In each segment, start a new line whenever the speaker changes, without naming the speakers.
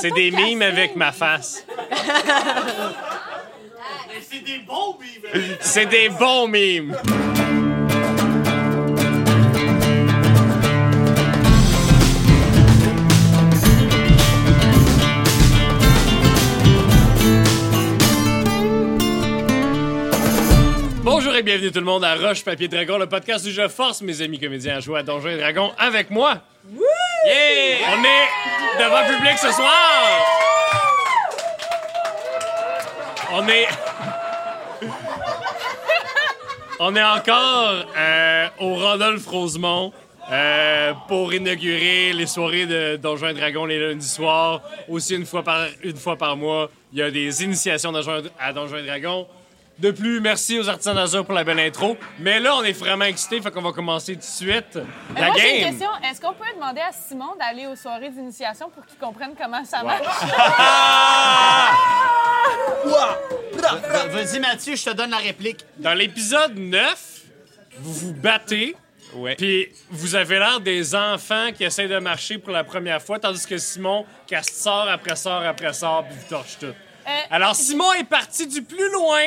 C'est des mimes avec
Euh,
ma face.
C'est des
Euh,
bons vivants.
C'est des bons mimes. Bonjour et bienvenue tout le monde à Roche Papier Dragon, le podcast où je force mes amis comédiens à jouer à Donjons et Dragons avec moi. Yeah! On est devant le public ce soir! On est. On est encore euh, au Rodolphe Rosemont euh, pour inaugurer les soirées de Donjons et Dragons les lundis soirs. Aussi, une fois par, une fois par mois, il y a des initiations Donjons- à Donjons et Dragons. De plus, merci aux artisans d'Azur pour la belle intro. Mais là, on est vraiment excités, fait qu'on va commencer tout de suite
Mais
la
moi, j'ai une
game.
question. Est-ce qu'on peut demander à Simon d'aller aux soirées d'initiation pour qu'il comprenne comment ça marche?
Va-
euh,
Vas-y, Mathieu, je te donne la réplique.
Dans l'épisode 9, vous vous battez.
Ouais.
Puis vous avez l'air des enfants qui essaient de marcher pour la première fois, tandis que Simon casse sort après sort après sort, puis vous torche tout.
Euh,
Alors Simon est parti du plus loin,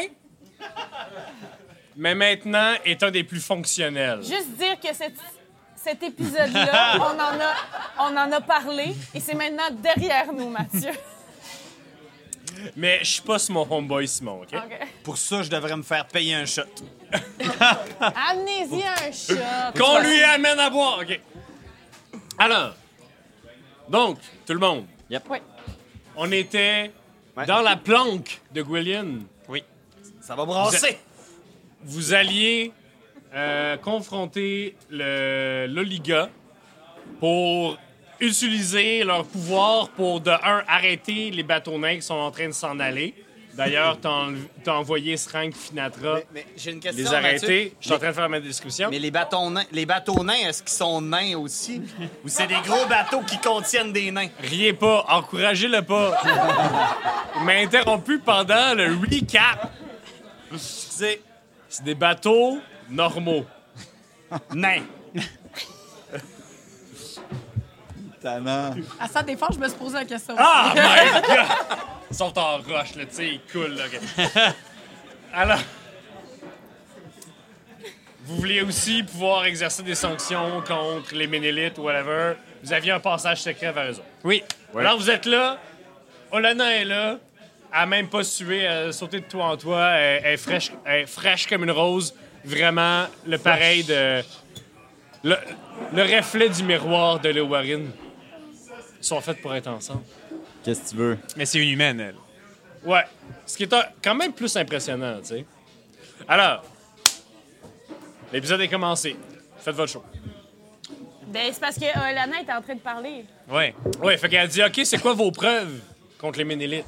mais maintenant est un des plus fonctionnels.
Juste dire que cet, cet épisode-là, on, en a- on en a parlé et c'est maintenant derrière nous, Mathieu.
Mais je suis pas sur mon homeboy Simon, OK?
OK.
Pour ça, je devrais me faire payer un shot.
Amenez-y un chat.
Qu'on lui amène à boire, OK? Alors, donc, tout le monde,
Oui.
on était
Ouais.
dans la planque de Gwillian.
Ça va brasser.
vous alliez euh, confronter le l'Oliga pour utiliser leur pouvoir pour, de un, arrêter les bateaux nains qui sont en train de s'en aller. D'ailleurs, t'as enlev- t'as envoyé Srank Finatra
Mais, mais j'ai une question.
les arrêter.
Mathieu.
Je suis en train de faire ma description.
Mais les bateaux nains, les bateaux nains, est-ce qu'ils sont nains aussi Ou c'est des gros bateaux qui contiennent des nains
Riez pas, encouragez-le pas. Il m'a interrompu pendant le recap. Excusez. C'est des bateaux normaux.
Nains.
À ça défend, je me suis posé la question.
Ah, my God! Ils sont en roche, là, tu sais, ils coulent, là. gars. Alors. Vous vouliez aussi pouvoir exercer des sanctions contre les Ménélites ou whatever. Vous aviez un passage secret vers eux autres.
Oui.
Alors, vous êtes là. Olana est là. Elle a même pas sué, elle a sauté de toi en toi. Elle, elle est fraîche, elle est fraîche comme une rose. Vraiment, le pareil de. Le, le reflet du miroir de Léo Warren. Ils sont faits pour être ensemble.
Qu'est-ce que tu veux?
Mais c'est une humaine, elle.
Ouais. Ce qui est un- quand même plus impressionnant, tu sais. Alors, l'épisode est commencé. Faites votre show.
Ben, c'est parce que euh, Lana était en train de parler.
Ouais.
Ouais, fait qu'elle dit OK, c'est quoi vos preuves contre les Ménélites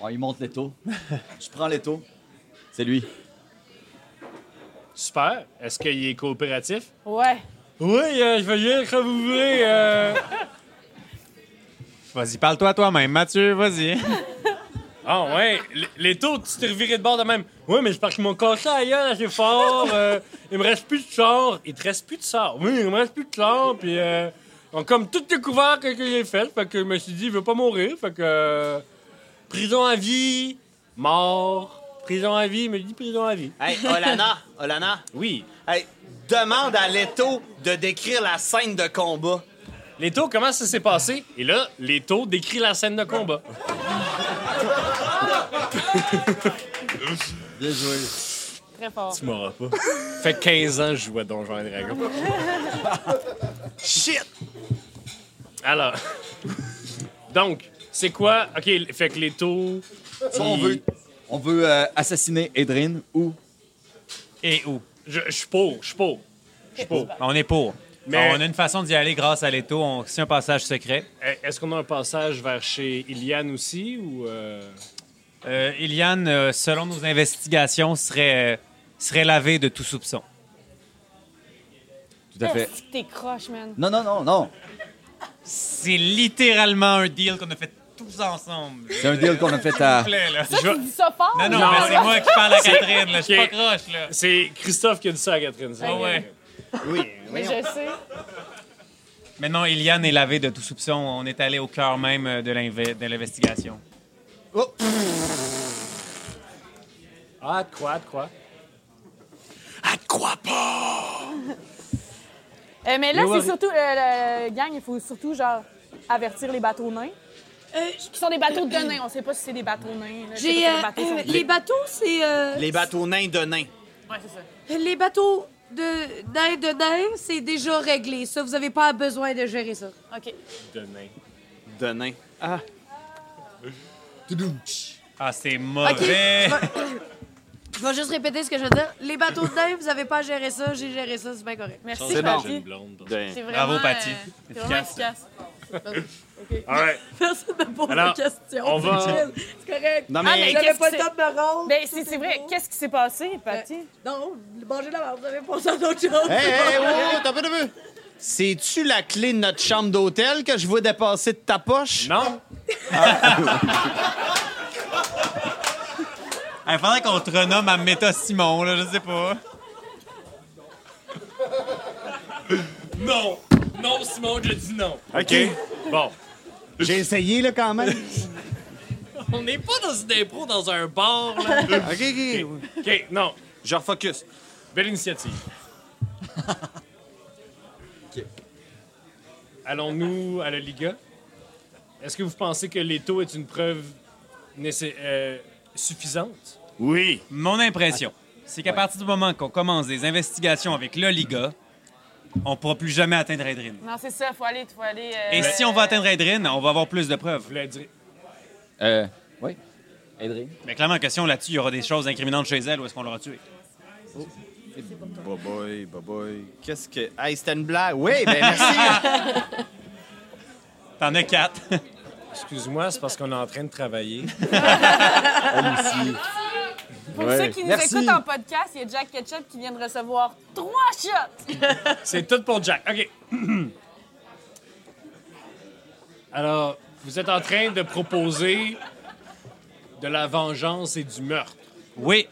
On lui monte l'étau. Je prends l'étau. C'est lui.
Super. Est-ce qu'il est coopératif
Ouais.
Oui, euh, je vais y être vous voulez. euh.
Vas-y, parle-toi à toi-même, Mathieu, vas-y.
Ah, ouais. l- Les taux, tu t'es reviré de bord de même. Ouais, mais c'est parce qu'ils m'ont cassé la gueule assez fort. euh, il me reste plus de sort. Il te reste plus de sort. Oui, il me reste plus de sort. Puis, euh, on a comme tout découvert que que j'ai fait. Fait que je me suis dit, il veut pas mourir. Fait que. euh, prison à vie, mort. Prison à vie, il me dit prison à vie.
Hey, Olana, Olana,
Oui.
hey, demande à Leto de décrire la scène de combat.
Les taux, comment ça s'est passé? Et là, les taux décrit la scène de combat.
Bien joué.
Très fort.
Tu m'auras pas. fait 15 ans que je jouais à Donjons et Dragons.
Shit.
Alors, donc, c'est quoi? OK, fait que les taux...
on
il-
veut, on veut euh, assassiner Edrin ou.
Et où?
Je je suis pour, je suis pour. Je suis pour.
On est pour.
Mais-
On a une façon d'y aller grâce à l'étau. On c'est un passage secret.
Eh, Est-ce qu'on a un passage vers chez Iliane aussi ou... euh,
Euh, Iliane, euh, selon nos investigations, serait, euh, serait lavée de tout soupçon.
Tout à fait.
Est-ce que t'es croche, man?
Non, non, non, non.
C'est littéralement un deal qu'on a fait tous ensemble. Euh,
C'est un deal qu'on a fait à.
Ça, tu dis ça fort?
Non, non,
Non,
mais
là.
c'est moi qui parle à Catherine, là. Je suis
Ok.
pas croche, là.
Ah C'est Christophe qui a dit ça à Catherine. ça.
Ah ouais.
Mais je sais.
Maintenant, Eliane est lavée de tout soupçon. On est allé au cœur même euh, de l'inve- de l'investigation.
Ah, de quoi, de quoi?
Euh, mais là, c'est surtout. euh, le- gang, il faut surtout, genre, avertir les bateaux nains.
Euh,
Qui sont des bateaux de nains. On sait pas si c'est des bateaux nains. là. Je sais
J'ai
pas
euh,
si les bateaux sont
euh,
des-
les bateaux, c'est euh,
Les bateaux nains de nains.
Ouais, c'est ça.
les bateaux de nain de nain, c'est déjà réglé. Ça, vous n'avez pas besoin de gérer ça.
OK.
Demain.
De nains.
Ah, c'est
Ok.
mauvais.
Je vais- je vais juste répéter ce que je veux dire. Les bateaux de nain, vous n'avez pas géré ça. J'ai géré ça. C'est bien correct.
Merci,
C'est bon.
Patty.
blonde.
De...
C'est vraiment,
Bravo, Patty.
euh, c'est vraiment efficace.
All right.
Personne ne pose
Alors,
de questions.
on va-
C'est correct.
Non,
Ah, mais qu'est-ce
mais.
J'avais
qui
pas le
s'est-
temps de me rendre. Euh,
Ben, c'est c'est vrai. Qu'est-ce qui s'est passé, Patty?
Non, mangez la marde. Vous avez pensé à d'autres choses.
Hé, hé, oh, t'as pas de vue. C'est-tu la clé de notre chambre d'hôtel que je vois dépasser de ta poche?
Non?
Il faudrait qu'on te renomme à Méta Simon, là, je sais pas.
Non! Non, Simon, je dis non.
OK.
Bon.
J'ai essayé, là, quand même.
On n'est pas dans une impro dans un bar, là.
OK, OK.
OK, non.
Je refocus.
Belle initiative. Allons-nous à la Liga? Est-ce que vous pensez que l'étau est une preuve nécess- euh, suffisante?
Oui.
Mon impression, c'est qu'à partir du moment qu'on commence des investigations avec l'Oliga, on pourra plus jamais atteindre Edrine.
Non, c'est ça. Faut aller. Faut aller euh,
Et si on va atteindre Edrine, on va avoir plus de preuves.
Vous voulez dire...
Euh, oui. Adrien.
Mais clairement, question là-dessus, il y aura des choses incriminantes chez elle ou est-ce qu'on l'aura tuée?
Bye boy, bye boy. Qu'est-ce que. Hey, c'était une blague. Oui, ben merci.
T'en as quatre.
Excuse-moi, c'est parce qu'on est en train de travailler.
Pour
Ouais.
ceux qui nous
Merci.
écoutent en podcast, il y a Jack Ketchup qui vient de recevoir trois shots.
C'est tout pour Jack. OK. Alors, vous êtes en train de proposer de la vengeance et du meurtre.
oui,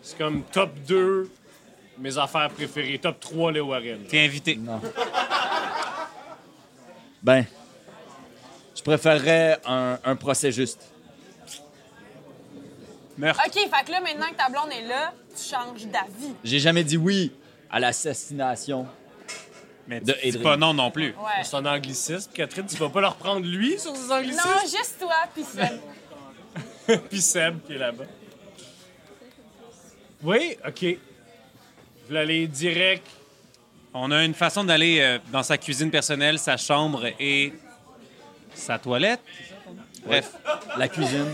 C'est comme top 2, mes affaires préférées. Top 3, les Warren.
t'es invité.
Ben, je préférerais un, un procès juste.
Meurtre.
OK, fait que là, maintenant que ta blonde est là, tu changes d'avis.
J'ai jamais dit oui à l'assassination.
Mais
De
tu dis
Edrine.
pas non non plus.
Ouais.
C'est un anglicisme. Catherine, tu vas pas leur prendre lui sur ses
Non,
anglicismes?
juste toi, puis ça.
Puis Seb qui est là-bas. Oui, OK. Vous l'allez direct.
On a une façon d'aller euh, dans sa cuisine personnelle, sa chambre et sa toilette. Bref,
La cuisine.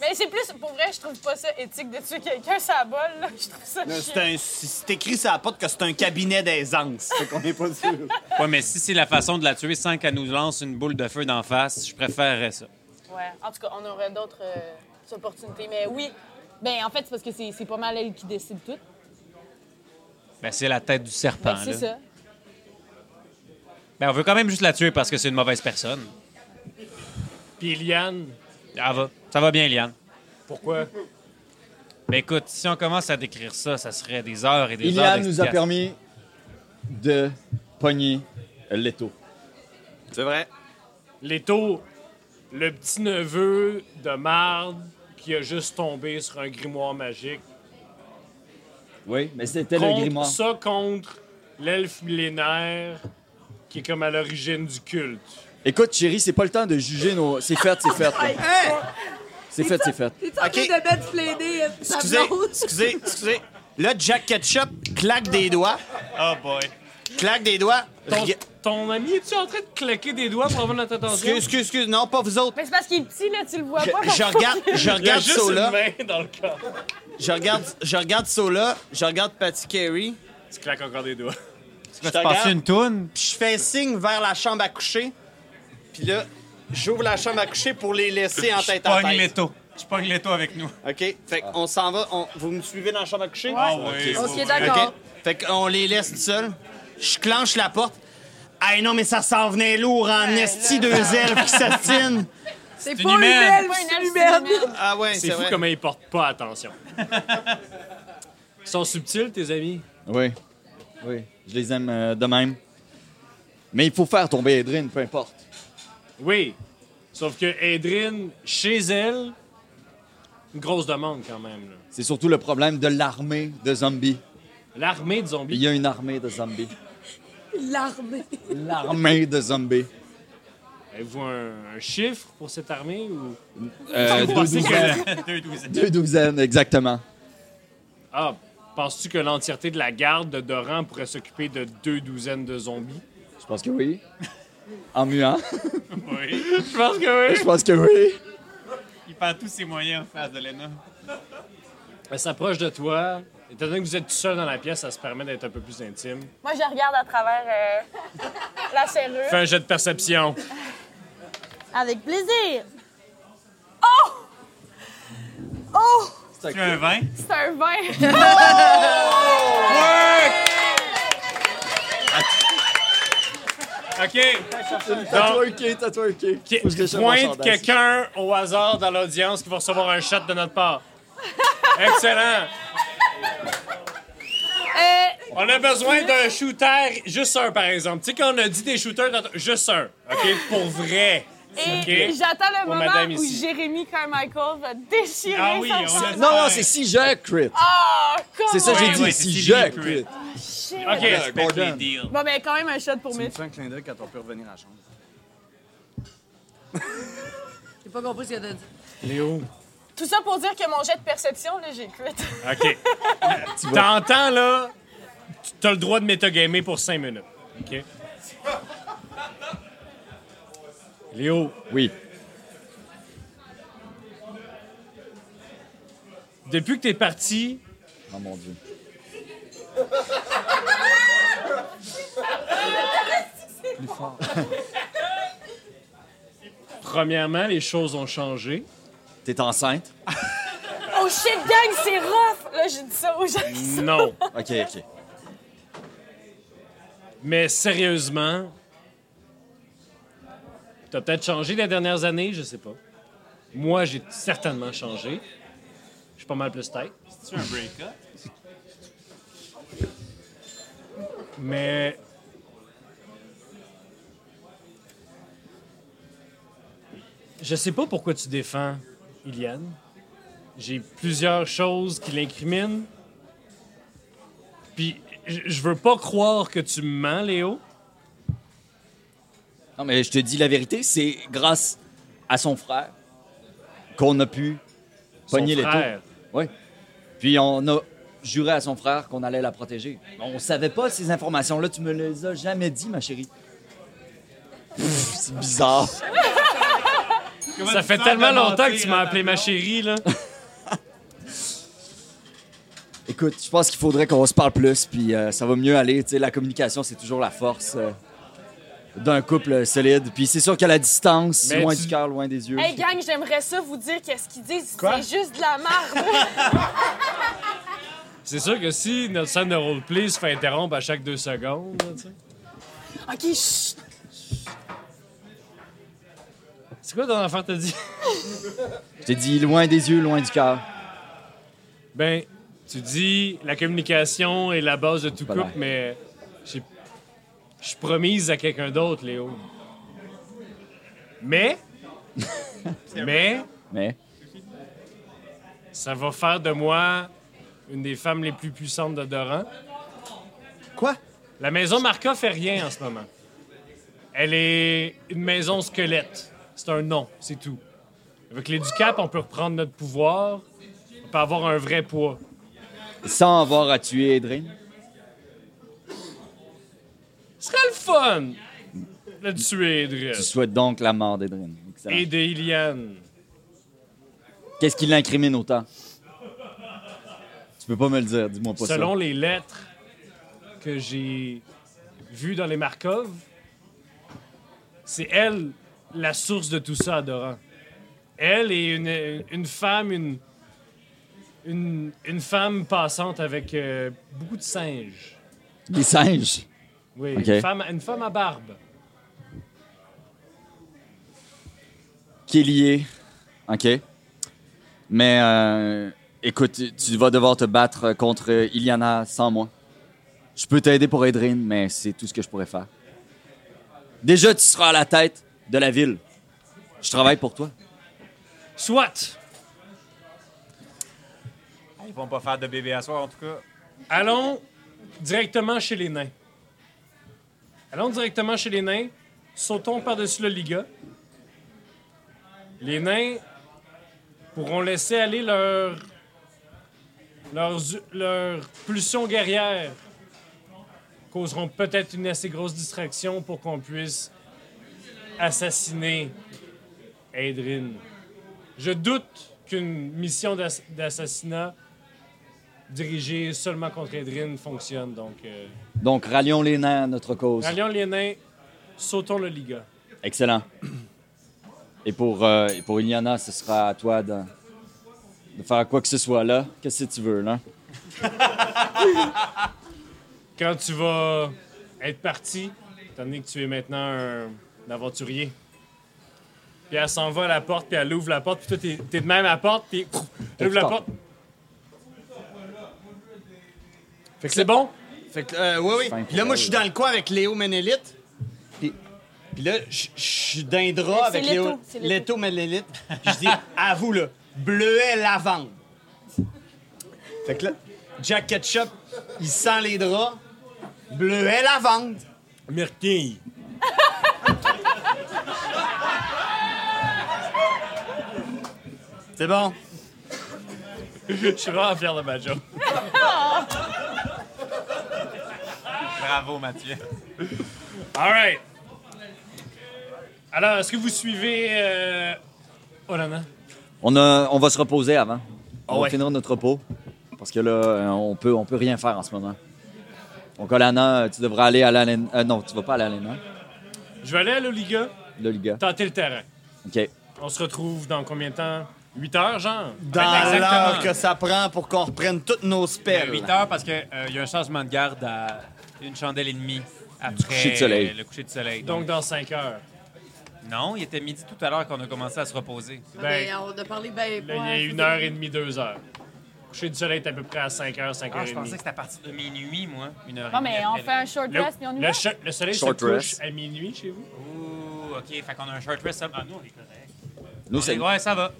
Mais c'est plus, pour vrai, je trouve pas ça éthique de tuer quelqu'un sur la bolle, là. Je trouve ça
C'est
chiant.
un- C'est écrit sur la porte que c'est un cabinet d'aisance. Fait qu'on est pas sûr.
ouais, mais si c'est la façon de la tuer sans qu'elle nous lance une boule de feu d'en face, je préférerais ça.
Ouais. En tout cas, on aurait d'autres euh, opportunités. Mais oui, ben en fait, c'est parce que c'est c'est pas mal elle qui décide tout.
Ben, c'est la tête du serpent.
Fait que c'est
là.
ça.
Ben, on veut quand même juste la tuer parce que c'est une mauvaise personne.
Puis Eliane,
Ah, va. Ça va bien, Eliane.
pourquoi?
Ben, écoute, si on commence à décrire ça, ça serait des heures et des heures.
Iliam nous a
d'explication.
permis de pogner l'étau.
C'est vrai.
Leto, le petit-neveu de Marde qui a juste tombé sur un grimoire magique.
Oui, mais c'était le
Contre-
grimoire.
Ça contre l'elfe millénaire qui est comme à l'origine du culte.
Écoute, chérie, c'est pas le temps de juger nos. C'est fait, c'est fait. là. C'est fait, c'est fait.
T'es en train
Ok.
de mettre flainé euh, sa
Excusez,
blonde.
excusez, excusez. Là, Jack Ketchup claque des doigts.
Oh, boy.
Claque des doigts.
Ton,
Ria-
ton ami, es-tu en train de claquer des doigts pour avoir notre attention?
Excuse, excuse, excuse. Non, pas vous autres.
Mais Ben, c'est parce qu'il est petit, là, tu le vois
Je,
pas.
je regarde, je
Il y a
regarde
juste une
Sola.
main dans le corps.
Je regarde, je regarde Sola. Je regarde Patty Carey.
Tu claques encore des doigts.
Tu
te regarde.
passer une toune?
Puis je fais signe vers la chambre à coucher. Puis là, j'ouvre la chambre à coucher pour les laisser en
Je
tête à
pogne
tête.
l'étau. Je pogne l'étau avec nous.
OK? Fait qu'on s'en va. on- vous me suivez dans la chambre à coucher?
Ah oui.
Ok,
OK?
d'accord.
Fait qu'on les laisse tout seuls. Je clenche la porte. Hey non, mais ça s'en venait lourd en esti deux elfes qui s'astinent.
C'est
une
pas une
humaine.
elfe,
Pas une
c'est
elfe,
une
c'est une
humaine.
Ah ouais, c'est
C'est fou
vrai.
comment ils portent pas attention. Ils sont subtils, tes amis.
Oui. Oui. Je les aime euh, de même. Mais il faut faire tomber Edrine, peu importe.
Oui. Sauf que Adrine, chez elle, une grosse demande quand même. là.
C'est surtout le problème de l'armée de zombies.
L'armée de
Il
zombies.
y a une armée de zombies.
L'armée.
L'armée de zombies.
Avez-vous un, un chiffre pour cette armée ou.
Euh, deux
Pensez
douzaines.
que-
Deux douzaines.
Deux douzaines, exactement.
Ah, penses-tu que l'entièreté de la garde de Doran pourrait s'occuper de deux douzaines de zombies?
Je pense que oui. En muant.
Je pense que
Je pense que oui.
Il perd tous ses moyens en face de Lena.
Elle Ben, s'approche de toi. Étant donné que vous êtes tout seul dans la pièce, ça se permet d'être un peu plus intime.
Moi, je regarde à travers euh, la serrure.
Fais un jet de perception.
Avec plaisir. Oh! Oh!
Tu as un vin?
C'est un vin.
OK.
Tatoué, tatoué.
Qui- Pointe quelqu'un au hasard dans l'audience qui va recevoir un shot de notre part. Excellent.
Euh,
On a besoin d'un shooter, juste un par exemple. Tu sais, quand on a dit des shooters, dans- juste un. OK? Pour vrai.
et
Ok.
j'attends le
Pour madame
moment où
ici.
Jérémy Carmichael va déchirer
Ah oui,
son
on l'a-
Non, non, c'est si je crit.
Ah, comment?
C'est ça que j'ai
Ouais,
dit,
ouais, c'est
si
si
je
je crit.
OK.
crit.
Respecte les
Gordon.
deals.
Bon, mais quand même un shot pour
Tu me
Mitch.
fais un clin d'œil quand on peut revenir à la chambre.
J'ai pas compris ce que t'as dit.
Léo.
Tout ça pour dire que mon jet de perception, là, j'ai crit.
OK. T'entends, là, tu as le droit de métagamer pour 5 minutes. OK? Léo,
Oui.
depuis que t'es parti,
Oh mon Dieu.
premièrement, les choses ont changé.
T'es enceinte?
Oh shit, gang, c'est rough! Là, j'ai dit ça aux gens qui sont-
Non.
OK, OK.
Mais sérieusement, t'as peut-être changé les dernières années, je sais pas. Moi, j'ai certainement changé. Je suis pas mal plus tête.
C'est-tu un break-up?
Mais. Je sais pas pourquoi tu défends Iliane. J'ai plusieurs choses qui l'incriminent. Puis, je je veux pas croire que tu me mens, Léo.
Non, mais je te dis la vérité, c'est grâce à son frère qu'on a pu pogner
Son
les taux.
frère.
Oui. Puis on a juré à son frère qu'on allait la protéger. On savait pas ces informations-là, tu me les as jamais dit, ma chérie. Pff, C'est bizarre.
Ça fait tellement longtemps que tu m'as appelé ma chérie, là.
Écoute, je pense qu'il faudrait qu'on se parle plus, puis euh, ça va mieux aller. Tu sais, la communication, c'est toujours la force euh, d'un couple solide. Puis c'est sûr qu'à la distance,
Mais
loin
tu-
du cœur, loin des yeux.
Hey, gang, j'aimerais ça vous dire qu'est-ce qu'ils disent.
Quoi?
C'est juste de la merde.
C'est sûr que si notre scène de roleplay se fait interrompre à chaque deux secondes, là, tu sais.
ok, chut.
C'est quoi ton enfant t'a dit?
Je t'ai dit loin des yeux, loin du cœur.
Ben, tu dis la communication est la base de tout
Voilà.
couple, mais j'ai- je suis promise à quelqu'un d'autre, Léo. Mais, mais,
Mais
ça va faire de moi une des femmes les plus puissantes de Doran.
quoi?
La maison Marca fait rien en ce moment. Elle est une maison squelette. C'est un nom, c'est tout. Avec les Ducap, on peut reprendre notre pouvoir. On peut avoir un vrai poids.
Sans avoir à tuer Edrin.
Ce serait le fun de tuer Edred
Tu souhaites donc la mort d'Edrin. Excellent.
et de Iliane.
Qu'est-ce qui l'incrimine autant? Tu peux pas me le dire, dis-moi pas
Selon
ça.
les lettres que j'ai vues dans les Markov, c'est elle la source de tout ça, Adorant. Elle est une, une femme, une, une, une femme passante avec euh, beaucoup de singes.
Les singes.
Oui,
Ok.
une, femme, une femme à barbe.
Qui est lié. OK. Mais euh, écoute, tu vas devoir te battre contre Iliana sans moi. Je peux t'aider pour Edrin, mais c'est tout ce que je pourrais faire. Déjà, tu seras à la tête de la ville. Je travaille pour toi.
Soit.
Ils vont pas faire de bébé à soir, en tout cas.
Allons directement chez les nains. Allons directement chez les nains. Sautons par-dessus le Liga. Les nains pourront laisser aller leur, leurs, leur pulsion guerrière. Causeront peut-être une assez grosse distraction pour qu'on puisse assassiner Aedrin. Je doute qu'une mission d'ass- d'assassinat dirigée seulement contre Aedrin fonctionne. Donc, euh,
Donc, rallions les nains à notre cause.
rallions les nains, sautons le Liga.
Excellent. Et pour, euh, et pour Iliana, ce sera à toi de, de faire quoi que ce soit là. Qu'est-ce que tu veux, là?
Quand tu vas être parti, étant donné que tu es maintenant un, un aventurier, puis elle s'en va à la porte, puis elle ouvre la porte, puis toi, t'es, t'es de même à la porte, puis pff, elle ouvre la
Putain.
porte. Fait que c'est bon?
Fait que, euh, ouais, oui.
Fin
Puis là, moi, je suis dans le coin avec Léo Ménélite. Puis, puis là, je je suis dans les draps
C'est
avec
Leto,
Léo,
c'est Leto.
Léo Ménélite. Puis je dis, à vous, là, bleuet lavande. Fait que là, Jack Ketchup, il sent les draps. Bleuet lavande.
Myrtille.
C'est bon.
Je suis vraiment fier de ma job.
Bravo, Mathieu.
All right. Alors, est-ce que vous suivez... Euh... Olana?
On, a- on va se reposer avant. On
Ah
va
ouais.
finir notre repos. Parce que là, euh, on peut, on peut rien faire en ce moment. Donc, Olana, euh, tu devras aller à l'Alena. euh, non, tu vas pas à l'Alena.
Je vais aller à l'Oliga,
Là, le gars.
tenter le terrain.
OK.
On se retrouve dans combien de temps? 8 heures, genre?
Dans
exactement.
l'heure que ça prend pour qu'on reprenne toutes nos spells.
8 heures parce qu'il y a un changement de garde à une chandelle et demie après
coucher de soleil.
le coucher de soleil.
Donc, dans 5 heures.
non, il était midi tout à l'heure qu'on a commencé à se reposer.
Ben,
on a parlé ben.
Là, il est une heure et demie, deux heures. Coucher du soleil est à peu près à 5 heures, 5
Ah,
heures
je
et demie.
pensais que c'était à partir de minuit, moi. Une heure
Non,
et demie.
mais on
après
fait un short
Le,
rest, puis on y
le
va.
cho- le soleil
Short
se couche
rest.
à minuit chez vous?
le- Ouh, OK. Fait qu'on a un short rest. Ah, nous, on est correct.
Nous,
On est-
c'est.
Ouais, ça va.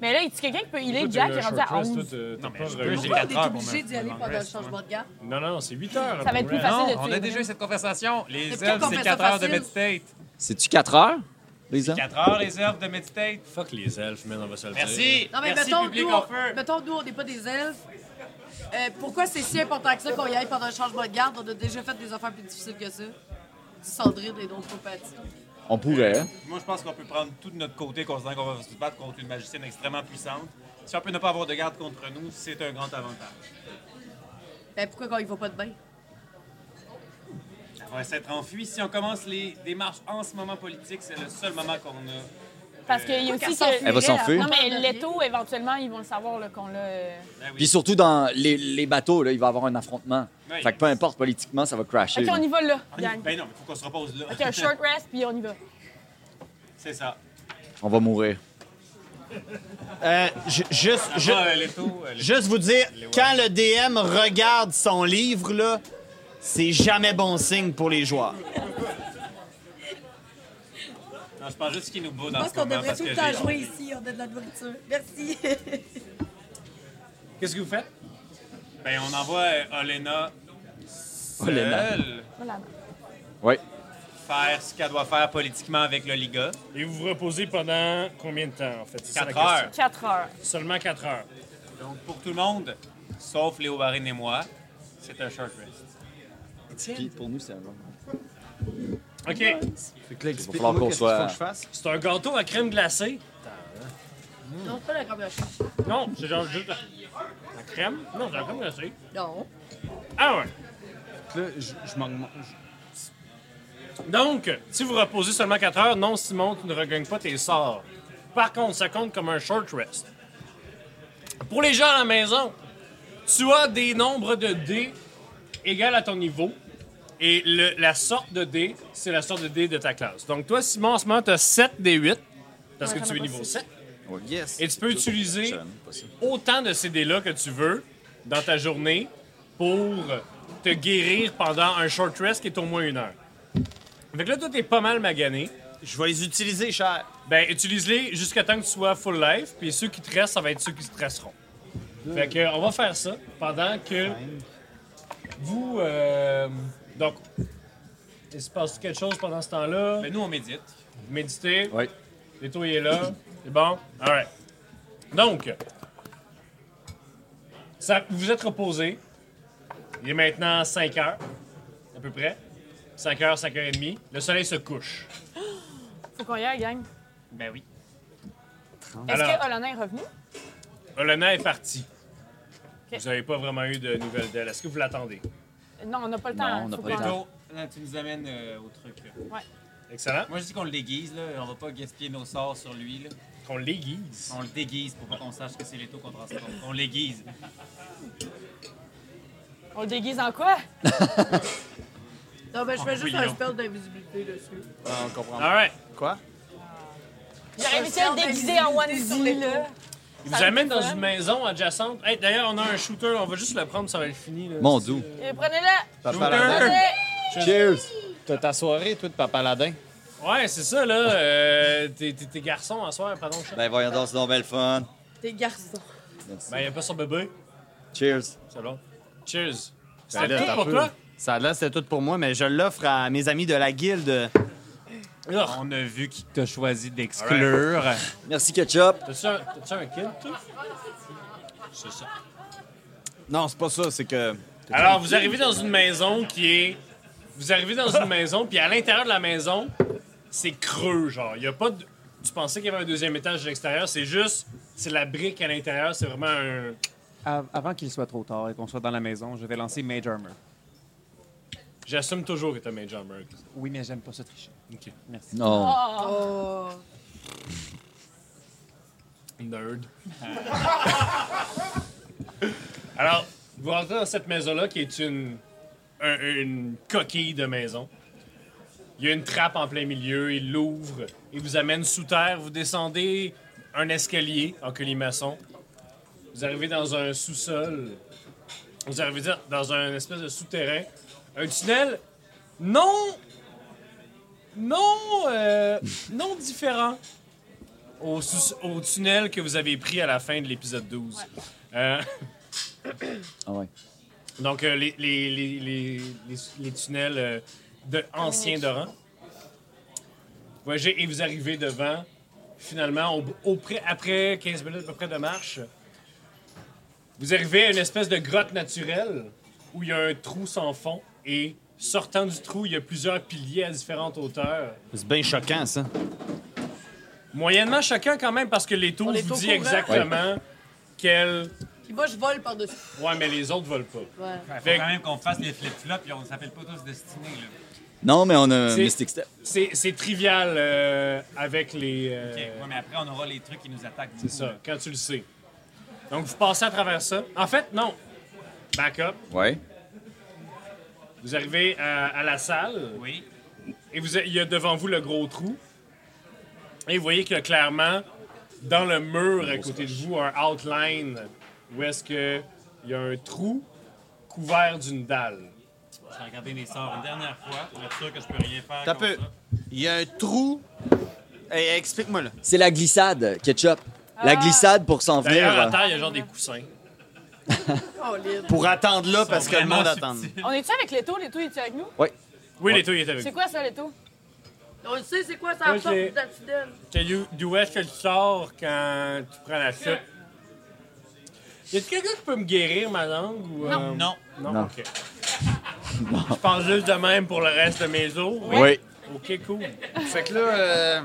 Mais là, est-ce quelqu'un qui peut healer
Toi,
Jack
t'as eu
qui
un
est rendu à
short rest,
11?
toi, t'as- t'as
Non, mais
pas
je peux,
relu.
j'ai-
Pourquoi
quatre
t'es
heures pour
obligé
me-
d'y aller
pour me
pendant le
rest,
changement
moi.
de garde?
Non, non, c'est 8 heures.
Ça va être plus facile.
Non,
de
on
tuer,
a déjà
oui.
eu cette conversation. Les
pourquoi
elfes,
qu'on
c'est
fait
4
ça
heures de
facile?
meditate.
C'est-tu 4 heures, les gens?
4 heures, les elfes de meditate.
Fuck les elfes, man, on va se le dire.
Merci.
Non, mais
Merci,
mettons,
public
nous,
en
on,
feu.
mettons, nous, on n'est pas des elfes. Euh, pourquoi c'est si important que ça qu'on y aille pendant un changement de garde? On a déjà fait des affaires plus difficiles que ça. Du Cendrine et d'autres compatibles.
On pourrait. hein?
Moi, je pense qu'on peut prendre tout de notre côté, considérant qu'on va se battre contre une magicienne extrêmement puissante. Si on peut ne pas avoir de garde contre nous, c'est un grand avantage.
Ben, pourquoi quand il va pas de bain?
On va s'être enfui. Si on commence les démarches en ce moment politique, c'est le seul moment qu'on a.
Parce qu'il y a
Pourquoi
aussi
qu'elle
que...
Elle va s'enfuir.
Non, mais
Elle
l'étau, éventuellement, ils vont le savoir là, qu'on l'a... euh,
Ben oui.
Puis surtout dans les, les bateaux, là, il va y avoir un affrontement.
Oui.
Fait que peu importe, politiquement, ça va crasher.
OK,
là.
on y va là,
On y-
gang.
Ben non, mais faut qu'on se repose là.
OK, un short rest, puis on y va.
C'est ça.
on va mourir.
Euh, ju- juste,
Je...
ju-
euh,
juste vous dire, quand le DM regarde son livre, là, c'est jamais bon signe pour les joueurs.
Non, je pense juste qu'il nous beau
Je
dans
pense
ce
qu'on
moment
devrait
parce
tout
que
le temps
j'ai...
jouer ici. On a de la nourriture. Merci.
Qu'est-ce que vous faites?
Ben, on envoie euh, Olena
Olena.
seule
Voilà.
Oui.
faire ce qu'elle doit faire politiquement avec le Liga.
Et vous vous reposez pendant combien de temps, en fait? C'est ça la
4
question.
heures.
4 heures.
Seulement 4 heures.
Donc, pour tout le monde, sauf Léo Barine et moi, c'est un short rest.
Puis pour nous, c'est un bon.
OK.
Il va falloir qu'on soit.
C'est un gâteau à crème glacée.
Non, c'est pas la première chose.
Non, c'est genre juste la, la crème. Non, c'est la crème glacée.
Non.
Ah ouais.
Là, je, je m'augmente.
Donc, si vous reposez seulement 4 heures, non, Simon, tu ne regagnes pas tes sorts. Par contre, ça compte comme un short rest. Pour les gens à la maison, tu as des nombres de dés égales à ton niveau. Et le- la sorte de dés, c'est la sorte de dés de ta classe. Donc, toi, Simon, en ce moment, tu as 7 des 8 parce que tu es niveau 7.
Yes.
Et tu peux utiliser autant de ces dés-là que tu veux dans ta journée pour te guérir pendant un short rest qui est au moins une heure. Fait que là, toi, t'es pas mal magané.
Je vais les utiliser, cher.
Ben, utilise-les jusqu'à temps que tu sois full life, puis ceux qui te restent, ça va être ceux qui te resteront. Fait que, euh, on va faire ça pendant que vous. euh, donc, il se passe quelque chose pendant ce temps-là?
Ben, nous, on médite.
Méditez.
Oui.
L'étau, il est là. C'est bon? All right. Donc, ça, vous vous êtes reposé. Il est maintenant 5 heures, à peu près. 5 heures, 5 heures et demie. Le soleil se couche.
Faut qu'on y aille, gang.
Ben oui.
Est-ce
Alors-
que Olana est revenu?
Olena est partie.
Ok.
Vous n'avez pas vraiment eu de nouvelles d'elle. Est-ce que vous l'attendez?
Non, on n'a pas le
Non,
temps. hein.
on n'a
Faut
pas le
qu'on-
Ah.
temps.
Plutôt, là, tu nous amènes euh, au truc. là.
Excellent.
Moi, je dis qu'on le déguise, là. On va pas gaspiller nos sorts sur lui, là.
Qu'on l'aiguise.
On le déguise pour pas qu'on sache que c'est les taux qu'on transporte. On l'aiguise.
On le déguise en quoi?
Non, ben, je fais juste un
voyons.
spell d'invisibilité dessus.
Ah, on comprend.
All right.
Quoi?
J'aurais aimé ça le déguiser en onesie, là.
Il
Ça
vous
va
amène
être
dans
fun.
une maison adjacente. Hey, D'ailleurs, on a un shooter. On va juste le prendre, ça va être fini. Là.
Mon dieu.
Et Prenez-le!
Papa
Shooter!
Ladin.
Prenez!
Cheers! T'as ta soirée, toi, de Papa Ladin?
Ouais, c'est ça, là. Euh, T'es t'es- t'es garçon en soir, pardon. chat.
Ben voyons donc, c'est donc bien le fun.
T'es garçon.
Ben, il a pas son bébé.
Cheers.
C'est bon. Cheers.
Ben là,
C'était tout
t'as
pour
peu.
toi?
Ça, là, c'était tout pour moi, mais je l'offre à mes amis de la guilde.
Alors,
On a vu qui t'a choisi d'exclure.
Merci, ketchup.
T'as-tu un, t'as-tu un kid, toi? C'est ça.
Non, c'est pas ça, c'est que.
Alors, vous arrivez dans une maison qui est. Vous arrivez dans une maison, puis à l'intérieur de la maison, c'est creux, genre. Il y a pas de. Tu pensais qu'il y avait un deuxième étage de l'extérieur, c'est juste. C'est la brique à l'intérieur, c'est vraiment un.
Av- Avant qu'il soit trop tard et qu'on soit dans la maison, je vais lancer Mage Armor.
J'assume toujours que t'as Major Merc.
Oui, mais j'aime pas ça tricher.
Ok.
Merci.
Non.
Oh.
Oh.
Nerd. Alors, vous rentrez dans cette maison-là qui est une, un- une coquille de maison. Il y a une trappe en plein milieu, il l'ouvre, il vous amène sous terre, vous descendez un escalier en colimaçon. Vous arrivez dans un sous-sol. Vous arrivez dans- dans un espèce de souterrain. Un tunnel non. non. euh, non différent au, sous- au tunnel que vous avez pris à la fin de l'épisode 12. Euh,
Ah ouais.
donc, euh, les, les, les, les, les- les tunnels euh, de anciens d'Oran. Voyagez et vous arrivez devant, finalement, au, au pré- après 15 minutes à peu près de marche, vous arrivez à une espèce de grotte naturelle où il y a un trou sans fond et sortant du trou, il y a plusieurs piliers à différentes hauteurs.
C'est bien choquant, ça.
Moyennement chacun quand même parce que les taux
On est
vous
au
dit
courant.
exactement quelle...
Puis moi, je vole par-dessus.
Ouais, mais les autres volent pas.
Voilà.
Il faut
Fait-
quand même qu'on fasse les flip-flops et on s'appelle pas tous destinés, là.
Non, mais on a un
C'est-
Mystic Step.
C'est c'est trivial euh, avec les. euh,
OK, ouais, mais après, on aura les trucs qui nous attaquent.
C'est ça, quand tu le sais. Donc, vous passez à travers ça. En fait, non. Back up.
Ouais.
Vous arrivez à, à la salle
Oui.
et vous, il y a devant vous le gros trou. Et vous voyez que clairement, dans le mur à côté de vous, un outline où est-ce que il y a un trou couvert d'une dalle.
J'ai regardé mes sorts une dernière fois pour être sûr que je peux rien faire.
T'as
contre
peu.
ça.
Il y a un trou. Hey, explique-moi, là.
C'est la glissade, ketchup.
Ah.
La glissade pour s'en venir.
D'ailleurs, à
euh,
terre, il y a genre des coussins.
Oh, Lynn.
Pour attendre là, parce que le
Vraiment
monde
subtil.
attend.
On est-tu avec Leto? Leto, est tu avec nous?
Oui, les taux, il est avec
C'est
vous.
quoi ça, Leto?
On le sait, c'est quoi, ça
Ok.
absorbe du Daffodil.
C'est d'où- d'où est-ce que tu sors quand tu prends la chute? Y a quelqu'un qui peut me guérir ma langue? Ou, euh,
Non.
non.
Non.
OK. Je parle juste de même pour le reste de mes os.
Oui.
OK, cool.
Fait que là. euh,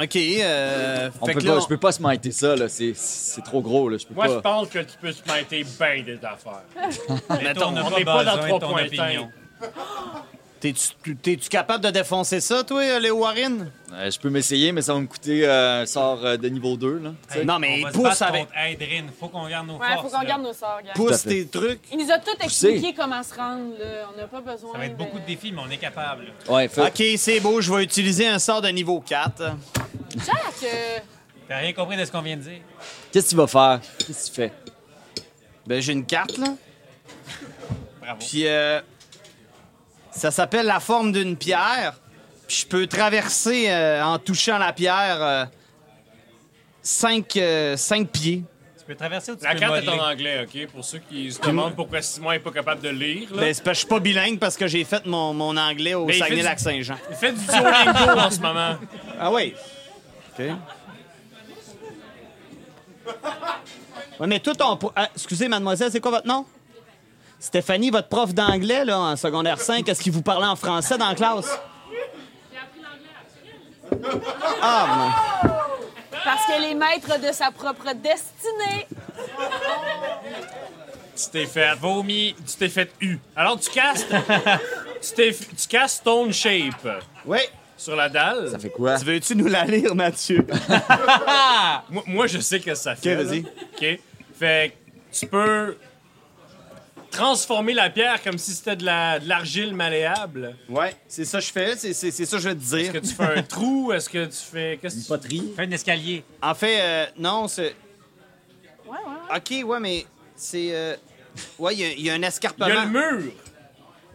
Ok, euh.
On
fait
peut
que là,
pas, je peux pas se mater ça, là. C'est- C'est trop gros, là. Je peux
Moi, je
pas.
pense que tu peux se mettre bien des affaires.
mettons,
on n'est pas dans trois points
t'es-tu- tu- T'es-tu capable de défoncer ça, toi, euh, les Warren?
Euh, je peux m'essayer, mais ça va me coûter euh, un sort euh, de niveau 2, là. Tu sais.
Non, mais
on va
pousse
se battre
avec.
contre Aedrin. Faut qu'on garde nos
Ouais,
forces.
faut qu'on
là.
garde nos sorts, gang.
Tout à
Pousse
fait.
tes trucs.
Il nous a tout
Poussez.
expliqué comment se rendre, là. On n'a pas besoin.
Ça va être beaucoup de défis, mais on est capable.
Ouais, fait.
Ok, c'est beau, je vais utiliser un sort de niveau 4.
Jack! euh,
T'as rien compris de ce qu'on vient de dire?
Qu'est-ce que tu vas faire? Qu'est-ce que tu fais?
Ben, j'ai une carte, là.
Bravo.
Puis euh, ça s'appelle la forme d'une pierre. Puis je peux traverser euh, en touchant la pierre euh, cinq, euh, cinq pieds.
Tu peux traverser ou tu
La
peux
carte est
modeler?
en anglais, OK? Pour ceux qui se demandent pourquoi Simon n'est pas capable de lire. Là.
Ben, c'est parce que je suis pas bilingue parce que j'ai fait mon, mon anglais au
Ben, il fait
Saguenay-Lac-Saint-Jean.
Il fait du Duolingo en ce moment.
Ah oui. OK. Ouais, mais tout ton. pro- Ah, excusez, mademoiselle, c'est quoi votre nom? Stéphanie, votre prof d'anglais, là, en secondaire 5, est-ce qu'il vous parlait en français dans la classe? Ah,
Parce qu'elle est maître de sa propre destinée.
Tu t'es fait vomi, tu t'es fait U. Alors tu castes, tu, t'es, tu castes Stone Shape
mon... Oui.
sur la dalle.
Ça fait quoi?
Tu veux-tu nous la lire, Mathieu?
Moi, moi, je sais que ça fait. là.
Ok, vas-y.
Ok. Fait que tu peux transformer la pierre comme si c'était de, la, de l'argile malléable.
Ouais, c'est ça que je fais, c'est, c'est- c'est ça que je veux te
Est-ce
dire.
que tu fais un trou? Est-ce que tu fais... Qu'est-ce que tu-
Poterie.
Fais un escalier.
En fait, euh, non, c'est.
Ouais, ouais, ouais.
OK, ouais, mais c'est. euh, Ouais, il y a- il y, a un escarpement.
Il y a le mur.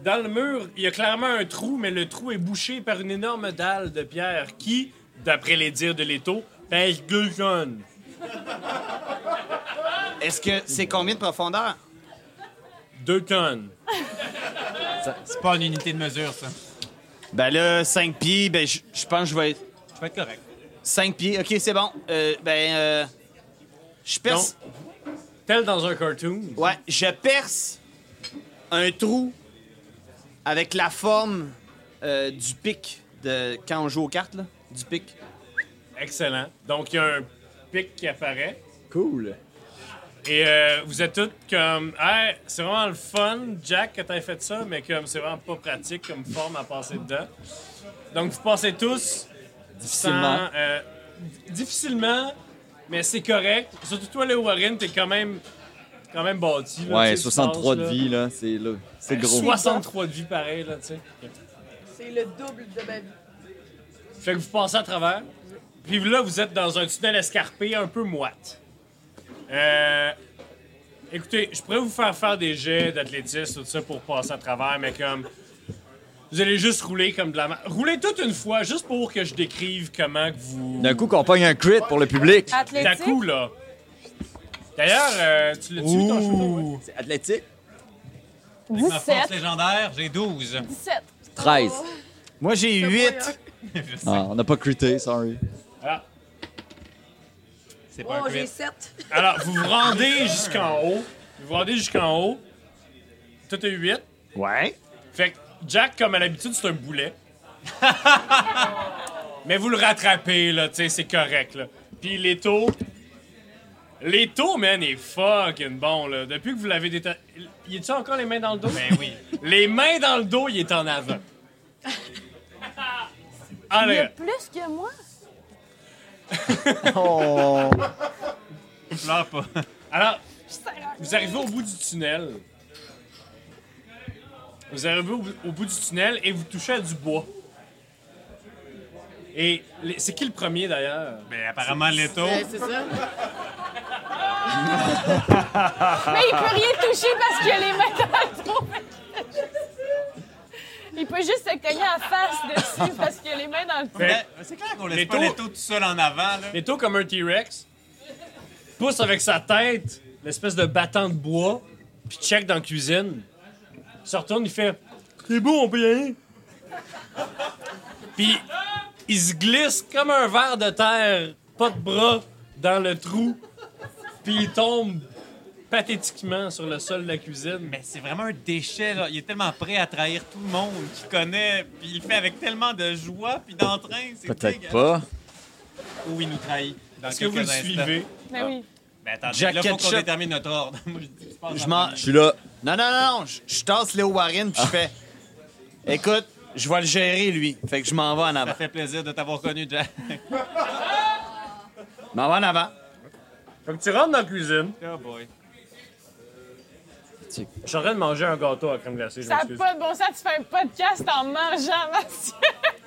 Dans le mur, il y a clairement un trou, mais le trou est bouché par une énorme dalle de pierre qui, d'après les dires de l'étau, pèse deux jeunes.
Est-ce que c'est combien de profondeur?
Deux tonnes.
C'est pas une unité de mesure, ça.
Ben là, 5 pieds, ben je je pense que je vais être.
Tu vas être correct.
5 pieds, ok, c'est bon. Euh, ben, euh, je perce.
Tel dans un cartoon.
Ouais, je perce un trou avec la forme euh, du pic de quand on joue aux cartes, là. Du pic.
Excellent. Donc, il y a un pic qui apparaît.
Cool.
Et euh, vous êtes toutes comme, hey, c'est vraiment le fun, Jack, que t'aies fait ça, mais comme c'est vraiment pas pratique comme forme à passer dedans. Donc, vous passez tous
Difficilement.
sans, euh, difficilement, mais c'est correct. Surtout toi, le Warren, t'es quand même, quand même bâti. là,
Ouais,
tu sais, tu
63 de
passes, là.
vie, là, c'est là. C'est gros.
63 de vie, pareil, là, tu sais.
C'est le double de
Ben,
ma vie.
Fait que vous passez à travers. Puis là, vous êtes dans un tunnel escarpé un peu moite. Euh, écoutez, je pourrais vous faire faire des jets d'athlétisme, tout ça, pour passer à travers, mais comme... Vous allez juste rouler comme de la... ma- Roulez toute une fois, juste pour que je décrive comment que vous...
D'un coup, qu'on pogne un crit pour le public.
D'un
Athlétique.
coup, là. D'ailleurs, euh, tu l'as tué, ton château, ouais?
C'est athlétique.
Avec ma force
17.
légendaire, j'ai 12.
17.
13.
Moi, j'ai 8.
Ah, on n'a pas crité, sorry.
Voilà.
C'est pas
Oh,
un
j'ai
crit.
7.
Alors, vous vous rendez jusqu'en haut. Vous vous rendez jusqu'en haut. Tout est 8.
Ouais.
Fait que Jack, comme à l'habitude, c'est un boulet. Mais vous le rattrapez, là, tu sais, c'est correct, là. Puis l'étau. L'étau, man, est fucking bon, là. Depuis que vous l'avez déta... Y a-tu encore les mains dans le dos? Ben oui. les mains dans le dos, il est en avant.
Il y
Allez,
a plus que moi.
Oh.
Pleure pas.
alors, vous arrivez au bout du tunnel. Vous arrivez au, au bout du tunnel et vous touchez à du bois. Et les- c'est qui le premier, d'ailleurs?
Mais apparemment, l'étau.
Euh, c'est ça.
Mais il peut rien toucher parce qu'il a les mains dans le dos. Il peut juste se cogner à face dessus parce qu'il a les mains dans le dos.
Fait-
Mais ben, C'est clair qu'on laisse pas
Ben, L'étau-
l'étau tout seul en avant, là.
Leto, comme un T-Rex, pousse avec sa tête l'espèce de battant de bois, puis check dans la cuisine. Il se retourne, il fait C'est beau, on peut y aller. Puis il se glisse comme un ver de terre, pas de bras, dans le trou, puis il tombe pathétiquement sur le sol de la cuisine.
Mais c'est vraiment un déchet, là. Il est tellement prêt à trahir tout le monde qu'il connaît, puis il le fait avec tellement de joie, puis d'entrain. c'est
Peut-être
dégueulasse.
pas.
Ou il nous trahit. dans
Est-ce que vous le
quelques instants.
suivez?
Mais oui.
Ben attendez,
Jack
là, faut qu'on
Ketchup.
détermine notre ordre. Moi, je dis, je pense
Je
en
m'en.
premier.
Je suis là. Ah.
Non, non, non, non, je- je tasse Léo Warren puis je fais. Écoute, je vais le gérer, lui. Fait que je m'en vais en
Ça
avant.
fait plaisir de t'avoir connu, Jack.
Je m'en vais en avant.
Fait que tu rentres dans la cuisine.
Oh boy.
Je suis en train de manger un gâteau à crème glacée, je
Ça
m'excuse.
n'a pas de bon sens. Tu fais un podcast en mangeant, Mathieu.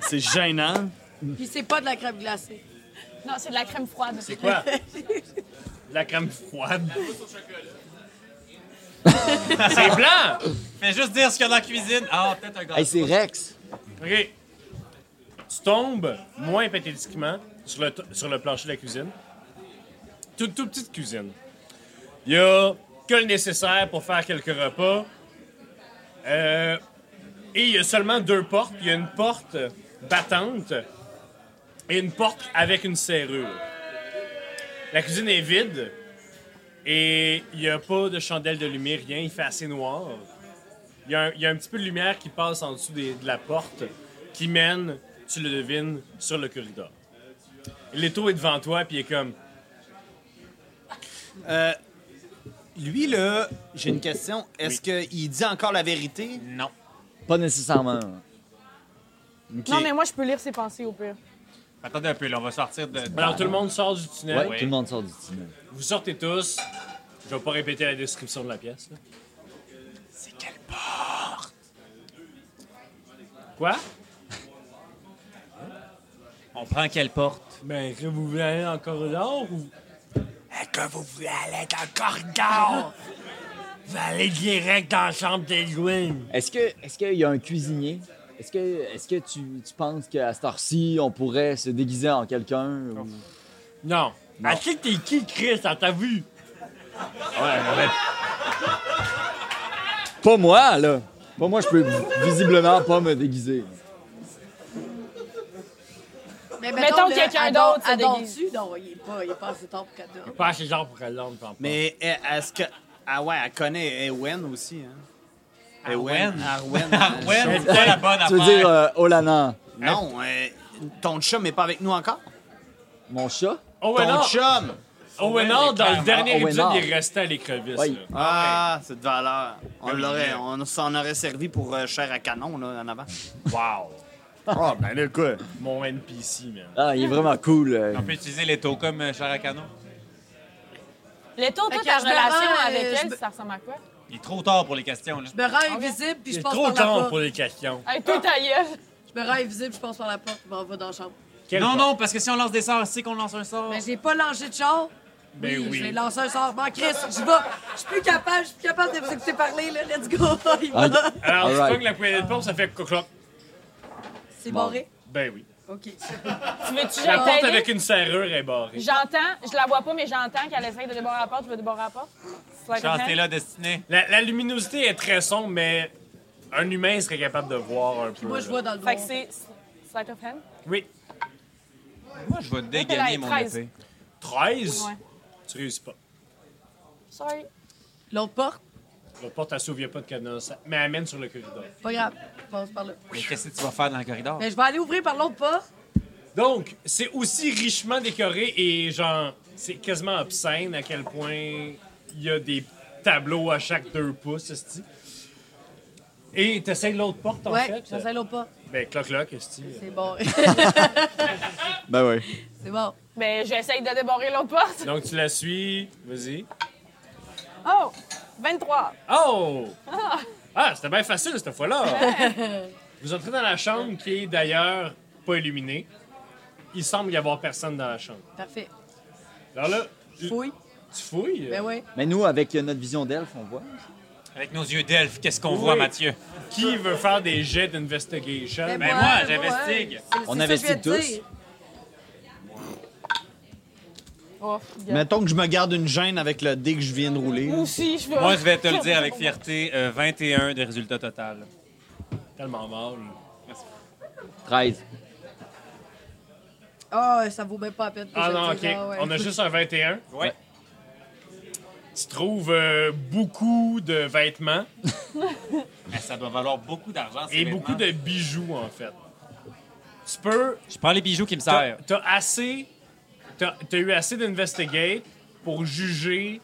C'est gênant.
Puis c'est pas de la crêpe glacée.
Non, c'est de la crème froide.
Quoi? De la crème froide. C'est blanc!
Fais juste dire ce qu'il y a dans la cuisine. Ah, peut-être un gars.
Hey, c'est Rex.
OK. Tu tombes, moins hypothétiquement, sur le, t- sur le plancher de la cuisine. Toute toute petite cuisine. Il y a que le nécessaire pour faire quelques repas. Euh, et il y a seulement deux portes. Il y a une porte battante et une porte avec une serrure. La cuisine est vide et il n'y a pas de chandelle de lumière, rien. Il fait assez noir. Il y, a un, il y a un petit peu de lumière qui passe en dessous des- de la porte qui mène, tu le devines, sur le corridor. L'étau est devant toi, puis il est comme.
Lui, là, j'ai une question. Est-ce qu'il dit encore la vérité?
Non.
Pas nécessairement.
Ok.
Non, mais moi, je peux lire ses pensées au pire.
Attendez un peu, là, on va sortir de.
Alors, tout le monde sort du tunnel.
Ouais, tout le monde sort du tunnel.
Vous sortez tous. Je vais pas répéter la description de la pièce. là.
C'est quelle porte?
Quoi?
On prend quelle porte?
Ben, que vous voulez aller dans le corridor ou.
Est-ce que vous voulez aller dans le corridor?
Vous allez direct dans la chambre des Gwyn?
Est-ce que est-ce qu'il y a un cuisinier? Est-ce que est-ce que tu, tu penses qu'à cette heure-ci, on pourrait se déguiser en quelqu'un? ou-
Non. Ah, tu sais que t'es qui, Chris, à ta vue?
Pas moi, là! Pas moi, je peux visiblement pas me déguiser.
Mais
Mettons quelqu'un d'autre se déguise.
dessus. Non, il est pas, il est pas assez tard pour qu'elle dorme.
Pas assez genre pour qu'elle l'homme, t'en Mais...
Mais eh, est-ce que. Ah ouais, elle connaît Ewen aussi, hein?
Arwen.
Arwen.
Ouais, c'est pas la bonne
Tu veux
affaire.
dire, euh, Olana,
Non, euh, ton chum n'est pas avec nous encore?
mon chat?
Owen
ton
Hart-
chum!
Owen Hart, dans le dernier
Owen
épisode,
Hart.
il est resté à l'écrevisse.
Oui.
là.
Ah, cette valeur. On l'aurait, on s'en aurait servi pour euh, chair à canon, là, en avant.
Wow!
Ah, ben là, quoi?
Mon NPC, man.
Ah, il est vraiment cool. euh.
On peut utiliser les taux comme euh, char à canon.
Leto, toi,
Fait que
ta
je me
relation
rends,
avec
euh, je
elle,
me-
ça ressemble à quoi?
Il est trop tard pour les questions. Là.
Je me rends invisible, puis je
C'est
passe
trop
par la
tard
porte.
pour les questions.
Hey, toi, ta gueule.
Je me rends invisible, je passe par la porte, je m'en vais dans la chambre.
Quelle
Non,
porte?
non, parce que si on lance des sorts, c'est qu'on lance un sort.
Mais j'ai pas lancé de char.
Ben oui.
J'ai lancé un sort. Bon, Chris, je vais. Je suis plus capable, je suis plus capable de vous écouter parler, là. Let's go. Il va.
Ah,
Alors, tu
Alright.
pognes la poignée de porte, ça fait cocloc.
C'est barré.
Ben oui.
OK.
Tu
Euh,
veux-tu
La porte
que
avec
j'aide?
une serrure est barrée.
J'entends, je la vois pas, mais j'entends qu'elle essaye de débarrer la porte. Je veux débarrer la porte. C'est la
Chance,
comprends?
t'es là, destiné.
La, la luminosité est très sombre, mais un humain serait capable de voir un peu.
Moi, je
là.
vois dans le
Fait
noir.
que c'est sleight of hand.
Oui.
Moi, je vais dégainer mon
13.
épée.
13?
Ouais.
Tu réussis pas.
Sorry.
L'autre porte,
La porte, elle s'ouvre il y a pas de cadenas, ça- mais elle mène sur le corridor.
pas grave. Je passe par là.
Mais qu'est-ce que tu vas faire dans le corridor?
Mais je vais aller ouvrir par l'autre porte.
Donc, c'est aussi richement décoré et genre, c'est quasiment obscène à quel point il y a des tableaux à chaque deux pouces, esti. Et t'essayes l'autre porte, en
Ouais,
fait.
j'essaie l'autre porte.
Ben, cloc-cloc, esti.
C'est barré.
ben oui.
c'est bon.
Ben, j'essaye de débarrer l'autre porte.
Donc, tu la suis. Vas-y.
Oh! 23.
Oh! Ah, c'était bien facile cette fois-là! Vous entrez dans la chambre qui est d'ailleurs pas illuminée. Il semble y avoir personne dans la chambre.
Parfait.
Alors là, tu
Fouille.
tu fouilles?
Ben ouais.
Mais nous, avec euh, notre vision d'elfe, on voit.
Avec nos yeux d'elfe, qu'est-ce qu'on
Oui.
voit, Mathieu?
Qui veut faire des jets d'investigation?
Ben moi, j'investigue.
ouais. C'est-
On
c'est ça que je viens
investigue
de
tous.
dire.
Oh, yeah.
Mettons que je me garde une gêne avec le dé que je viens de rouler.
Moi aussi, je veux.
Moi, je vais te le dire avec fierté, euh, 21 de résultat total.
Tellement mal.
13.
Ah, ça vaut même pas la peine. que
Ah
je le
non, ok.
dise, ah ouais.
On a juste un 21.
Ouais.
Tu trouves euh, beaucoup de vêtements
Mais ça doit valoir beaucoup d'argent, ces
et beaucoup
vêtements.
de bijoux, en fait. Tu peux
Je prends les bijoux qui me
T'as
servent.
t'as assez. T'as t'as eu assez d'investigate pour juger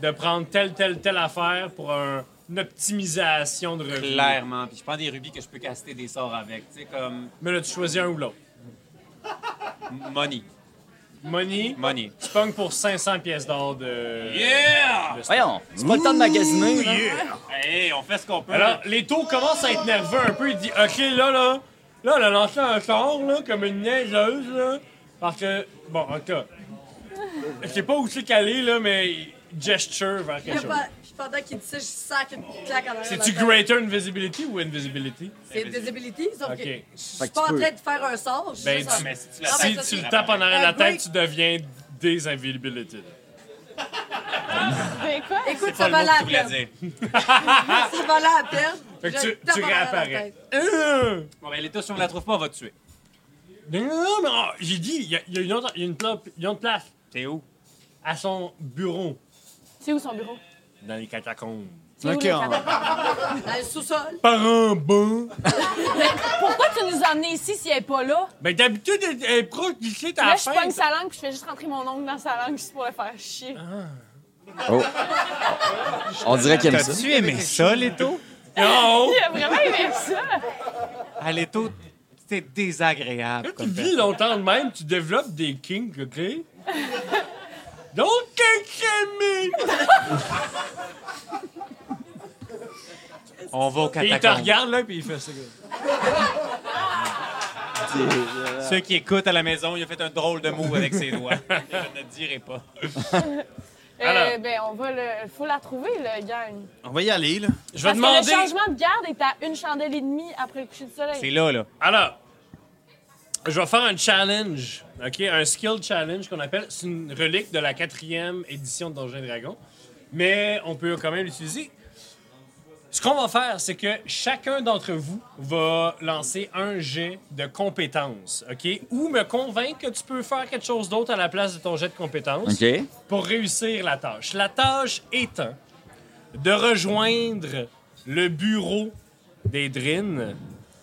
de prendre telle, telle, telle affaire pour un- une optimisation de revenu.
Clairement. Puis je prends des rubis que je peux caster des sorts avec. Tu sais, comme
Mais là, tu choisis un ou l'autre.
money.
Money,
Money.
tu pognes pour 500 pièces d'or de.
Yeah!
Voyons, c'est pas le temps de magasiner. là.
Hey, on fait ce qu'on peut.
Alors, les taux commencent à être nerveux un peu. Il dit Ok, là, là, là, on a lancé un sort, là, comme une neigeuse, là. Parce que, bon, en tout cas, je sais pas où c'est qu'elle est, là, mais il gesture vers
Je
quelque
peux
chose.
pas- je pendant qu'il tisse, je sac une claque en arrière.
C'est-tu
de la tête.
greater invisibility ou invisibility?
C'est visibility, sauf
Ok.
que je
Fait
suis
que
pas
tu
en
peux.
train de faire un sort. je suis
Ben,
juste
tu-
en-
si
Non, mais ça,
tu
c'est- Ben,
le tapes en arrière de
Un
la
break-
tête, tu deviens désinvisibility.
C'est Ben, quoi?
Écoute,
C'est pas
ça
le mot
valait
que
la
tu voulais Ah!
peine. Ça valait la peine.
Fait que
Je
tu-
le tape
tu
en arrière de la
réapparais.
tête.
Bon, ben, les deux, si on la trouve pas, on va te tuer.
Euh! Non, non, non, mais ah, j'ai dit, il y, a- il y a une autre, il y a une pla- il y a une place.
C'est où?
À son bureau,
C'est où son bureau?
dans les catacombes.
C'est où les
Dans le sous-sol.
Par un banc.
Mais pourquoi tu nous as amenés ici s'il n'est pas là?
Ben, d'habitude, elle elle est proche d'ici, t'as
Là,
la
je pogne
fin.
sa langue puis je fais juste rentrer mon ongle dans sa langue juste pour le faire chier.
Ah.
Oh. On dirait qu'elle aime ça.
T'as-tu aimé ça, Leto?
Ah, Non!
Il a vraiment aimé ça!
Ah, Leto, c'est désagréable.
Tu
Comme
vis
personne.
longtemps de même, tu développes des kinks, OK? Donc, t'es
On va au
Et il te
catacombe.
regarde, là, puis il fait ça. comme-
Ceux qui écoutent à la maison, il a fait un drôle de move avec ses doigts. Je ne dirai pas.
Euh,
Alors.
ben, on va le. Faut la trouver, le gang.
On va y aller, là.
Je vais
Parce
demander...
que le changement de garde est à une chandelle et demie après le coucher du
C'est
soleil.
là, là.
Alors, je vais faire un challenge, OK? Un skill challenge qu'on appelle. C'est une relique de la quatrième édition de Donjons et Dragons. Mais on peut quand même l'utiliser. Ce qu'on va faire, c'est que chacun d'entre vous va lancer un jet de compétences, OK? Ou me convaincre que tu peux faire quelque chose d'autre à la place de ton jet de compétences
OK.
pour réussir la tâche. La tâche étant de rejoindre le bureau des Drines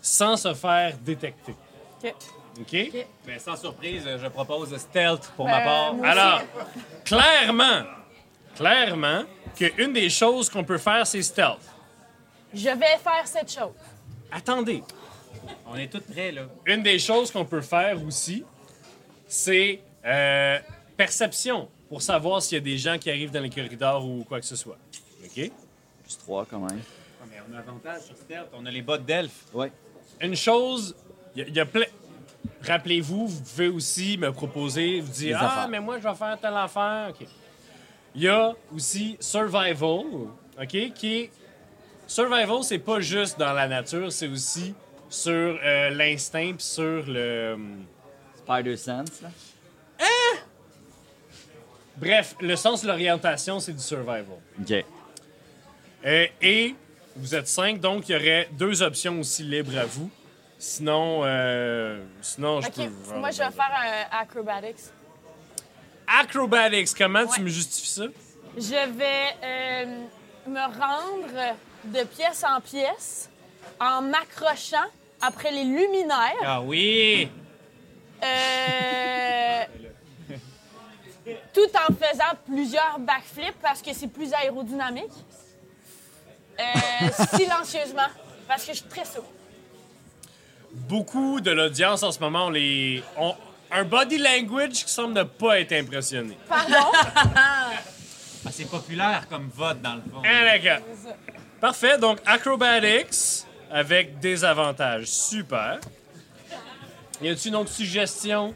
sans se faire détecter.
Ok.
OK?
Ben, sans surprise, je propose stealth pour ma
Ben,
Euh,
part.
moi-
Alors, clairement, clairement, qu'une des choses qu'on peut faire, c'est stealth.
Je vais faire cette chose.
Attendez.
On est tous prêts, là.
Une des choses qu'on peut faire aussi, c'est euh, perception pour savoir s'il y a des gens qui arrivent dans les corridors ou quoi que ce soit. OK?
Plus 3 quand même.
Ah, mais on a avantage sur stealth. On a les bottes d'elfe.
Ouais.
une chose, il y, a- y a plein. Rappelez-vous, vous pouvez aussi me proposer, vous dire
Des
Ah,
affaires.
mais moi, je vais faire telle affaire. OK. Il y a aussi survival, OK, qui est. Survival, c'est pas juste dans la nature, c'est aussi sur euh, l'instinct puis sur le.
Spider Sense, là.
Bref, le sens de l'orientation, c'est du survival.
OK.
Euh, et vous êtes cinq, donc il y aurait deux options aussi libres à vous. Sinon, euh, sinon je
Ok,
peux. vous-
moi, je vais faire un acrobatics.
Acrobatics, comment tu
Ouais.
me justifies ça?
Je vais euh, me rendre de pièce en pièce en m'accrochant après les luminaires.
Ah oui!
euh, tout en faisant plusieurs backflips parce que c'est plus aérodynamique. Euh, silencieusement, parce que je suis très sourde.
Beaucoup de l'audience en ce moment, on les ont un body language qui semble ne pas être impressionné.
Pardon?
Ah, c'est populaire comme vote, dans le fond.
Hein, les gars? Parfait, donc acrobatics avec des avantages. Super. Y a-t-il une autre suggestion de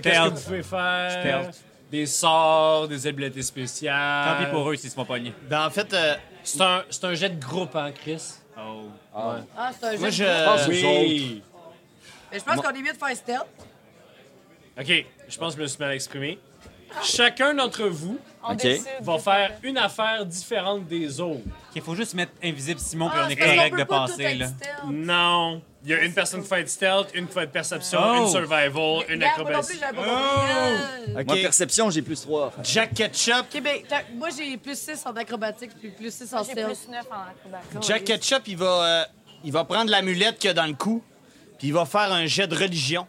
qu'est-ce que
Stealth.
vous pouvez faire?
Stealth.
Des sorts, des habiletés
Tant
spéciales.
pis pour eux s'ils se font pogner.
Ben, en fait, euh,
C'est un, c'est un jet de groupe, hein, Chris?
Oh.
Ah, c'est un jeu.
moi, je.
oui.
Mais je pense qu'on est mieux de faire stealth.
OK, je pense que je me suis mal exprimé. Chacun d'entre vous
On
Ok.
décide.
va faire une affaire différente des autres.
Il faut juste mettre invisible Simon, puis
Ah,
on est
c'est parce qu'on
correct
peut
de
pas tout
passer,
être
là.
stealth.
Non. Il y a une personne qui fait être stealth, une qui fait être perception,
Oh.
une survival, une
Regarde, moi non
acrobatie. Oh!
plus, j'avais pas compris. Euh,
OK.
Moi, perception, j'ai plus 3.
Jack Ketchup.
OK, ben, t'as- moi, j'ai plus 6 en acrobatique, puis plus 6 en
Ah, J'ai
stealth.
plus 9 en acrobatique.
Oh, Jack Ketchup, il va, euh, il va prendre l'amulette qu'il y a dans le cou, puis il va faire un jet de religion.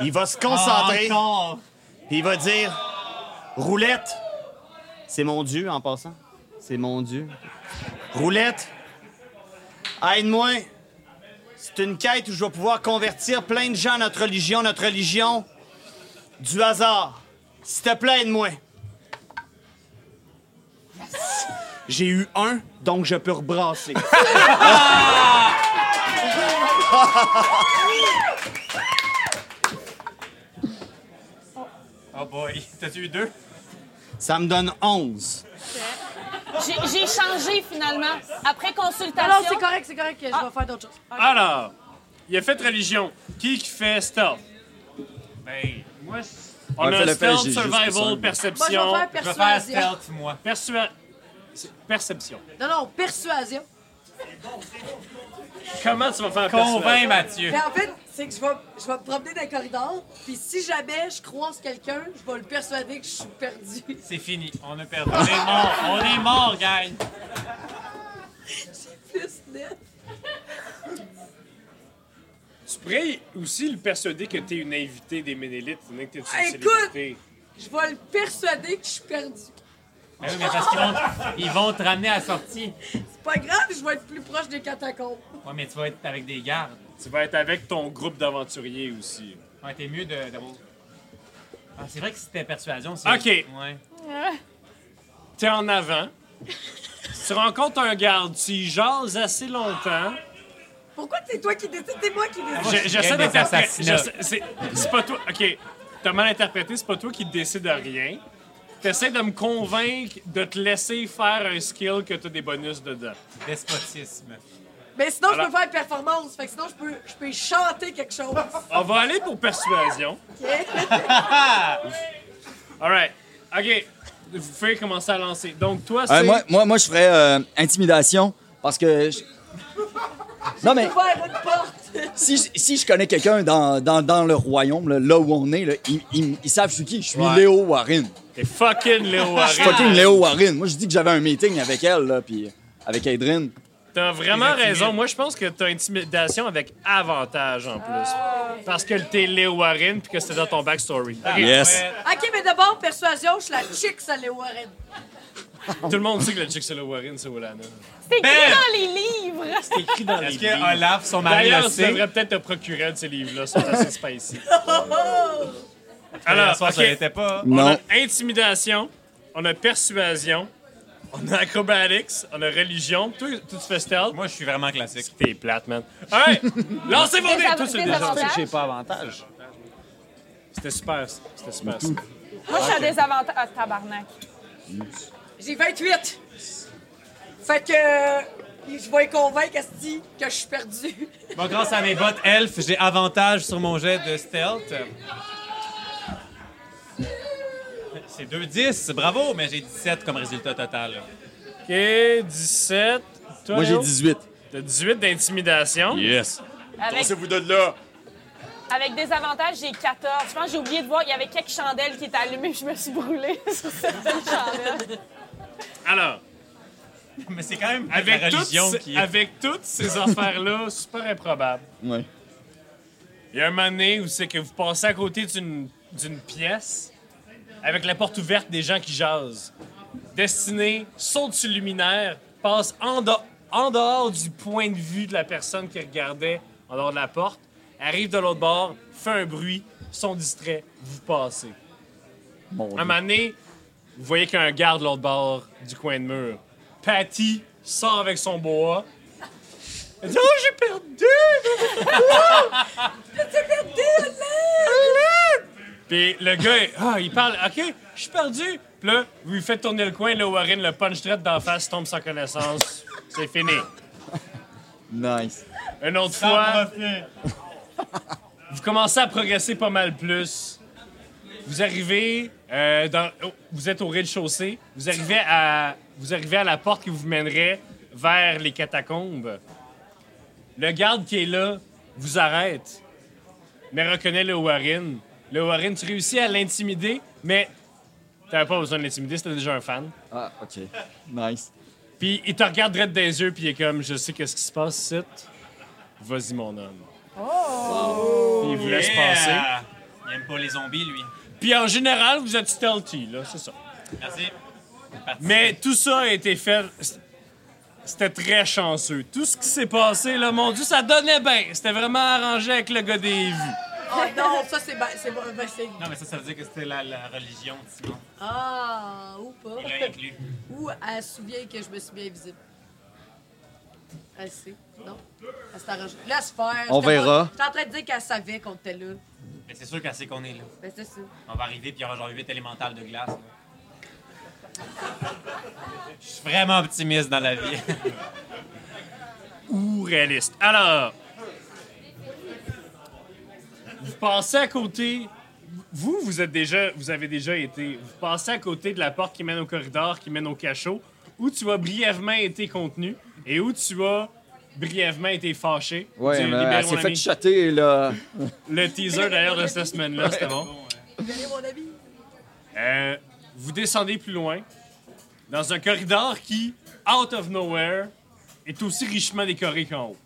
Il va se concentrer,
Ah, Encore!
puis il va dire Roulette, c'est mon Dieu en passant. C'est mon Dieu. Roulette, aide-moi. C'est une quête où je vais pouvoir convertir plein de gens à notre religion, notre religion du hasard. S'il te plaît, aide-moi. J'ai eu un, donc je peux rebrasser.
Oh boy! T'as-tu eu deux?
Ça me donne 11.
J'ai j'ai changé finalement. Après consultation.
Alors, Ah c'est correct, c'est correct, je
Ah!
vais faire d'autres choses.
Alors, il a fait religion. Qui qui fait stealth?
Ben, moi,
On
Ouais,
a
fais-le, fais-le,
stealth,
j'ai juste besoin de-
survival,
Moi,
perception.
Moi, je vais
je vais
faire
faire
persuasion.
stealth, moi.
Persua- c'est- Perception.
Non, non, persuasion.
Comment tu vas faire
Convainc,
persuasion?
Mathieu.
Mais en fait, c'est que je vais, je vais me promener dans le corridor, puis si jamais je croise quelqu'un, je vais le persuader que je suis perdu.
C'est fini. On a perdu. On est mort. On est mort, gang.
Plus net.
Tu pourrais aussi le persuader que t'es une invitée des Ménélites, non que t'es une
Ah, écoute!
célébrité.
Je vais le persuader que je suis perdu.
Ben oui, mais parce qu'ils vont, ils vont te ramener à la sortie.
C'est pas grave, je vais être plus proche des catacombes.
Ouais, mais tu vas être avec des gardes.
Tu vas être avec ton groupe d'aventuriers aussi.
Ouais, t'es mieux de. d'avoir- Ah, c'est vrai que c'était persuasion, c'est.
Ok.
Ouais.
T'es en avant. tu rencontres un garde, tu y jases assez longtemps.
Pourquoi c'est toi qui décides? C'est moi qui décide.
Ah, Je-
Il y a
J'essaie
des
d'interpréter.
assassinats.
j'essaie- C'est c'est pas toi. OK. T'as mal interprété, c'est pas toi qui décide de rien. T'essaies de me convaincre de te laisser faire un skill que t'as des bonus dedans.
Despotisme.
Mais sinon,
Voilà.
je peux faire performance. Fait que sinon, je peux, je peux chanter quelque chose.
On va aller pour persuasion. Alright. OK. Vous pouvez commencer à lancer. Donc, toi, c'est.
Ah,
Ouais, Euh, moi, moi, moi, je ferais euh, intimidation parce que. je- Non, mais
Ouvert une porte.
si, je- si je connais quelqu'un dans, dans, dans le royaume, là, là où on est, là, ils, ils- ils savent je suis qui. Je suis Léo Warren.
T'es fucking Léo
Je suis fucking Léo Warren. Moi, je dis que j'avais un meeting avec elle, là, puis avec Adrien.
T'as vraiment
Les
raison. Moi, je pense que t'as intimidation avec avantage en plus. Parce que t'es Léo Warren puis que c'est dans ton backstory. OK.
Ah,
Yes.
OK, mais d'abord, persuasion, je suis la chick, ça, les Warren.
Tout le monde sait que le chick c'est Léo Warren, c'est Olana.
C'est écrit
Ben!
dans les livres.
C'est écrit dans les
Est-ce
livres.
que Olaf, son mari, le
D'ailleurs, tu
sait?
devrais peut-être te procurer un de ces livres-là, ils sont assez spicy.
Alors,
Alors,
soir, ça
ok.
l'était pas.
on a
Non.
intimidation, on a persuasion, on a acrobatics, on a religion. Toi, toi, tu fais stealth.
Moi, je suis vraiment classique.
T'es plate, man. Hey! Lancez
Des
vos dés!
av-
Toi, c'est
des
déjà-
avantages.
J'ai pas avantage.
C'était super, ça. c'était super. ça.
Moi, je suis à désavantage. Ah, tabarnak.
J'ai 28. Fait que euh, je vais convaincre Asti que je suis perdue.
Bon, grâce à mes bottes elf, j'ai avantage sur mon jet de stealth. C'est 2-10, bravo, mais j'ai 17 comme résultat total.
Ok, 17. Toi,
Moi, j'ai
Léo?
18.
T'as 18 d'intimidation.
Yes.
Avec,
vous de là.
avec des avantages, j'ai 14. Je pense que j'ai oublié de voir, il y avait quelques chandelles qui étaient allumées. Je me suis brûlée sur certaines chandelles.
Alors,
Mais c'est quand même
avec,
la
toutes
religion
ces-
qui est...
avec toutes ces affaires-là, super improbables.
Ouais.
Il y a un moment donné où c'est que vous passez à côté d'une d'une pièce avec la porte ouverte des gens qui jasent. Destinée saute sur le luminaire, passe en, do- en dehors du point de vue de la personne qui regardait en dehors de la porte, arrive de l'autre bord, fait un bruit, sont distraits, vous passez.
Mon
Un moment donné, vous voyez qu'il y a un garde de l'autre bord du coin de mur. Patty sort avec son boa. Elle dit Oh, j'ai perdu! Puis le gars, il- ah, il parle, OK, je suis perdu. Puis là, vous lui faites tourner le coin, le Warren le punch direct d'en face, tombe sans connaissance. C'est fini.
Nice.
Une autre fois, vous commencez à progresser pas mal plus. Vous arrivez euh, dans, oh, vous êtes au rez-de-chaussée. Vous arrivez à, vous arrivez à la porte qui vous mènerait vers les catacombes. Le garde qui est là vous arrête, mais reconnaît le Warren. Le Warren, tu réussis à l'intimider, mais t'avais pas besoin de l'intimider, c'était déjà un fan.
Ah, OK. Nice.
Puis il te regarde droit des yeux, puis il est comme, je sais qu'est-ce qui se passe, c'est. Vas-y, mon homme. Oh! il vous laisse passer.
Il aime pas les zombies, lui.
Puis en général, vous êtes stealthy, là, c'est ça.
Merci.
Mais tout ça a été fait. C'était très chanceux. Tout ce qui s'est passé, là, mon Dieu, ça donnait bien. C'était vraiment arrangé avec le gars des vues.
Oh non, ça c'est ba- c'est ba- ben, c'est-
Non, mais ça, ça veut dire que c'était la, la religion, Simon.
ah ou
Il l'a
pas.
inclus.
Ou elle se souvient que je me suis bien visible. Elle sait, non? Elle s'est arrangée. Laisse faire.
On
J'étais pas-
verra.
J'étais en train de dire qu'elle savait qu'on était là.
Mais c'est sûr qu'elle sait qu'on est là.
Ben c'est ça.
On va arriver, puis il y aura genre 8 élémentales de glace. là. Je suis vraiment optimiste dans la vie.
ou réaliste. Alors, vous passez à côté. Vous, vous êtes déjà, vous avez déjà été. Vous passez à côté de la porte qui mène au corridor, qui mène au cachot, où tu as brièvement été contenu et où tu as brièvement été fâché.
Ouais,
Tu
mais
libères
elle
mon
s'est fait
ami.
chatter, là.
Le teaser d'ailleurs de cette semaine-là, c'était bon.
Libérez mon ami.
Euh, vous descendez plus loin, dans un corridor qui, out of nowhere, est aussi richement décoré qu'en haut.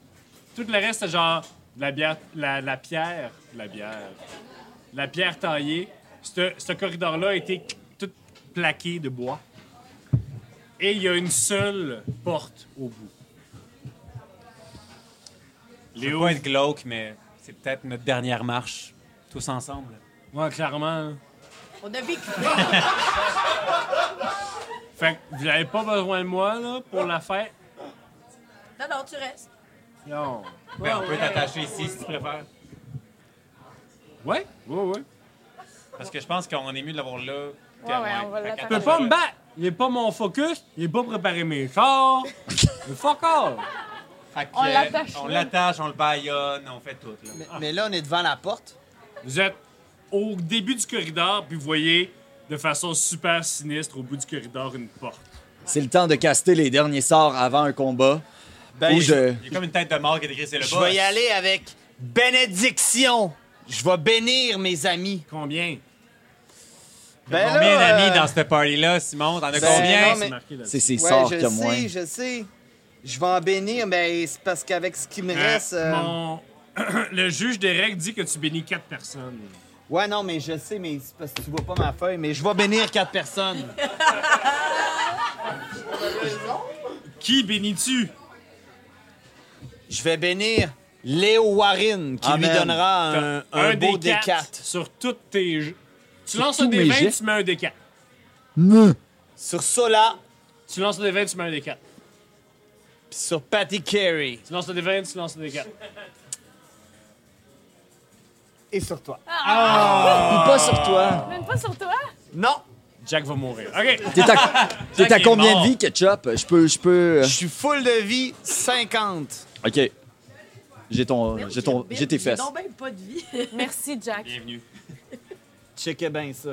Tout le reste, c'est genre de la, bière, la, la pierre, de la bière, de la pierre taillée. Ce ce corridor-là a été tout plaqué de bois. Et il y a une seule porte au bout.
Je veux pas être glauque, mais c'est peut-être notre dernière marche, tous ensemble.
Moi, clairement.
On a vécu.
Fait que vous n'avez pas besoin de moi, là, pour la fête.
non, non, tu restes.
Non.
Ben, on peut t'attacher ici si tu préfères.
Ouais? Ouais, ouais.
Parce que je pense qu'on est mieux de l'avoir là. que-
Ouais, ouais, on va
Fait
l'attacher.
Je peux pas me battre. Il est pas mon focus. Il est pas préparé mes chars. Mais fuck off.
Fait que,
On
euh,
l'attache,
On
là.
l'attache, on le baillonne, on fait tout. Là.
Mais, mais là, on est devant la porte.
Vous êtes au début du corridor, puis vous voyez de façon super sinistre au bout du corridor une porte.
C'est le temps de caster les derniers sorts avant un combat.
Ben,
Ou je...
Il y a comme une tête de mort qui est écrite, c'est le
Je
boss.
vais y aller avec bénédiction. Je vais bénir mes amis. Euh,
Combien?
Ben
Combien
là,
d'amis
euh,
dans cette party-là, Simon? T'en
Ben,
as combien?
non, mais-
C'est marqué là.
C'est ces
Ouais,
sorts
je
qu'il y a
sais,
moins.
je sais. Je vais en bénir, mais c'est parce qu'avec ce qui me
Euh,
reste. euh,
mon- Le juge des règles dit que tu bénis quatre personnes.
Ouais, non, mais je sais, mais c'est parce que tu vois pas ma feuille, mais je vais bénir quatre personnes.
Qui bénis-tu?
Je vais bénir Léo Warren, qui lui
Amen.
donnera un, un beau
des
D4.
quatre sur toutes tes. jeux. Tu lances
tous
un des
mes
20,
jets?
tu mets un des 4.
Sur Sola,
Tu lances un des 20, tu mets un des 4.
puis sur Patty Carey.
Tu lances un des 20, tu lances un des 4.
Et sur toi.
Ou pas sur toi.
Même pas sur toi?
Non,
Jack va mourir. OK.
T'es à, t'es à
est
combien
mort.
de vie, Ketchup? Je peux... Je peux... euh,
je suis full de vie, 50.
OK. J'ai ton... J'ai ton...
Ben,
J'ai tes fesses.
Non, même pas de vie.
Merci, Jack.
Bienvenue.
Checkez bien ça.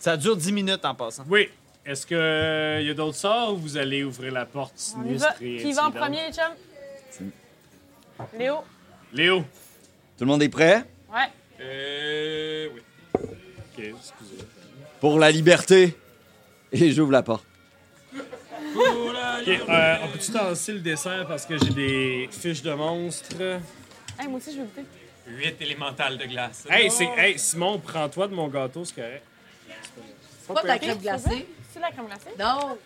Ça dure 10 minutes en passant.
Oui. Est-ce qu'il y a d'autres sorts ou vous allez ouvrir la porte
On y
sinistre
va.
et
Qui va en
intimidante?
premier, les chums? Léo?
Léo.
Tout le monde est prêt?
Ouais.
Euh. Oui. Ok, excusez.
Pour la liberté. Et j'ouvre la porte.
Ok, euh, on peut-tu lancer le dessert parce que j'ai des fiches de monstres?
Hey, moi aussi, je veux goûter.
Huit élémentales de glace.
Hey, c'est, hey, Simon, prends-toi de mon gâteau, c'est correct.
C'est pas de la crème glacée.
C'est la crème glacée?
Non.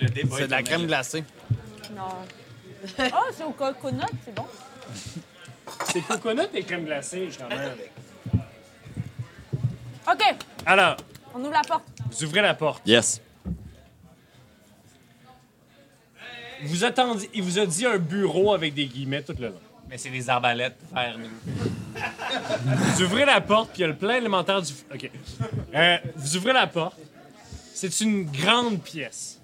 Le débat
C'est de la crème glacée.
Non. Ah, c'est au coconut, c'est bon.
C'est coconut et crème glacée, quand même.
OK,
Alors,
on ouvre la porte.
vous ouvrez la porte.
Yes.
Vous attendiez, il vous a dit un bureau avec des guillemets tout le long.
Mais c'est des arbalètes fermes.
Vous ouvrez la porte, puis il y a le plein élémentaire du. OK. Euh, vous ouvrez la porte. C'est une grande pièce.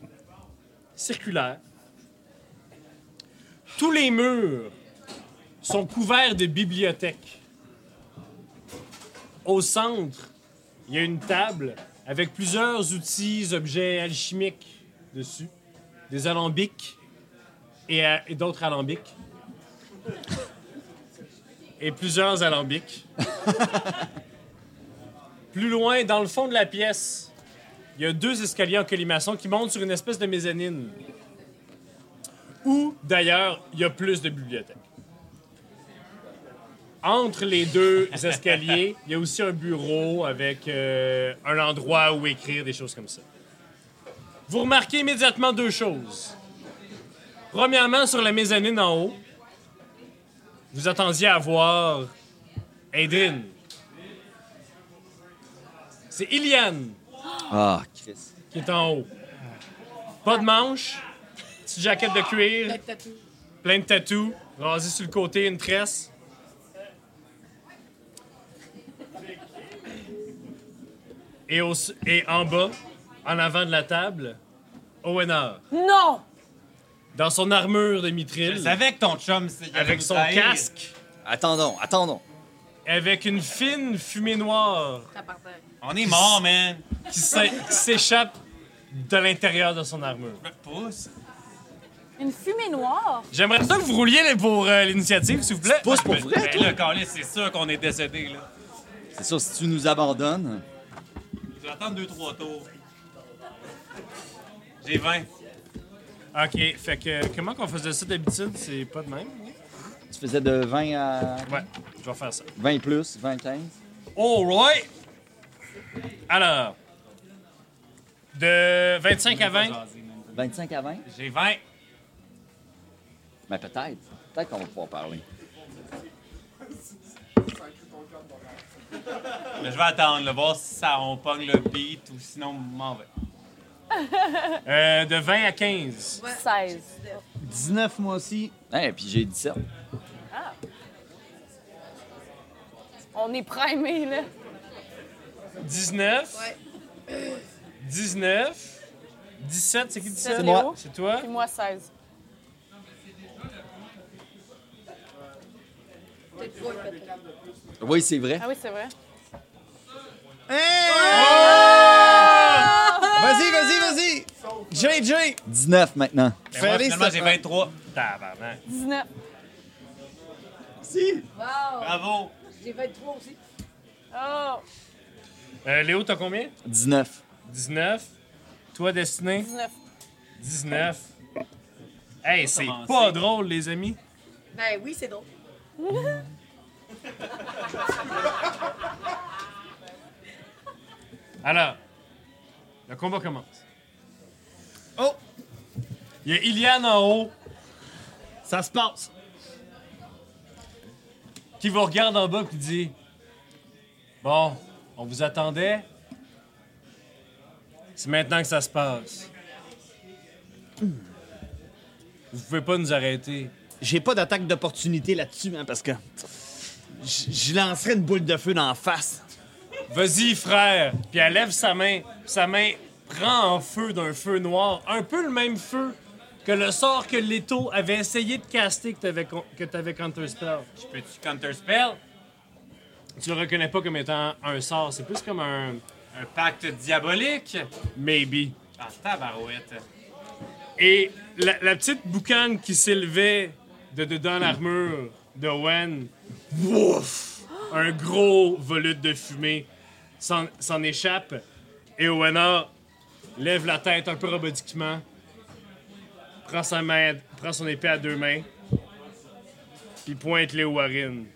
Circulaire. Tous les murs sont couverts de bibliothèques. Au centre, il y a une table avec plusieurs outils, objets alchimiques dessus, des alambics et, euh, et d'autres alambics. Et plusieurs alambics. Plus loin, dans le fond de la pièce, il y a deux escaliers en colimaçon qui montent sur une espèce de mezzanine. Où, d'ailleurs, il y a plus de bibliothèques. Entre les deux escaliers, il y a aussi un bureau avec euh, un endroit où écrire des choses comme ça. Vous remarquez immédiatement deux choses. Premièrement, sur la mezzanine en haut, vous attendiez à voir Adrine. C'est Iliane
Ah, Chris.
qui est en haut. Pas de manches, petite jaquette de cuir,
Peut-être tatou.
plein de tatous, rasé sur le côté, une tresse. Et, au s- et en bas, en avant de la table Owenor,
Non!
dans son armure de mitril.
Avec ton chum, c'est- il allait
avec
nous
son
trahir.
casque,
Attendons, attendons.
avec une fine fumée noire
On est mort, man.
qui s'é- qui s'échappe de l'intérieur de son armure.
Pousse.
Une fumée noire?
J'aimerais ça que vous rouliez les- pour euh, l'initiative, s'il vous plaît.
Pousse pour vrai,
Ben
toi.
là, Carlis, c'est sûr qu'on est décédé, là.
C'est sûr, si tu nous abandonnes.
Je vais attendre deux, trois tours. J'ai 20.
OK, fait que euh, comment qu'on faisait ça d'habitude, c'est pas de même.
Tu faisais de 20 à
Ouais, je vais faire ça.
20 plus, 20 15.
All right. Alors, de 25 à 20,
25 à 20?
J'ai 20.
Ben peut-être. Peut-être qu'on va pouvoir parler.
Mais je vais attendre, là, voir si ça on pogne le beat ou sinon m'en vais.
euh, de 20 à 15.
16.
19, moi aussi.
Hein, puis j'ai 17.
On est primés, là.
19. 19. 17, c'est qui 17?
C'est moi.
C'est toi?
Puis moi, 16.
Oui, c'est vrai.
Ah oui, c'est vrai.
Ah!
Vas-y, vas-y, vas-y. JJ.
19 maintenant.
Mais moi, finalement, j'ai 23.
Tabarnak.
19.
Wow!
Bravo.
J'ai 23 aussi.
Oh!
Euh, Léo, t'as combien?
19.
19. Toi, Destiné?
19.
19. Hey, c'est
Commencer.
pas drôle, les amis.
Ben oui, c'est drôle.
Alors, le combat commence. Oh! Il y a Iliane en haut
Ça se passe.
qui vous regarde en bas et qui dit Bon, on vous attendait. C'est maintenant que ça se passe. Vous pouvez pas nous arrêter.
J'ai pas d'attaque d'opportunité là-dessus, hein, parce que j- je lancerais une boule de feu dans la face.
Vas-y, frère! Puis elle lève sa main. puis Sa main prend en feu d'un feu noir. Un peu le même feu que le sort que Leto avait essayé de caster que t'avais, con- que t'avais Counterspell.
Je peux-tu counterspell?
Tu le reconnais pas comme étant un sort. C'est plus comme un
Un pacte diabolique?
maybe.
Ah, tabarouette.
Et la, la petite boucane qui s'élevait de dedans l'armure de Wen, wouf! Un gros volute de fumée s'en s'en échappe. Et Owena lève la tête un peu robotiquement, prend, sa main, prend son épée à deux mains, puis pointe les Warren.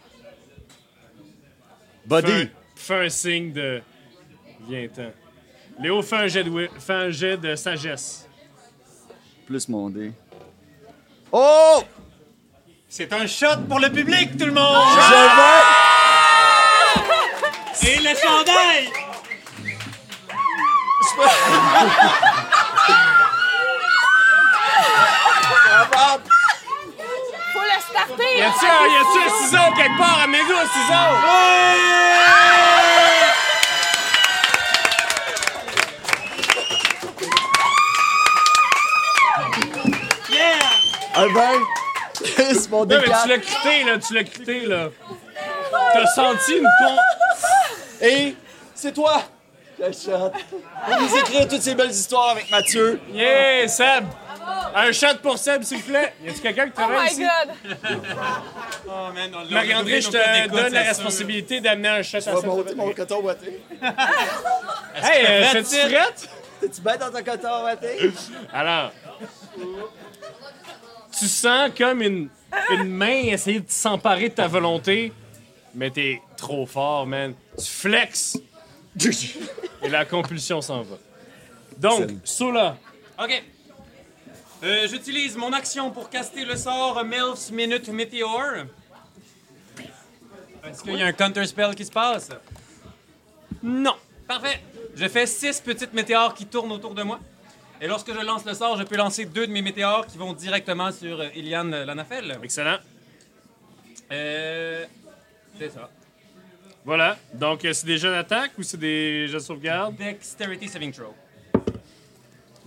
Buddy.
Fais, fais un signe de. Viens-t'en. Léo, fait un jet de, wi- fais un jet de sagesse.
Plus mon dé. Oh!
C'est un shot pour le public, tout le monde!
Je vais!
Et le chandail!
Faut le starter!
Y a-tu un, y a-tu un ciseau quelque part? Amenez-nous un ciseau!
Un bain! Plus mon dé
Non, mais tu
quatre.
l'as quitté, là, tu l'as quitté, là. T'as senti une con...
Et c'est toi! Le shot. On nous écrire toutes ces belles histoires avec Mathieu.
Yeah, Seb! Un shot pour Seb, s'il vous plaît! Y a-tu quelqu'un qui
Oh
travaille
my
ici?
god!
Oh, man, on l'a
Marie-André,
doublé
je
nos codes
te
d'écoute,
donne la
c'est sûr.
responsabilité d'amener un shot à Seb.
monter mon coton ouaté.
Hey, euh, fais-tu frette?
Tu bête dans ton coton ouaté?
Alors... Tu sens comme une, une main essayer de s'emparer de ta volonté, mais t'es trop fort, man. Tu flexes et la compulsion s'en va. Donc, Sola,
OK. Euh, J'utilise mon action pour caster le sort MILF's Minute Meteor. Est-ce qu'il y a un counterspell qui se passe? Non. Parfait. Je fais six petites météores qui tournent autour de moi. Et lorsque je lance le sort, je peux lancer deux de mes météores qui vont directement sur euh, Iliane Lanafel.
excellent.
Euh... C'est ça.
Voilà. Donc, euh, c'est des jeux d'attaque ou c'est des jeux de sauvegarde?
Dexterity Saving Throw.
Euh.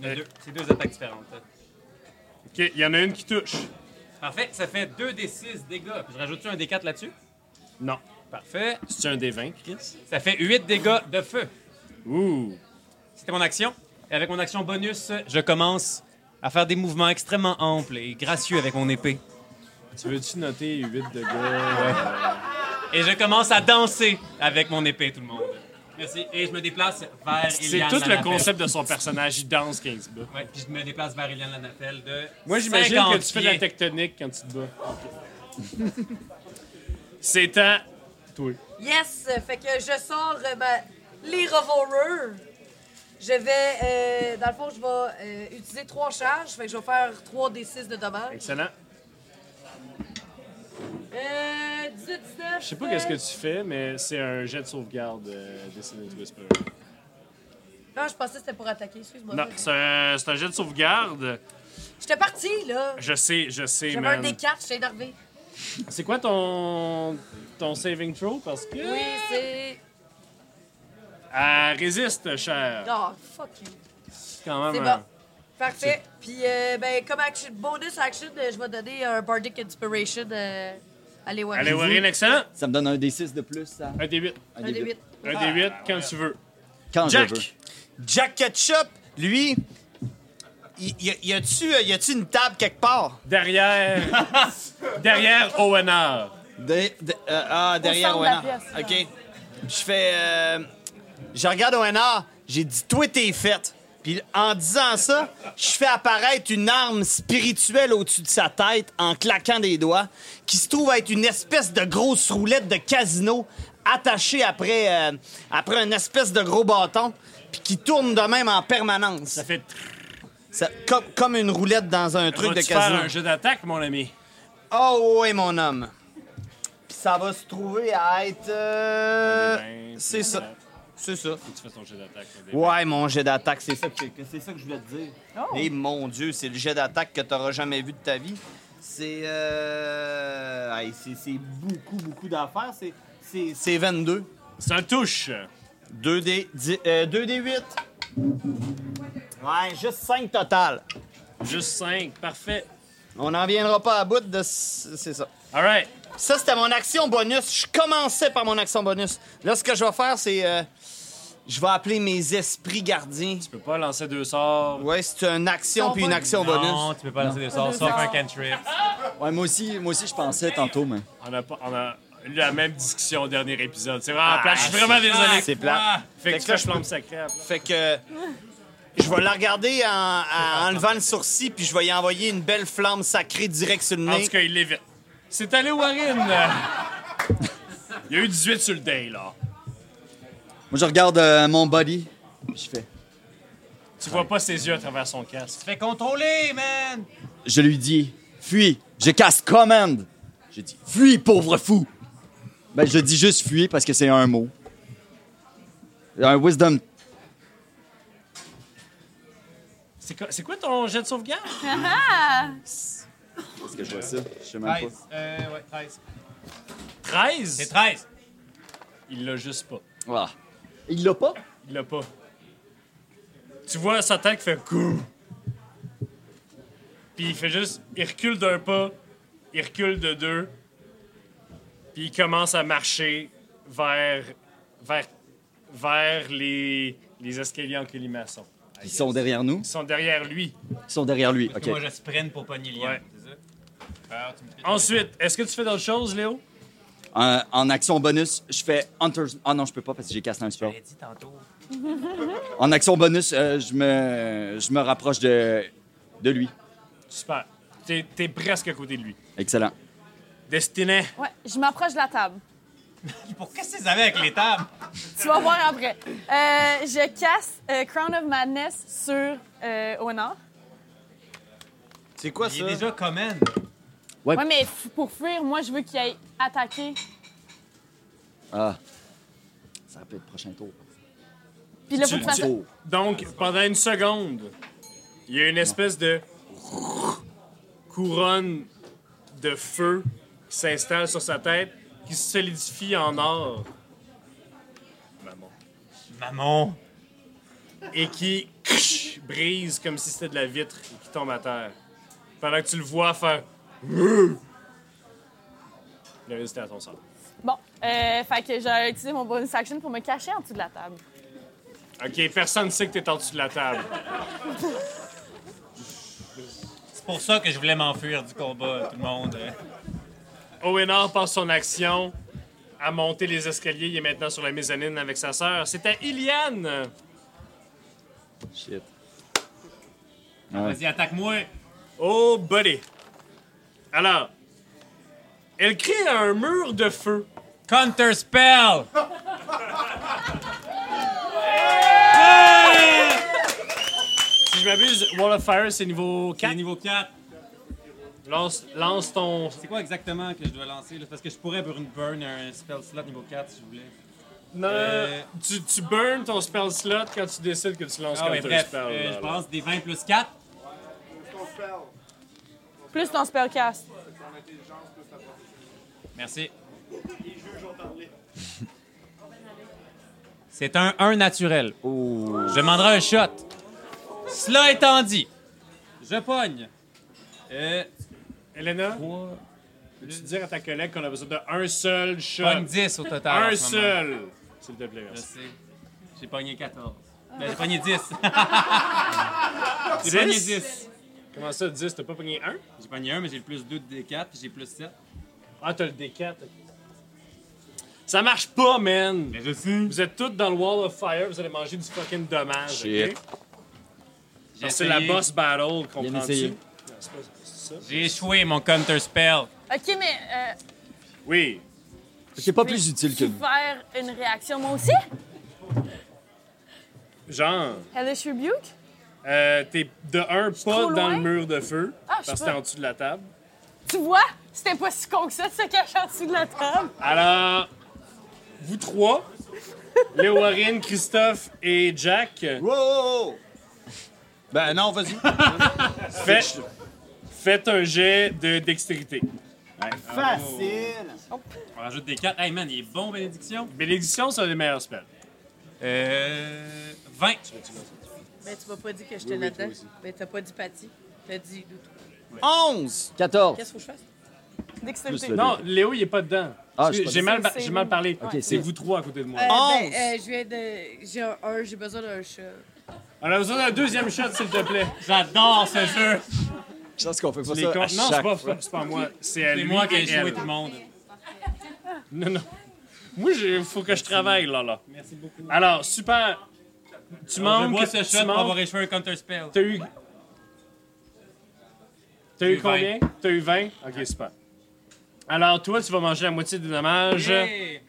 Les deux. C'est deux attaques différentes.
OK, il y en a une qui touche.
Parfait, ça fait 2d6 dégâts. Puis je rajoute-tu un d4 là-dessus?
Non.
Parfait.
C'est un des 20, Chris.
Ça fait 8 dégâts de feu.
Ouh.
C'était mon action. Et avec mon action bonus, je commence à faire des mouvements extrêmement amples et gracieux avec mon épée.
Tu veux-tu noter 8 de gars?
Et je commence à danser avec mon épée, tout le monde. Merci. Et je me déplace vers
C'est
Ah, Eliane
tout le
Lanaffel.
concept de son personnage. Il danse 15 bas.
Ouais, puis je me déplace vers Eliane Lanaffel de
Moi, j'imagine que
50
tu fais de la
pieds.
tectonique quand tu te bats. C'est à toi.
Yes! Fait que je sors euh, ma- les revolvers. Je vais, euh, dans le fond, je vais euh, utiliser trois charges. Fait que je vais faire 3 des 6 de dommages.
Excellent.
Euh, 18, 19.
Je sais pas qu'est-ce que tu fais, mais c'est un jet de sauvegarde euh, Destined Whisper.
Non, je pensais que c'était pour attaquer. Excuse-moi.
Non, c'est un, c'est un jet de sauvegarde.
J'étais partie, là.
Je sais, je sais,
J'avais un
man.
des 4, j'étais énervée.
C'est quoi ton, ton saving throw? Parce que...
Oui, c'est.
Elle résiste, cher.
Oh, fuck you.
C'est quand même
C'est
un-
bon. Parfait. Puis, euh, ben, comme action, bonus action, euh, je vais donner un Bardic Inspiration euh, à Lewarine.
Allez, Warren, excellent.
Ça me donne un D6 de plus, ça.
Un des 8.
Un des 8.
Un des 8, quand tu veux.
Quand
Jack!
je veux.
Jack Ketchup, lui, y, y a- y a-tu euh, y a-tu une table quelque part?
Derrière. derrière Owenard.
De- de- euh, ah, derrière
centre de la
Owenard.
pièce,
OK. Je fais... euh, je regarde Owenard, j'ai dit « Toi, t'es faite ». Puis en disant ça, je fais apparaître une arme spirituelle au-dessus de sa tête en claquant des doigts, qui se trouve être une espèce de grosse roulette de casino attachée après, euh, après une espèce de gros bâton, puis qui tourne de même en permanence.
Ça fait.
Ça- comme, comme une roulette dans un truc de
Vas-tu faire
casino.
un jeu d'attaque, mon ami.
Oh ouais, mon homme. Puis ça va se trouver à être... euh,
Ben,
c'est ça. C'est ça.
Tu fais ton jeu d'attaque. mon ami.
Ouais, mon jet d'attaque, c'est ça que, que- c'est ça que je voulais te dire. Et mon Dieu, c'est le jet d'attaque que t'auras jamais vu de ta vie. C'est... Euh... hey, c'est, c'est beaucoup, beaucoup d'affaires. C'est, c'est, c'est 22.
C'est un touche.
2D, dix- euh, 2D8. Ouais, juste 5 total.
Juste 5. Parfait.
On n'en viendra pas à bout de... c- C'est ça.
All right.
Ça, c'était mon action bonus. Je commençais par mon action bonus. Là, ce que je vais faire, c'est. euh, je vais appeler mes esprits gardiens.
Tu peux pas lancer deux sorts.
Ouais, c'est une action
Son
puis une
bonus.
action
Non,
bonus.
tu peux pas lancer des sorts, sauf un cantrip.
Ouais, moi aussi, moi aussi, je pensais tantôt, mais.
On a, pas- on a eu la même discussion au dernier épisode. Ah, C'est vraiment plat. Je suis vraiment désolé.
C'est plat.
Fait que tu
que là,
fais
je peux-
flamme sacrée. à plat.
Fait que. Je vais la regarder en, en- en levant le sourcil, puis je vais y envoyer une belle flamme sacrée direct sur le
En
nez.
tout cas, il l'évite. C'est allé Warren. il y a eu 18 sur le day, là.
Moi, je regarde euh, mon body. Je fais.
Tu vois pas ses yeux à travers son casque.
Fais contrôler, man!
Je lui dis, fuis. Je casse command. Je dis, fuis, pauvre fou. Ben, je dis juste fuis parce que c'est un mot. Un wisdom.
C'est quoi, c'est quoi ton jet de sauvegarde?
Est-ce que je vois ça? Je sais même
13. Euh, ouais, 13.
13?
C'est 13.
Il l'a juste pas.
pas. Ah. Il l'a pas?
Il l'a pas. Tu vois sa tête qui fait coup. Puis il fait juste. Il recule d'un pas, il recule de deux. Puis il commence à marcher vers. vers. vers les. les escaliers en colimaçon.
Ils sont derrière nous.
Ils sont derrière lui.
Ils sont derrière lui.
Parce
OK.
que Moi, je sprint pour pogner Liam.
Ouais.
c'est ça? Alors, tu me fais-
Ensuite, est-ce que tu fais d'autres choses, Léo?
Euh, en action bonus, je fais Hunter's. Ah non, je peux pas parce que j'ai cassé un spell.
Je l'ai dit tantôt.
En action bonus, euh, je me je me rapproche de de lui.
Super. T'es, t'es presque à côté de lui.
Excellent.
Destiné.
Ouais, je m'approche de la table.
Pour qu'est-ce qu'ils avaient avec les tables?
Tu vas voir après. Euh, je casse euh, Crown of Madness sur euh, Honor.
C'est quoi
Il est
ça?
déjà common.
Ouais, mais f- pour fuir, moi, je veux qu'il aille attaquer.
Ah. Ça peut être le prochain tour.
Puis là, faut que
Tu-
ça...
tu- Donc, pendant une seconde, il y a une espèce de couronne de feu qui s'installe sur sa tête, qui se solidifie en or. Maman.
Maman.
Et qui psh, brise comme si c'était de la vitre et qui tombe à terre. Pendant que tu le vois faire. Il a résisté à ton sort.
Bon, euh, fait que j'ai utilisé mon bonus action pour me cacher en dessous de la table.
Ok, personne sait que t'es en dessous de la table.
C'est pour ça que je voulais m'enfuir du combat, tout le monde.
Owenor passe son action à monter les escaliers. Il est maintenant sur la mezzanine avec sa sœur. C'est à Iliane.
Shit.
Vas-y, attaque-moi.
Oh, buddy. Alors, elle crée un mur de feu.
Counter spell!
Si je m'abuse, Wall of Fire, c'est niveau
C'est
4.
niveau 4.
Lance, lance ton.
C'est quoi exactement que je dois lancer? là? Parce que je pourrais burn, burn un spell slot niveau 4 si je voulais.
Non,
Euh,
tu, tu burn ton spell slot quand tu décides que tu lances
Ah ouais,
counter
bref,
spell.
euh,
là,
je
là.
pense des 20 plus 4.
Plus ton spellcast.
Merci. C'est un 1 naturel. Je demanderai un shot. Cela étant dit, je pogne. Euh,
Elena,
trois-
peux-tu dire à ta collègue qu'on a besoin d'un seul
je
shot?
pogne 10 au total. en
Un
ce moment.
seul! S'il te plaît,
Je
merci.
sais. J'ai pogné 14. Ben, j'ai pogné 10.
Dix?
j'ai pogné 10.
Comment ça, 10? T'as pas pogné un?
J'ai pogné 1, mais j'ai le plus 2 de D4, puis j'ai plus 7.
Ah, t'as le D4. ok. Ça marche pas, man!
je sais.
Vous êtes toutes dans le Wall of Fire, vous allez manger du fucking dommage,
Shit.
ok? Genre, C'est la boss battle, comprends-tu?
essayé.
Non, c'est pas- c'est ça.
J'ai échoué mon counter spell.
OK, mais euh,
Oui.
C'est pas plus utile que
tu
lui.
faire une réaction, moi aussi?
Genre,
Hellish Rebuke?
euh, t'es de un pas
trop
dans
loin?
le mur de feu,
Ah, je
parce
sais
que t'es
pas.
en dessous de la table.
Tu vois? C'était pas si con que ça de se cacher en dessous de la table.
Alors, vous trois, Léo Warren, Christophe et Jack,
Wow, wow, wow. Ben non, vas-y.
faites, faites un jet de dextérité.
Facile.
On rajoute des 4. Hey man, il est bon, bénédiction.
Bénédiction, c'est un des meilleurs spells.
Euh. 20.
Mais Ben, tu m'as pas dit que j'étais là-dedans. Mais t'as pas dit Patty. T'as dit Doudou.
11.
14.
Qu'est-ce qu'il faut que je fasse?
Plus
Dextérité.
le
Non,
dé.
Léo, il est pas dedans.
Ah, je suis pas
J'ai
dedans.
mal, ba-
C'est-
j'ai mal parlé.
Ok,
c'est
c'est-
vous trois à côté de moi.
Euh, ben,
Onze.
euh, je viens de. J'ai un, un, j'ai besoin d'un chat.
On a besoin d'un deuxième shot, s'il te plaît.
J'adore ce jeu.
Je pense qu'on fait pas
Les
ça
con-
à
Non, c'est
chaque
pas,
fois.
c'est pas moi. C'est à
C'est
lui
moi qui
et
ai échoué
elle.
tout le monde.
Non, non. Moi, il faut que je travaille, là, là. Merci beaucoup. Alors, super. Tu
Je
manques.
bois ce
Tu
shot pour avoir
manques.
échoué un counter spell.
T'as eu. T'as
J'ai
eu
eu
combien? T'as eu 20? Ok, super. Alors, toi, tu vas manger la moitié des dommages.
Hey.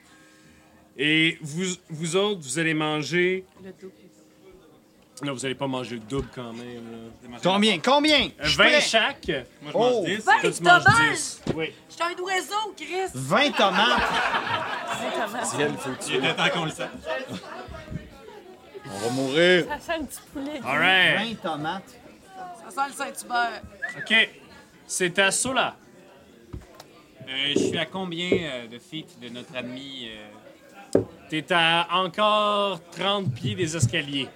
Et vous, vous autres, vous allez manger.
Le double.
Non, vous allez pas manger le double quand même. là.
Combien? Combien?
Euh,
Je suis
20
prêt.
chaque.
Moi, je mange
Oh.
10.
Toi,
Vingt
tu manges
dommages!
10. Oui.
Je suis un oiseau, Chris!
20 tomates.
Ciel, faut que tu-
Il était temps qu'on le sache.
On va mourir.
Ça sent un petit poulet.
Ah.
All right.
20 tomates.
Ça sent le Saint-Hubert.
OK. C'est à Sola.
Euh, je suis à combien euh, de feet de notre ami euh,
T'es à encore 30 pieds des escaliers.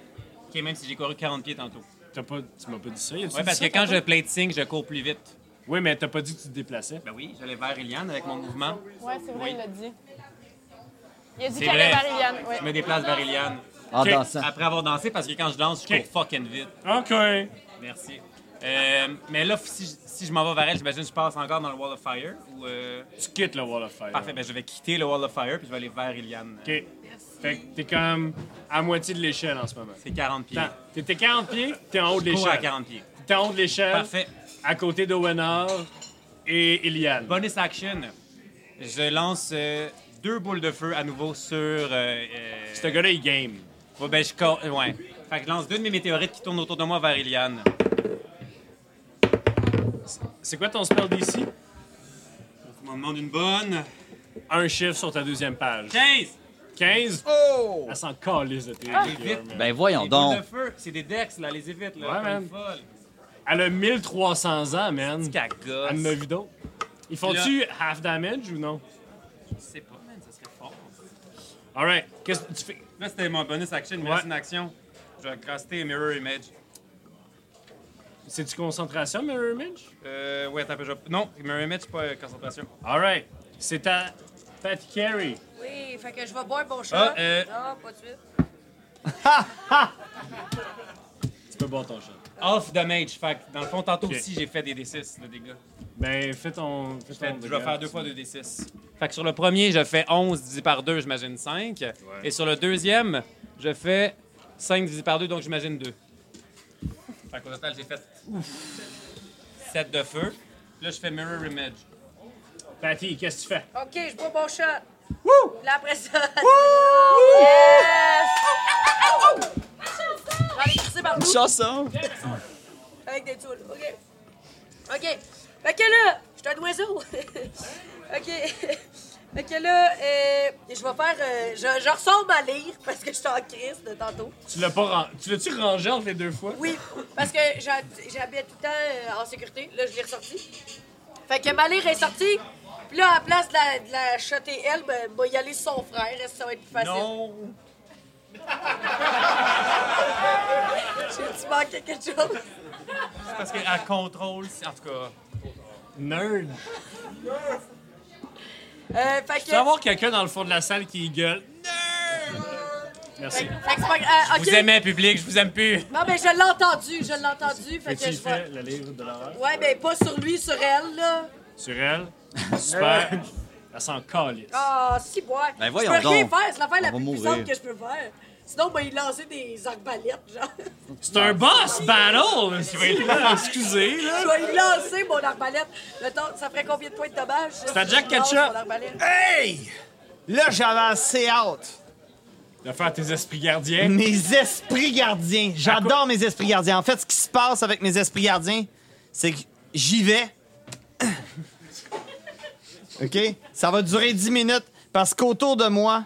Ok, même si j'ai couru 40 pieds tantôt.
T'as pas, tu m'as pas dit ça, y a-tu
Ouais,
dit
parce
ça
que quand
tantôt?
je plate sync, je cours plus vite.
Oui, mais t'as pas dit que tu te déplaçais.
Ben oui, j'allais vers Eliane avec mon mouvement.
Ouais, c'est vrai,
Oui.
il l'a dit. Il a dit
C'est
qu'elle allait
vrai.
vers Eliane.
Je
Ouais.
me déplace vers Eliane.
En
Ok.
dansant.
Après avoir dansé, parce que quand je danse, je
Ok.
cours fucking vite.
OK.
Merci. Euh, mais là, si, je- si je m'en vais vers elle, j'imagine que je passe encore dans le Wall of Fire. Ou, euh,
Tu quittes le Wall of Fire.
Parfait, ben je vais quitter le Wall of Fire puis je vais aller vers Eliane.
OK. Fait que t'es comme à moitié de l'échelle en ce moment.
C'est 40 pieds.
Attends, T'étais 40 pieds, t'es en haut de
Je cours à
l'échelle.
40 pieds.
T'es en haut de l'échelle,
Parfait.
à côté d'Owenor et Iliane.
Bonus action. Je lance euh, deux boules de feu à nouveau sur. euh, euh,
Ce gars-là, il game.
ouais, ben, je cours- euh, ouais. Fait que je lance deux de mes météorites qui tournent autour de moi vers Eliane.
C'est quoi ton spell d'ici?
On m'en demande une bonne.
Un chiffre sur ta deuxième page.
15!
15?
Oh!
Elle s'en calisse de tes
Les Ah, vite.
Ben voyons
Les boules de
donc.
feu, c'est des dex, là, les évite,
Ouais,
là. Ouais,
man.
une folle.
Elle a 1300 ans, man.
Cagos.
Elle en a vu d'autres. Ils font-tu half damage ou non?
Je sais pas, man, ça serait fort.
Alright, qu'est-ce que tu fais?
Là, c'était mon bonus action, mais
Ouais.
c'est une action. Je vais craster Mirror Image.
C'est-tu concentration, Mirror Image?
Euh, ouais, t'as peu. je vais- Non, Mirror Image, c'est pas euh, concentration.
All right. C'est à Pat Carey.
Oui, fait que je vais boire mon
Ah,
chat.
euh.
Non, pas de suite.
Tu peux boire ton shot.
Off damage. Fait que dans le fond, tantôt
Ok.
aussi, j'ai fait des D6 de dégâts.
Ben, fais ton. Fais
Je vais-
ton
je vais
dégât.
Ben, faire deux fois deux D6. Fait que sur le premier, je fais 11 divisé par 2, j'imagine 5. Et sur le deuxième, je fais 5 divisé par 2, donc j'imagine 2. Fait qu'au total, j'ai fait 7 de feu. Là, je fais Mirror Image.
Patty, Ben, qu'est-ce que tu fais?
OK, je bois mon chat. Wouh! Là, après ça... Yes! J'en ai crissé partout.
Une chanson!
Avec des tools. OK. OK. Fait que là, je suis un oiseau. OK. Fait que là, euh, je vais faire. euh, je, je ressemble à lire parce que je suis en crise de tantôt.
Tu l'as pas ran- Tu l'as-tu rangé entre les deux fois?
Oui, parce que j'ha- j'habite tout le temps euh, en sécurité. Là, je l'ai ressorti. Fait que ma lire est sortie. Puis là, à la place de la, de la shotter elle, ben, va y aller son frère. Est-ce que Ça va être plus facile.
Non!
J'ai-tu manqué quelque chose?
C'est parce qu'elle contrôle. En tout cas.
Nerd.
Euh, fait
Tu
que.
vas avoir quelqu'un dans le fond de la salle qui gueule. Nerd! Merci.
Fait que c'est pas gra- euh,
Vous
OK.
aimez, public, je vous aime plus!
Non, mais je l'ai entendu. Je l'ai entendu. Fait
Et tu
que
y
je vais.
fais le livre de l'horreur.
Ouais, ben pas sur lui, sur elle, là.
Sur elle. Super. Elle s'en calisse.
Ah, si, boire.
Ben,
je
voyons
peux rien
donc.
faire, c'est l'affaire la
On
plus
va
puissante
mourir.
que je peux faire. Sinon, ben, il lançait des arbalètes, genre.
C'est un boss battle! là, qui va être là, excusez, là.
je vais y lancer mon arbalète. Le temps, ça ferait combien de points de dommage? C'est
à Jack Ketchup.
Hey! Là, j'avais assez hâte.
De faire tes esprits gardiens.
Mes esprits gardiens. J'adore mes esprits gardiens. En fait, ce qui se passe avec mes esprits gardiens, c'est que j'y vais. OK? Ça va durer 10 minutes parce qu'autour de moi,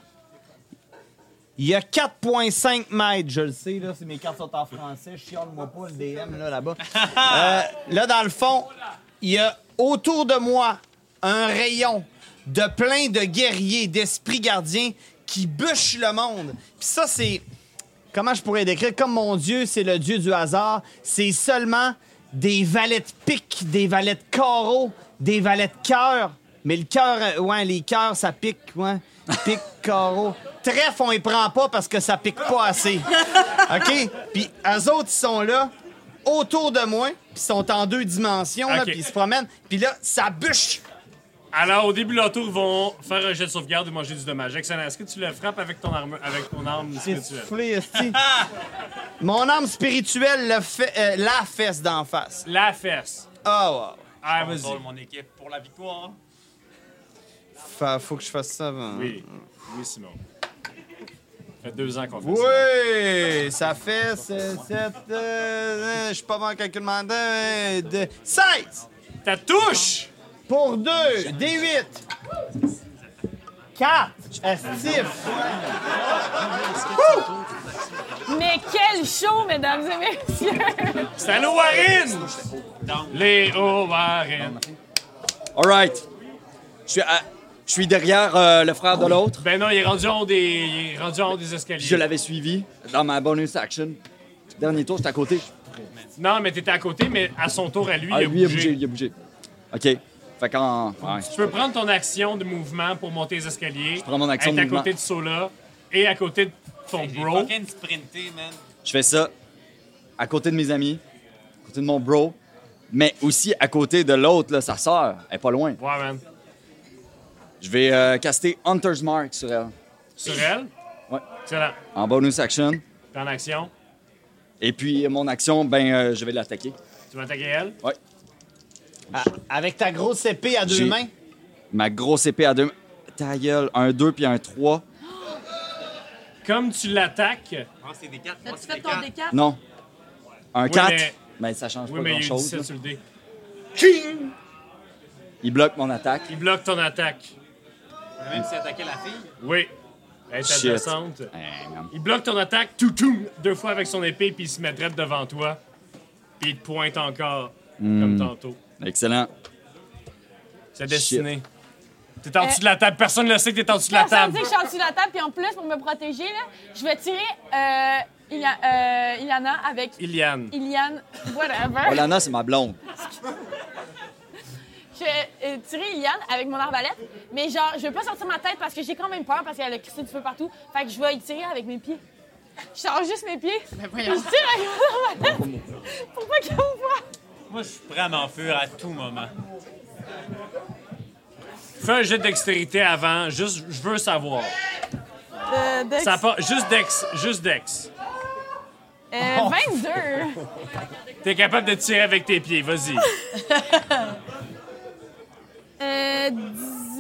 il y a 4,5 mètres. Je le sais, là, c'est mes cartes sont en français. Chiale-moi pas le DM là, là-bas. Euh, là, dans le fond, il y a autour de moi un rayon de plein de guerriers, d'esprits gardiens qui bûchent le monde. Puis ça, c'est. Comment je pourrais décrire? Comme mon Dieu, c'est le Dieu du hasard. C'est seulement des valets de pique, des valets de carreau, des valets de cœur. Mais le cœur, euh, ouais, les cœurs, ça pique, ouais. Pique, carreau. Trèfle, on y prend pas parce que ça pique pas assez. OK? Puis eux autres, ils sont là, autour de moi, puis ils sont en deux dimensions, là,
OK.
puis ils se promènent. Puis là, ça bûche.
Alors, au début de leur tour, ils vont faire un jet de sauvegarde et manger du dommage. Excellent. Est-ce que tu le frappes avec ton arme, avec ton arme
J'ai
spirituelle?
soufflé, esti. Mon âme spirituelle le fait, euh, la fesse d'en face.
La fesse.
Ah ouais.
Ah,
Je
vas-y.
contrôle mon équipe pour la victoire.
Fa- faut que je fasse ça avant.
Oui. Oui, Simon. Ça fait deux ans qu'on fait ça.
Oui, ça fait 7, euh, je suis pas bon en calcul mental, mais de- 16
Ta touche!
pour 2, D8, 4, estif.
Mais quel show, mesdames et messieurs!
C'est à l'Owarine! Les Owarines.
Alright. Je suis, à- je suis derrière euh, le frère de l'autre.
Ben non, il est rendu en haut des, il est rendu en haut des escaliers.
Je l'avais suivi dans ma bonus action. Dernier tour, j'étais à côté.
Non, mais t'étais à côté, mais à son tour, à lui,
Ah,
il a
lui, il a
bougé.
bougé, il a bougé. OK. Fait qu'en... ouais.
Tu peux prendre ton action de mouvement pour monter les escaliers. Je
prends mon action
être
de
à
mouvement.
côté de Sola et à côté de ton
J'ai
bro.
fucking sprinté, man.
Je fais ça à côté de mes amis, à côté de mon bro, mais aussi à côté de l'autre, là, sa sœur. Elle est pas loin.
Ouais, man.
Je vais euh, caster Hunter's Mark sur elle
Sur elle?
Ouais.
Excellent.
en bonus action.
T'es en action.
Et puis, mon action, ben, euh, je vais l'attaquer.
Tu vas attaquer elle?
Ah, Avec ta grosse épée à deux
J'ai-
mains.
Ma grosse épée à deux... Ta gueule, un 2 puis un 3.
Comme tu l'attaques,
Moi, c'est des 4. Moi,
As-tu
c'est des
fait ton
4.
D4?
Non. Un 4.
mais-
Mais... ça change
oui,
pas
mais il y a eu
grand-chose.
17
là.
sur le dé.
Il bloque mon attaque.
Il bloque ton attaque.
Même si attaquait la fille.
Oui. Elle est
Shit.
adjacente.
Eh, man.
Il bloque ton attaque, tout, tout, deux fois avec son épée, puis il se met direct devant toi. Puis il te pointe encore,
Hmm.
comme tantôt.
Excellent.
C'est destiné. T'es en dessous de la table. Euh, Personne ne le sait que t'es en dessous de la
Personne
table.
dit que je suis en dessous de la table, puis en plus, pour me protéger, là, je vais tirer. euh, Ilia- euh, Iliana avec
Iliane.
Iliane, whatever.
Olana, c'est ma blonde.
Je vais euh, tirer Iliane avec mon arbalète, mais genre, je veux pas sortir ma tête parce que j'ai quand même peur parce qu'elle a crissé du feu partout. Fait que je vais y tirer avec mes pieds. Je sors juste mes pieds. puis
voyons.
je tire avec mon arbalète pour pas qu'elle me voit.
Moi, je suis prêt à m'enfuir à tout moment.
Fais un jet de dextérité avant, juste, je veux savoir.
Euh, Dex,
Ça part, juste Dex, juste Dex.
euh, 22.
T'es capable de tirer avec tes pieds, vas-y.
Euh, 18.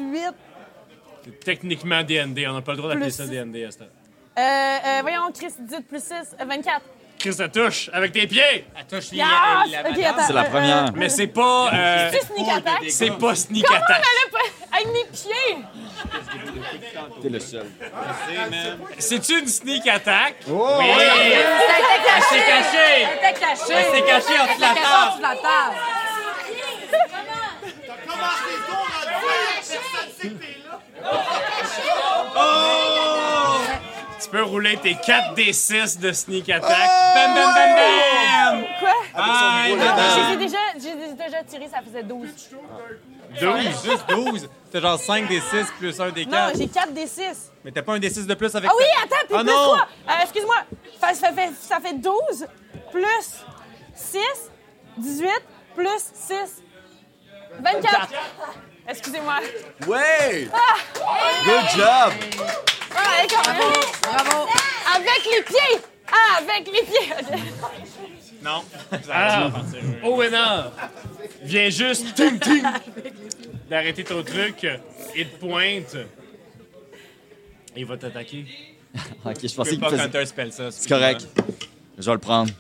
Techniquement D&D, on n'a pas le droit d'appeler
Plus
ça
six.
D&D à ce temps.
Euh, euh, voyons, Chris, 18 plus euh, 6, 24.
Chris, ça touche avec tes pieds!
Elle touche les-
Yes!
elle- la
Ok,
madame.
attends,
C'est la
euh,
première.
Mais c'est pas... euh,
euh, sneak attack.
c'est pas sneak
Comment on
attack.
allait pas. Avec mes pieds!
T'es le seul.
C'est-tu une sneak attack?
Oh!
C'était
C'est
caché!
caché!
C'était caché!
C'est caché entre la
C'était caché
table!
sous la table!
Tu peux rouler tes 4 D6 de sneak attack.
Oh,
Bam, bam, bam, bam!
Quoi?
Aïe,
Non,
madame.
j'ai déjà, j'ai déjà tiré, ça faisait 12.
12, juste 12. T'as genre 5 des 6 plus 1 des
Non,
4.
j'ai 4 des 6.
Mais t'as pas un des 6 de plus avec
Ah oui, attends, puis
Ah
plus
non!
quoi? Euh, Excuse-moi, ça, ça fait, ça fait 12 plus 6, 18 plus 6, 24. Excusez-moi.
Ouais! Good job!
Ah, avec,
Bravo!
avec les pieds! Ah, avec les pieds!
Non.
Ah!
Alors, Owenor, Ah! viens juste ting, ting, d'arrêter ton truc et de pointe. Il va t'attaquer.
Ok, je
Je sais
pensais qu'il
pas
faisait.
quand un spell ça.
C'est correct. Je vais le prendre.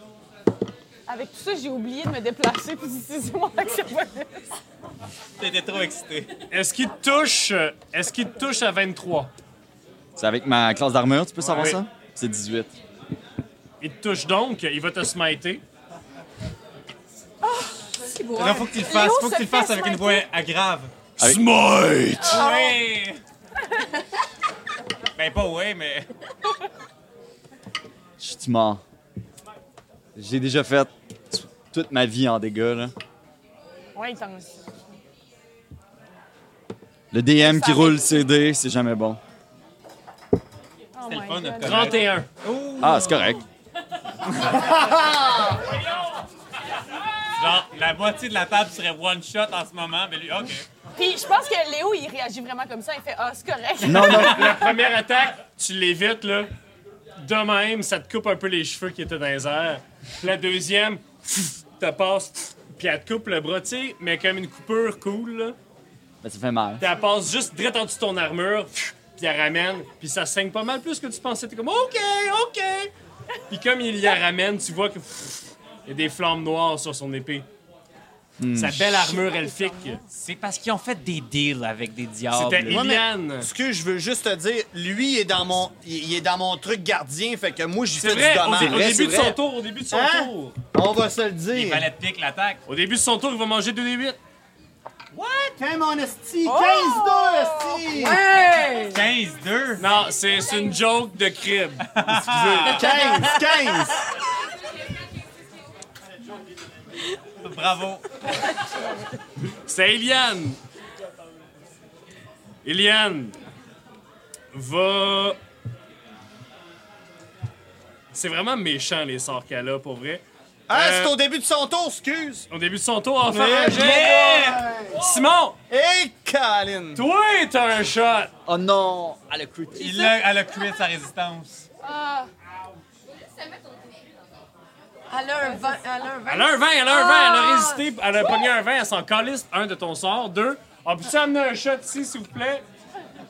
Avec tout ça, j'ai oublié de me déplacer puis d'utiliser mon action bonus.
T'étais trop excité.
Est-ce qu'il te touche? Est-ce qu'il te touche à 23?
C'est avec ma classe d'armure, tu peux savoir
Ouais.
ça? C'est 18.
Il te touche donc, il va te smiter.
Là, faut que tu le fasses,
Léo
faut que
se
tu le fasses
fait Ah
avec une voix
sniper.
aggrave.
Avec-
Smite!
Ouais! ben pas ouais, mais.
Je suis mort. J'ai déjà fait t- toute ma vie en dégâts, là.
Ouais, tant
Le DM qui
Ça
roule ses dés, c'est jamais bon.
Oh
C'est le
my
fun,
God.
notre
31.
Ah, c'est correct.
Genre, la moitié de la table serait one shot en ce moment, mais lui, OK.
Puis je pense que Léo, il réagit vraiment comme ça. Il fait Ah, c'est correct.
Non, non.
La première attaque, tu l'évites, là. De même, ça te coupe un peu les cheveux qui étaient dans les airs. La deuxième, te passe, puis elle te coupe le bras, tu sais, mais comme une coupure cool, là.
Mais Ben, ça fait mal.
Puis elle passe juste direct en dessous de ton armure, puis elle ramène, puis ça saigne pas mal plus que tu pensais. T'es comme OK, OK. Puis comme il y a ramène, tu vois que il y a des flammes noires sur son épée.
Hmm.
Sa belle armure elfique.
C'est parce qu'ils ont fait des deals avec des diables.
C'était
Ah, mais-
Iliane.
Ce que je veux juste te dire, lui il est dans mon, il il est dans mon truc gardien, fait que moi j'y fais
C'est vrai,
du
au,
dommage.
au début de
c'est
son tour, au début de son
Hein?
tour.
On va se le
Les
dire.
valets de pique l'attaque.
Au début de son tour, il va manger 2 des 8.
T'es mon esti, 15
Oh!
deux, esti.
Hey!
15-2.
Non, Ah, c'est c'est une joke de crib.
15, 15.
Bravo.
C'est Eliane. Eliane va. C'est vraiment méchant les sorts qu'elle a pour vrai.
Ah,
Euh,
c'est au début de son tour, excuse.
Au début de son tour, on va faire un
Mais-
jet. Simon,
Hey, Colin.
toi t'as un shot.
Oh non! Elle a crit.
Il a, elle a crit sa résistance.
Ah,
Elle a un vin, elle a un vin.
Elle a un 20, elle a un 20, elle a résisté, elle a pogné un 20, elle s'en calisse. Ah, Un de ton sort, deux. On peut-tu amener un shot ici, s'il vous plaît?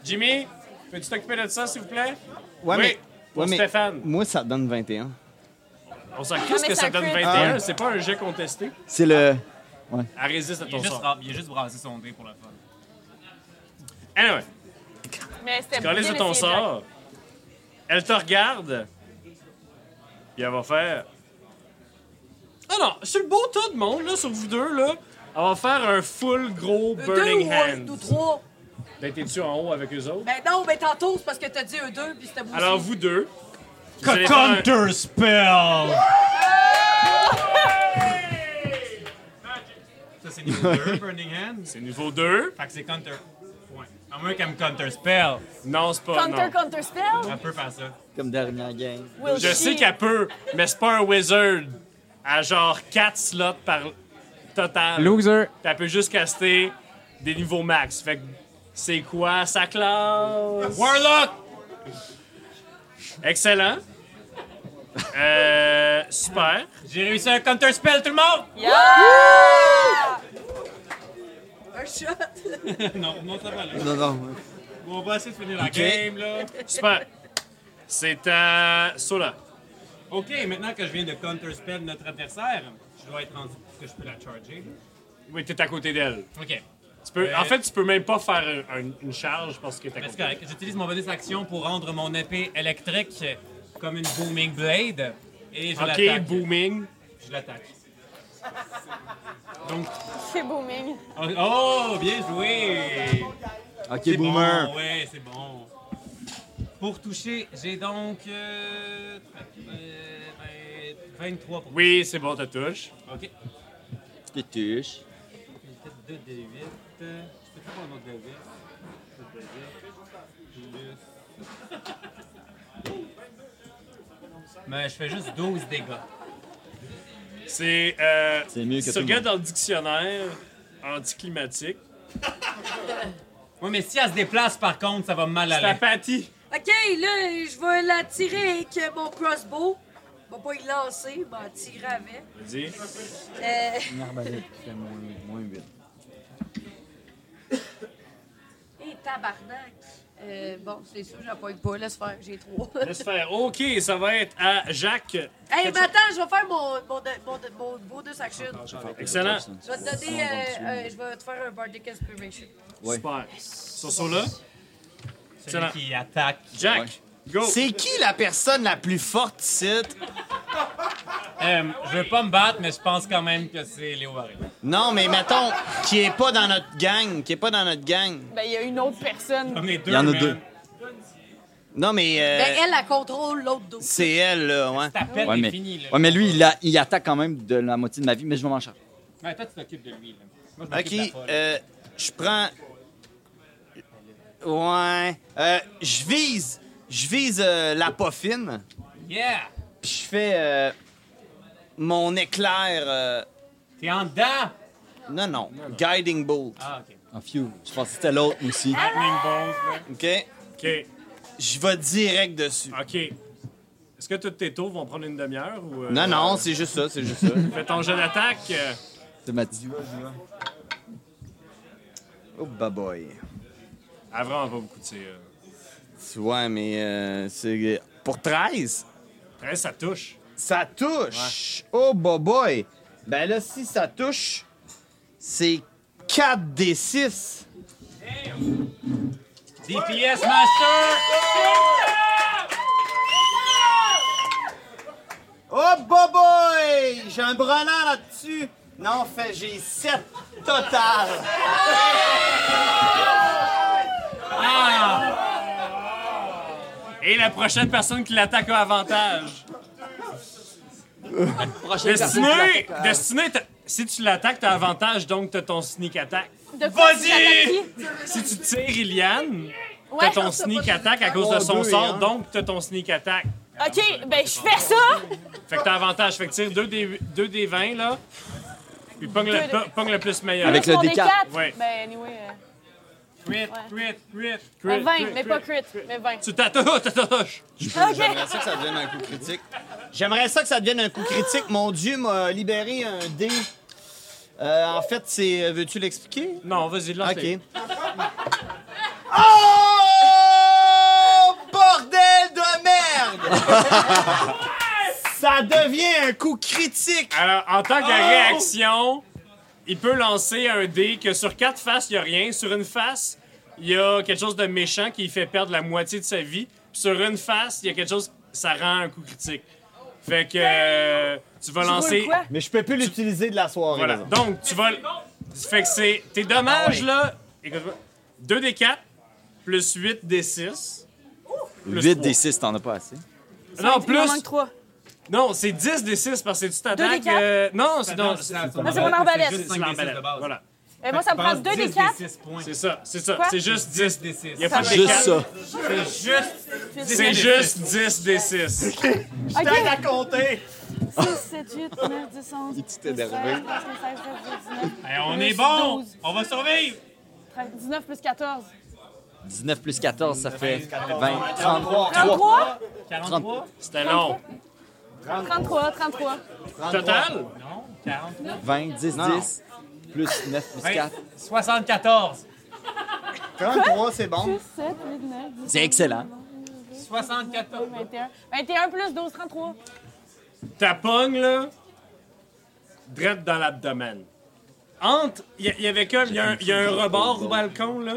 Jimmy, peux-tu t'occuper de ça, s'il vous plaît?
Ouais,
oui, pour
ouais, mais-
Stéphane.
Moi, ça donne 21.
On s'en crisse
mais
que
ça
ça donne
crit.
21, c'est pas un jet contesté.
C'est le.
Elle résiste à
Il a
ton
juste,
sort.
ra- il a juste brasé son dé pour le fun.
Anyway,
mais c'était bien
calisse de ton
essayé, Jack.
sort. Elle te regarde. Puis elle va faire. Ah non, sur le beau tas de monde, là, sur vous deux, là, elle va faire un full gros
Deux ou
Burning
un,
Hand.
ou trois?
Ben, t'es-tu en haut avec eux autres?
Ben non, mais tantôt, c'est parce que t'as dit un deux, puis c'était vous
Alors,
aussi.
vous deux, Vous allez faire un-
Spell! Ça, c'est niveau 2, Burning Hand.
C'est niveau 2.
Fait que c'est Counter. Point. À moins qu'elle me Counter Spell.
Non, c'est pas.
Counter,
Non.
counter spell?
Elle peut faire ça.
Comme dernière game.
Will
Je
she-
sais qu'elle peut, mais c'est pas un wizard à genre 4 slots par total.
Loser.
Puis Elle peut juste caster des niveaux max. Fait que c'est quoi sa classe?
Warlock!
Excellent. Euh, super.
J'ai réussi un Counter Spell, tout le monde!
Un shot.
non, non, ça va là.
Non, non.
On va essayer de finir la game, là.
Super. C'est à Sola.
OK, maintenant que je viens de Counter Spell notre adversaire, je dois être rendu pour que je peux la charger.
Oui, t'es à côté d'elle.
OK.
Tu peux-
Euh.
En fait, tu peux même pas faire un- un- une charge parce que t'es à
Mais Ben, c'est
côté.
correct. J'utilise mon bonus action pour rendre mon épée électrique comme une booming blade. Et je
Ok,
l'attaque.
booming.
Je l'attaque.
C'est booming.
Oh, oh, bien joué!
Ok, boomer.
Bon, ouais, c'est bon. Pour toucher, j'ai donc euh, euh, ben, 23 pour
Oui, c'est bon, ta touche.
OK.
Tu touches.
J'ai fait 2 D8. Je peux faire un autre D8. D8. Mais je fais juste 12 dégâts.
C'est. Euh,
C'est mieux que
Si
tout
tu
le
regardes dans le dictionnaire, anticlimatique,
Oui, mais si elle se déplace, par contre, ça va mal
c'est
aller.
apathie.
OK, là, je vais la tirer avec mon crossbow. Je vais pas y lancer, mais en tirer avec.
Vas-y.
Euh,
Une arbalète qui fait moins, moins 8.
et tabarnak. Euh, bon, c'est sûr, j'en pogne pas. Laisse faire, j'ai trois.
Laisse faire. Ok, ça va être à Jacques.
hey, mais attends, je vais faire mon, mon, mon, mon, bonus action.
Excellent.
Je vais te donner. euh, euh, je vais te faire un Bardic Inspiration.
Euh,
Ouais.
Super. Sur Sola.
Celui qui attaque.
Jack, go.
C'est qui la personne la plus forte ici?
Euh, je veux pas me battre, mais je pense quand même que c'est Léo Barré.
Non, mais mettons, qui est pas dans notre gang, qui est pas dans notre gang.
Ben, il y a une autre personne.
On est deux,
Il y en a
man.
deux.
Non, mais euh,
Ben, elle, elle contrôle l'autre dos.
c'est elle, là, ouais.
Ta peine
Ouais,
est
mais,
finie, là.
ouais, mais lui, il, a- il attaque quand même de la moitié de ma vie, mais je vais m'en charger.
Ouais, toi, tu t'occupes de lui, là. Moi, je m'occupe de la
Ok,
folle.
euh, je prends. Ouais. Euh, je vise. Je vise euh, la poffine.
Yeah!
Puis je fais euh, mon éclair. euh,
T'es en dedans!
non, non, Guiding Bolt.
Ah, OK.
En few. Je pense que c'était l'autre aussi.
Lightning Bolt, là.
OK?
Ok,
Je vais direct dessus.
ok. Est-ce que toutes tes tours vont prendre une demi-heure ou. euh,
Non, non, c'est juste ça, c'est juste ça.
Fais ton jeu d'attaque. euh,
C'est ma dix.
Oh, baboy.
Ah, vraiment pas beaucoup de tir.
Tu vois, mais euh, c'est. Pour 13?
13, ça touche.
Ça touche! Oh, boboy! Ben là, si ça touche, c'est 4 des 6.
DPS Master!
Oh, boboy! J'ai un brenant là-dessus! Non, fait, j'ai 7 total!
Et la prochaine personne qui l'attaque a avantage.
Prochaine personne
Destiné,
qui l'attaque, euh,
Destiné, t'as- si tu l'attaques, t'as avantage, donc t'as ton sneak attack.
De quoi tu l'attaques qui?
Si tu tires Iliane,
Ouais,
t'as ton sneak attack à cause de
Ah,
son
hein.
sort, donc t'as ton sneak attack.
Ok, ben, je fais ça.
Fait que t'as avantage. Fait que tire 2 des, deux des 20, là. Puis pogne le,
Deux des-
pogne le plus meilleur.
Avec le
Mon
D4.
D4.
Ouais.
Ben, anyway. euh,
Crit, crit, crit.
ben, 20,
crit,
mais pas crit. Mais 20.
Tu t'attouches, t'attouches.
Ok.
ça que ça devienne un coup critique. J'aimerais ça que ça devienne un coup critique. Mon Dieu m'a libéré un dé. Euh, en fait, c'est. Veux-tu l'expliquer?
Non, vas-y, lance
OK. Oh! Bordel de merde! Ça devient un coup critique!
Alors, en tant que
Oh!
réaction, il peut lancer un dé que sur quatre faces, il n'y a rien. Sur une face, il y a quelque chose de méchant qui lui fait perdre la moitié de sa vie. Puis sur une face, il y a quelque chose, ça rend un coup critique. Fait que euh, tu vas lancer.
Tu roules quoi?
Mais je peux plus l'utiliser de la soirée.
Voilà.
par exemple.
Donc, tu vas. Fait que c'est. Tes dommages, là. Écoute-moi. 2 des 4 plus 8 des 6.
8 des 6, t'en as pas assez.
Non,
Il m'en
plus.
manque trois.
Non, c'est 10 des 6 parce que tu
Deux
t'attaques.
des quatre?
euh, Non, c'est non, c'est
c'est mon arbalète.
C'est
C'est
juste l'arbalète. Voilà.
Euh, moi, ça me prend deux des quatre.
C'est ça, c'est ça.
Quoi?
C'est juste 10 des 6. Il y a
Ça
Ah,
pas
ben,
me
de
fait
des
quatre.
quatre. C'est juste. C'est juste 10 des 6.
Ok.
compter.
6, 7, 8, 9, 10, 11. Il
t'es énervé.
16, 17, 19.
on
12,
est bon!
12,
On va survivre!
13, 19 plus 14.
19 plus 14, ça fait 20. 33.
33?
33?
C'était long.
33, 33.
Total?
20, 10,
Non.
10. Plus 9 plus 4.
74!
33, c'est bon.
6, 7, 8, 9, 10.
C'est excellent.
74!
21. 21 plus 12, 33.
Ta pogne, là, drette dans l'abdomen. Entre, il y a- il y, avait comme, il y, a un- il y a un rebord au balcon, là,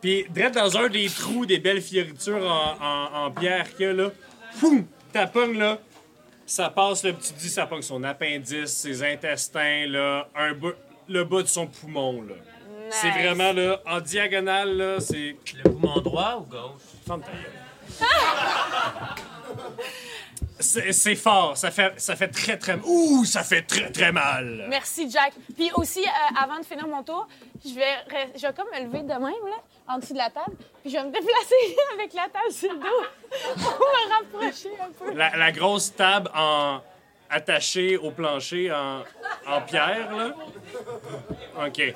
puis drette dans un des trous des belles fioritures en, en- en pierre qu'il y a, là, poum, ta pogne, là, ça passe, le petit dis, ça pogne son appendice, ses intestins, là, un bas- le bas de son poumon, là. C'est
Nice.
vraiment, là, en diagonale, là, c'est...
Le poumon droit ou gauche?
Ferme ta gueule. C'est c'est fort, ça fait, ça fait très très mal. Ouh, ça fait très très mal.
Merci, Jack. Puis aussi, euh, avant de finir mon tour, je vais, re- je vais comme me lever de même, là, en dessous de la table, puis je vais me déplacer avec la table sur le dos pour me rapprocher un peu.
La, la grosse table en attachée au plancher en, en pierre là. OK.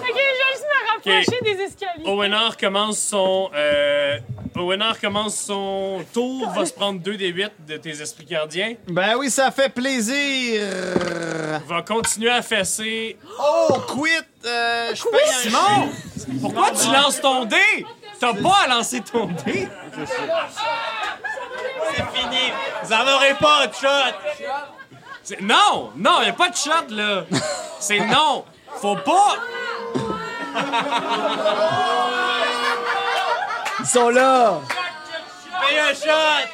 OK, je vais juste me rapprocher des escaliers.
Owenor commence son euh, Owenor commence son tour, va se prendre 2 des 8 de tes esprits gardiens,
Ben oui, ça fait plaisir.
va continuer à fesser.
Oh, quit. Euh, je paye un
Simon, pourquoi tu lances ton dé T'as pas à lancer ton dé.
Fini. Vous en aurez pas de shot.
C'est- Non! Non, y a pas de shot, là! C'est non! Faut pas!
Ils sont là!
Paye un shot.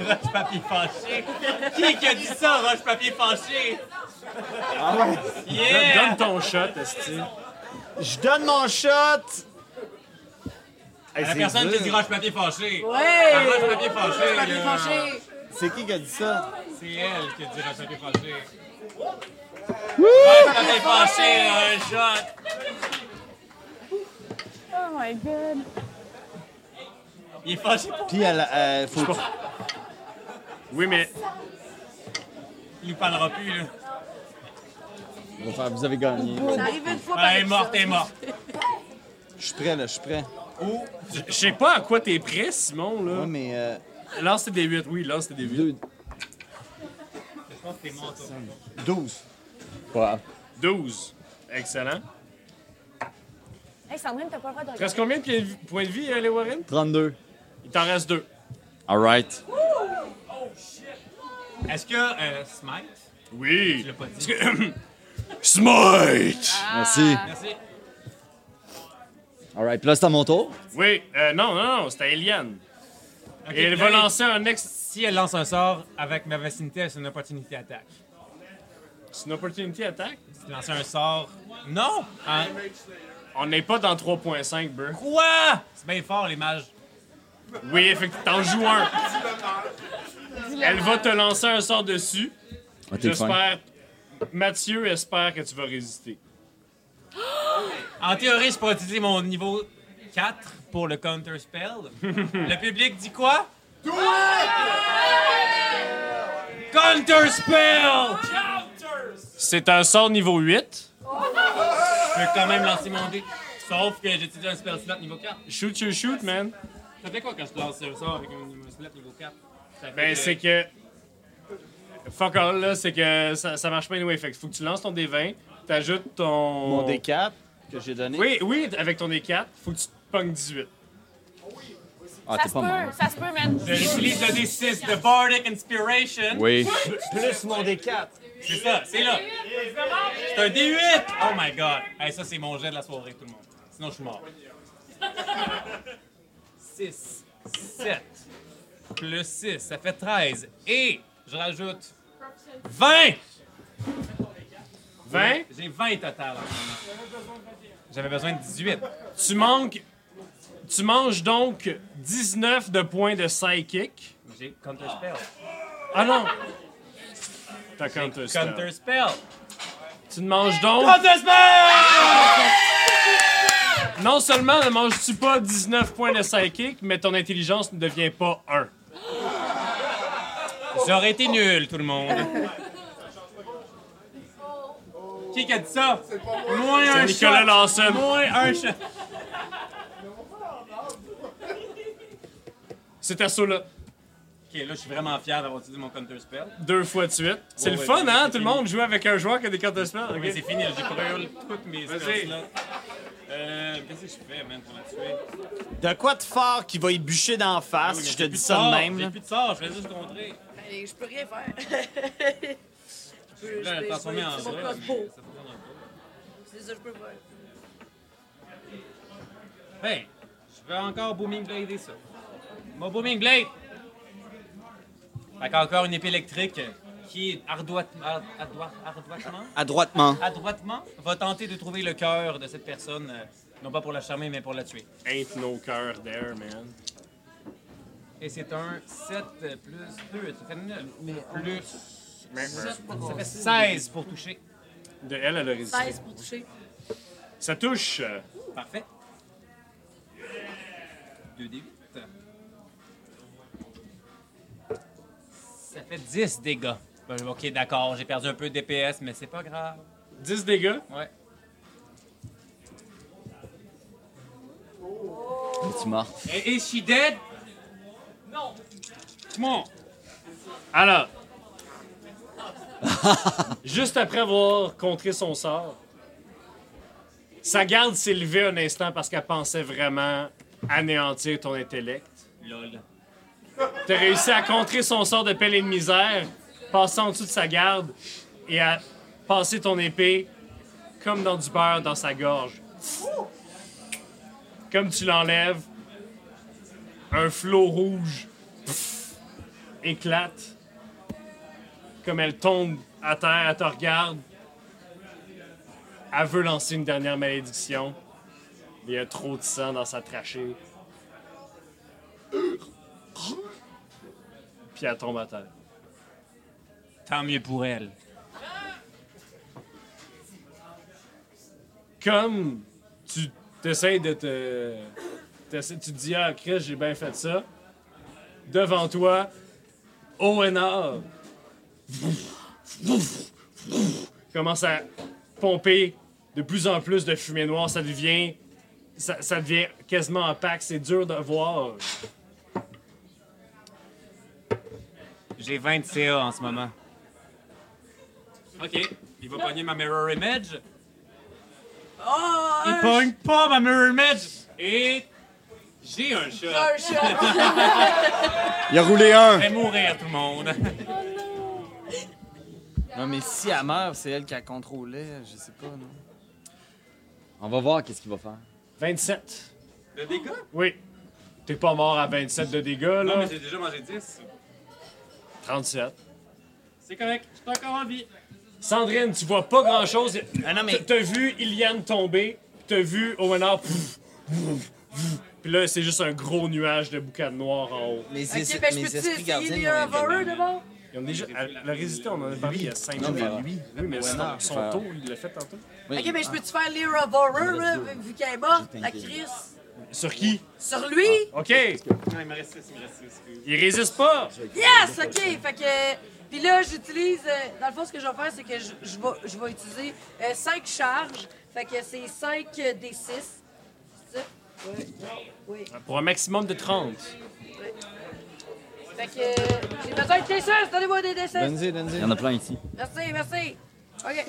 Roche papier fâché! Qui qui a dit ça, roche papier fâché?
Ah Donne ton shot, Esti.
Je donne mon shot. Hey,
La
c'est
personne
dur.
qui a dit roche papier fâché!
Ouais!
Roche papier fâché!
Papier
là.
fâché.
C'est qui qui a dit ça?
C'est elle qui a dit roche papier fâché! Roche papier fâché, un shot!
Oh my God.
Il est fâché pour
Puis elle, euh, faut.
Oui, mais
Il nous parlera plus, là.
On va faire- Vous avez gagné.
Ça arrive une fois par
Elle est morte, elle est morte.
Je suis prêt, là, je suis prêt.
je je sais pas à quoi t'es prêt, Simon,
Ouais,
là.
mais. euh,
Lance tes D8, oui, lance tes D8.
Deux.
Je pense que t'es morte.
12.
Wow.
12. Excellent.
Hey, Sandrine, t'as pas le droit de
Il te reste
regarder.
combien de pi- points de vie, euh, les Warren?
32.
Il t'en reste deux.
All right.
Est-ce que euh, Smite,
Oui.
je l'ai pas dit.
Smite!
Merci.
Merci.
All right. Puis là, c'est à mon tour.
Oui, euh, non, non, non, c'était Eliane.
Ok,
Et elle
là,
va
il-
lancer un ex.
Si elle lance un sort avec ma vicinité, c'est une opportunité attaque.
C'est une opportunité attaque?
Si tu lances un sort. Non! Hein?
On n'est pas dans 3.5, bro.
Quoi? C'est bien fort, les mages.
Oui, effectivement, t'en joues un.
Dis-le.
Elle va te lancer un sort dessus.
Ah, t'es fin.
J'espère. Mathieu espère que tu vas résister.
En théorie, je pourrais utiliser mon niveau 4 pour le counter spell. le public dit quoi? Counter spell!
C'est un sort niveau 8.
Je peux quand même lancer mon dé. Sauf que j'utilise un spell slot niveau 4.
Shoot your shoot, man.
Ça fait quoi quand je lance un sort avec un slot niveau 4? Ça fait
Ben,
que-
c'est que. Fuck all, là, c'est que ça, ça marche pas anyway. Fait que faut que tu lances ton D20, t'ajoutes ton.
Mon décap que j'ai donné.
Oui, oui, avec ton D4, faut que tu te pognes 18.
Ah,
Ça
t'es
se
pas mal.
peut, ça se peut, man.
Je réutilise le D6 de Bardic Inspiration.
Oui.
Plus mon D4.
C'est ça, c'est là. C'est un D8! Oh my god. Hey, ça, c'est mon jet de la soirée, tout le monde. Sinon, je suis mort. 6, 7, plus 6, ça fait 13. Et je rajoute 20!
20,
J'ai 20 total. en ce moment. J'avais besoin de 18.
tu manques. Tu manges donc 19 de points de psychic. J'ai counter spell. Ah non! T'as counter spell.
Counter Ah, spell.
Tu ne manges donc. Non seulement ne manges-tu pas 19 points de psychic, mais ton intelligence ne devient pas 1.
J'aurais été nul, tout le monde. Qui qui a dit ça? Moins un
Nicolas
shot.
Lawson.
Moins un shot.
Cet assaut-là,
Ok, là, je suis vraiment fier d'avoir utilisé mon counter spell.
deux fois de suite. C'est le
ouais,
fun,
c'est
hein?
fini.
Tout le monde joue avec un joueur qui a des counter spells. ok?
Mais c'est fini, là, j'ai brûlé toutes mes
Vas-y.
spells là. Euh, qu'est-ce que je fais, man, pour la tuer?
De quoi de fort qui va y bûcher d'en face,
Oui,
je te
j'ai plus
dis ça
sort,
de même.
J'ai
là.
plus de sort, je vais juste contrer.
Allez, Ben, je peux rien faire. je peux,
Là, elle est transformée en
C'est mon
vrai,
crossbow.
mais ça fonctionne un
C'est ça que je peux faire.
peu. Hey, je vais encore Booming Blade ça. Mon Booming Blade! Fait qu'encore une épée électrique qui, ardoitement, ardoitement,
Adroitement.
adroitement, va tenter de trouver le cœur de cette personne, euh, non pas pour la charmer, mais pour la tuer.
Ain't no cœur there, man.
Et c'est un 7 plus 2, ça fait 9. Plus 7, ça fait 16 pour toucher.
De elle, elle a résisté.
16 pour toucher.
Ça touche. euh,
Parfait. 2d8. Ça fait 10 dégâts. Ben, ok, d'accord, j'ai perdu un peu de DPS, mais c'est pas grave.
10 dégâts.
Ouais.
Tu morts.
Et is she dead? Non! Bon,
Alors, juste après avoir contré son sort, sa garde s'est levée un instant parce qu'elle pensait vraiment anéantir ton intellect.
lol.
T'as réussi à contrer son sort de pelle et de misère, passer en dessous de sa garde et à passer ton épée comme dans du beurre dans sa gorge. Comme tu l'enlèves, un flot rouge pff, éclate. Comme elle tombe à terre, elle te regarde. Elle veut lancer une dernière malédiction. mais Il y a trop de sang dans sa trachée. Puis elle tombe à terre.
Tant mieux pour elle.
comme tu t'essayes de te. t'essaies- Tu te dis, ah, Chris, j'ai bien fait ça. Devant toi, ONR commence à pomper de plus en plus de fumée noire. Ça devient. Ça, ça devient quasiment opaque. C'est dur de voir.
J'ai 20 de CA en ce moment. Ok, il va pogner ma Mirror Image.
Oh!
Il pogne pas ma Mirror Image! Et. J'ai un shot.
Un shot!
Il a roulé un.
Je vais mourir, tout le monde.
Non, mais si elle meurt, c'est elle qui la contrôlait. Je sais pas, non?
On va voir qu'est-ce qu'il va faire.
27.
Le dégât?
Oui. T'es pas mort à 27 de dégâts,
Non,
là.
mais j'ai déjà mangé 10.
37.
C'est correct, je suis encore en vie.
Sandrine, tu vois pas grand chose.
Ah non, mais-
T'as vu Iliane tomber, pis t'as vu Owenard. Pff, pff, pff. Puis là, c'est juste un gros nuage de boucan noir en haut.
Mes,
Ok, ben je peux-tu essayer les un voreux d'abord?
Ils ont déjà. elle- elle a résisté, on en a parlé il y a 5
Non, mais
minutes.
lui.
Oui, mais son,
Owenard,
son
faire-
tour, il l'a fait tantôt.
Oui.
Ok, mais je peux-tu faire Lyra Borer, là, vu qu'elle est morte, la Chris?
Sur qui
Sur lui?
Ok Il
Non, il me reste 6, il me reste 6.
résiste pas
Yes! Ok, fait que. Puis là, j'utilise. euh, Dans le fond, ce que je vais faire, c'est que je, je vais, je vais utiliser 5 charges. Fait que c'est 5 des 6. C'est ça? Oui. Oui.
Pour un maximum de 30.
Fait que. euh, J'ai besoin de des 6! Donnez-moi des D6!
Donne-y, donne-y.
Il y en a plein ici.
Merci, merci. OK.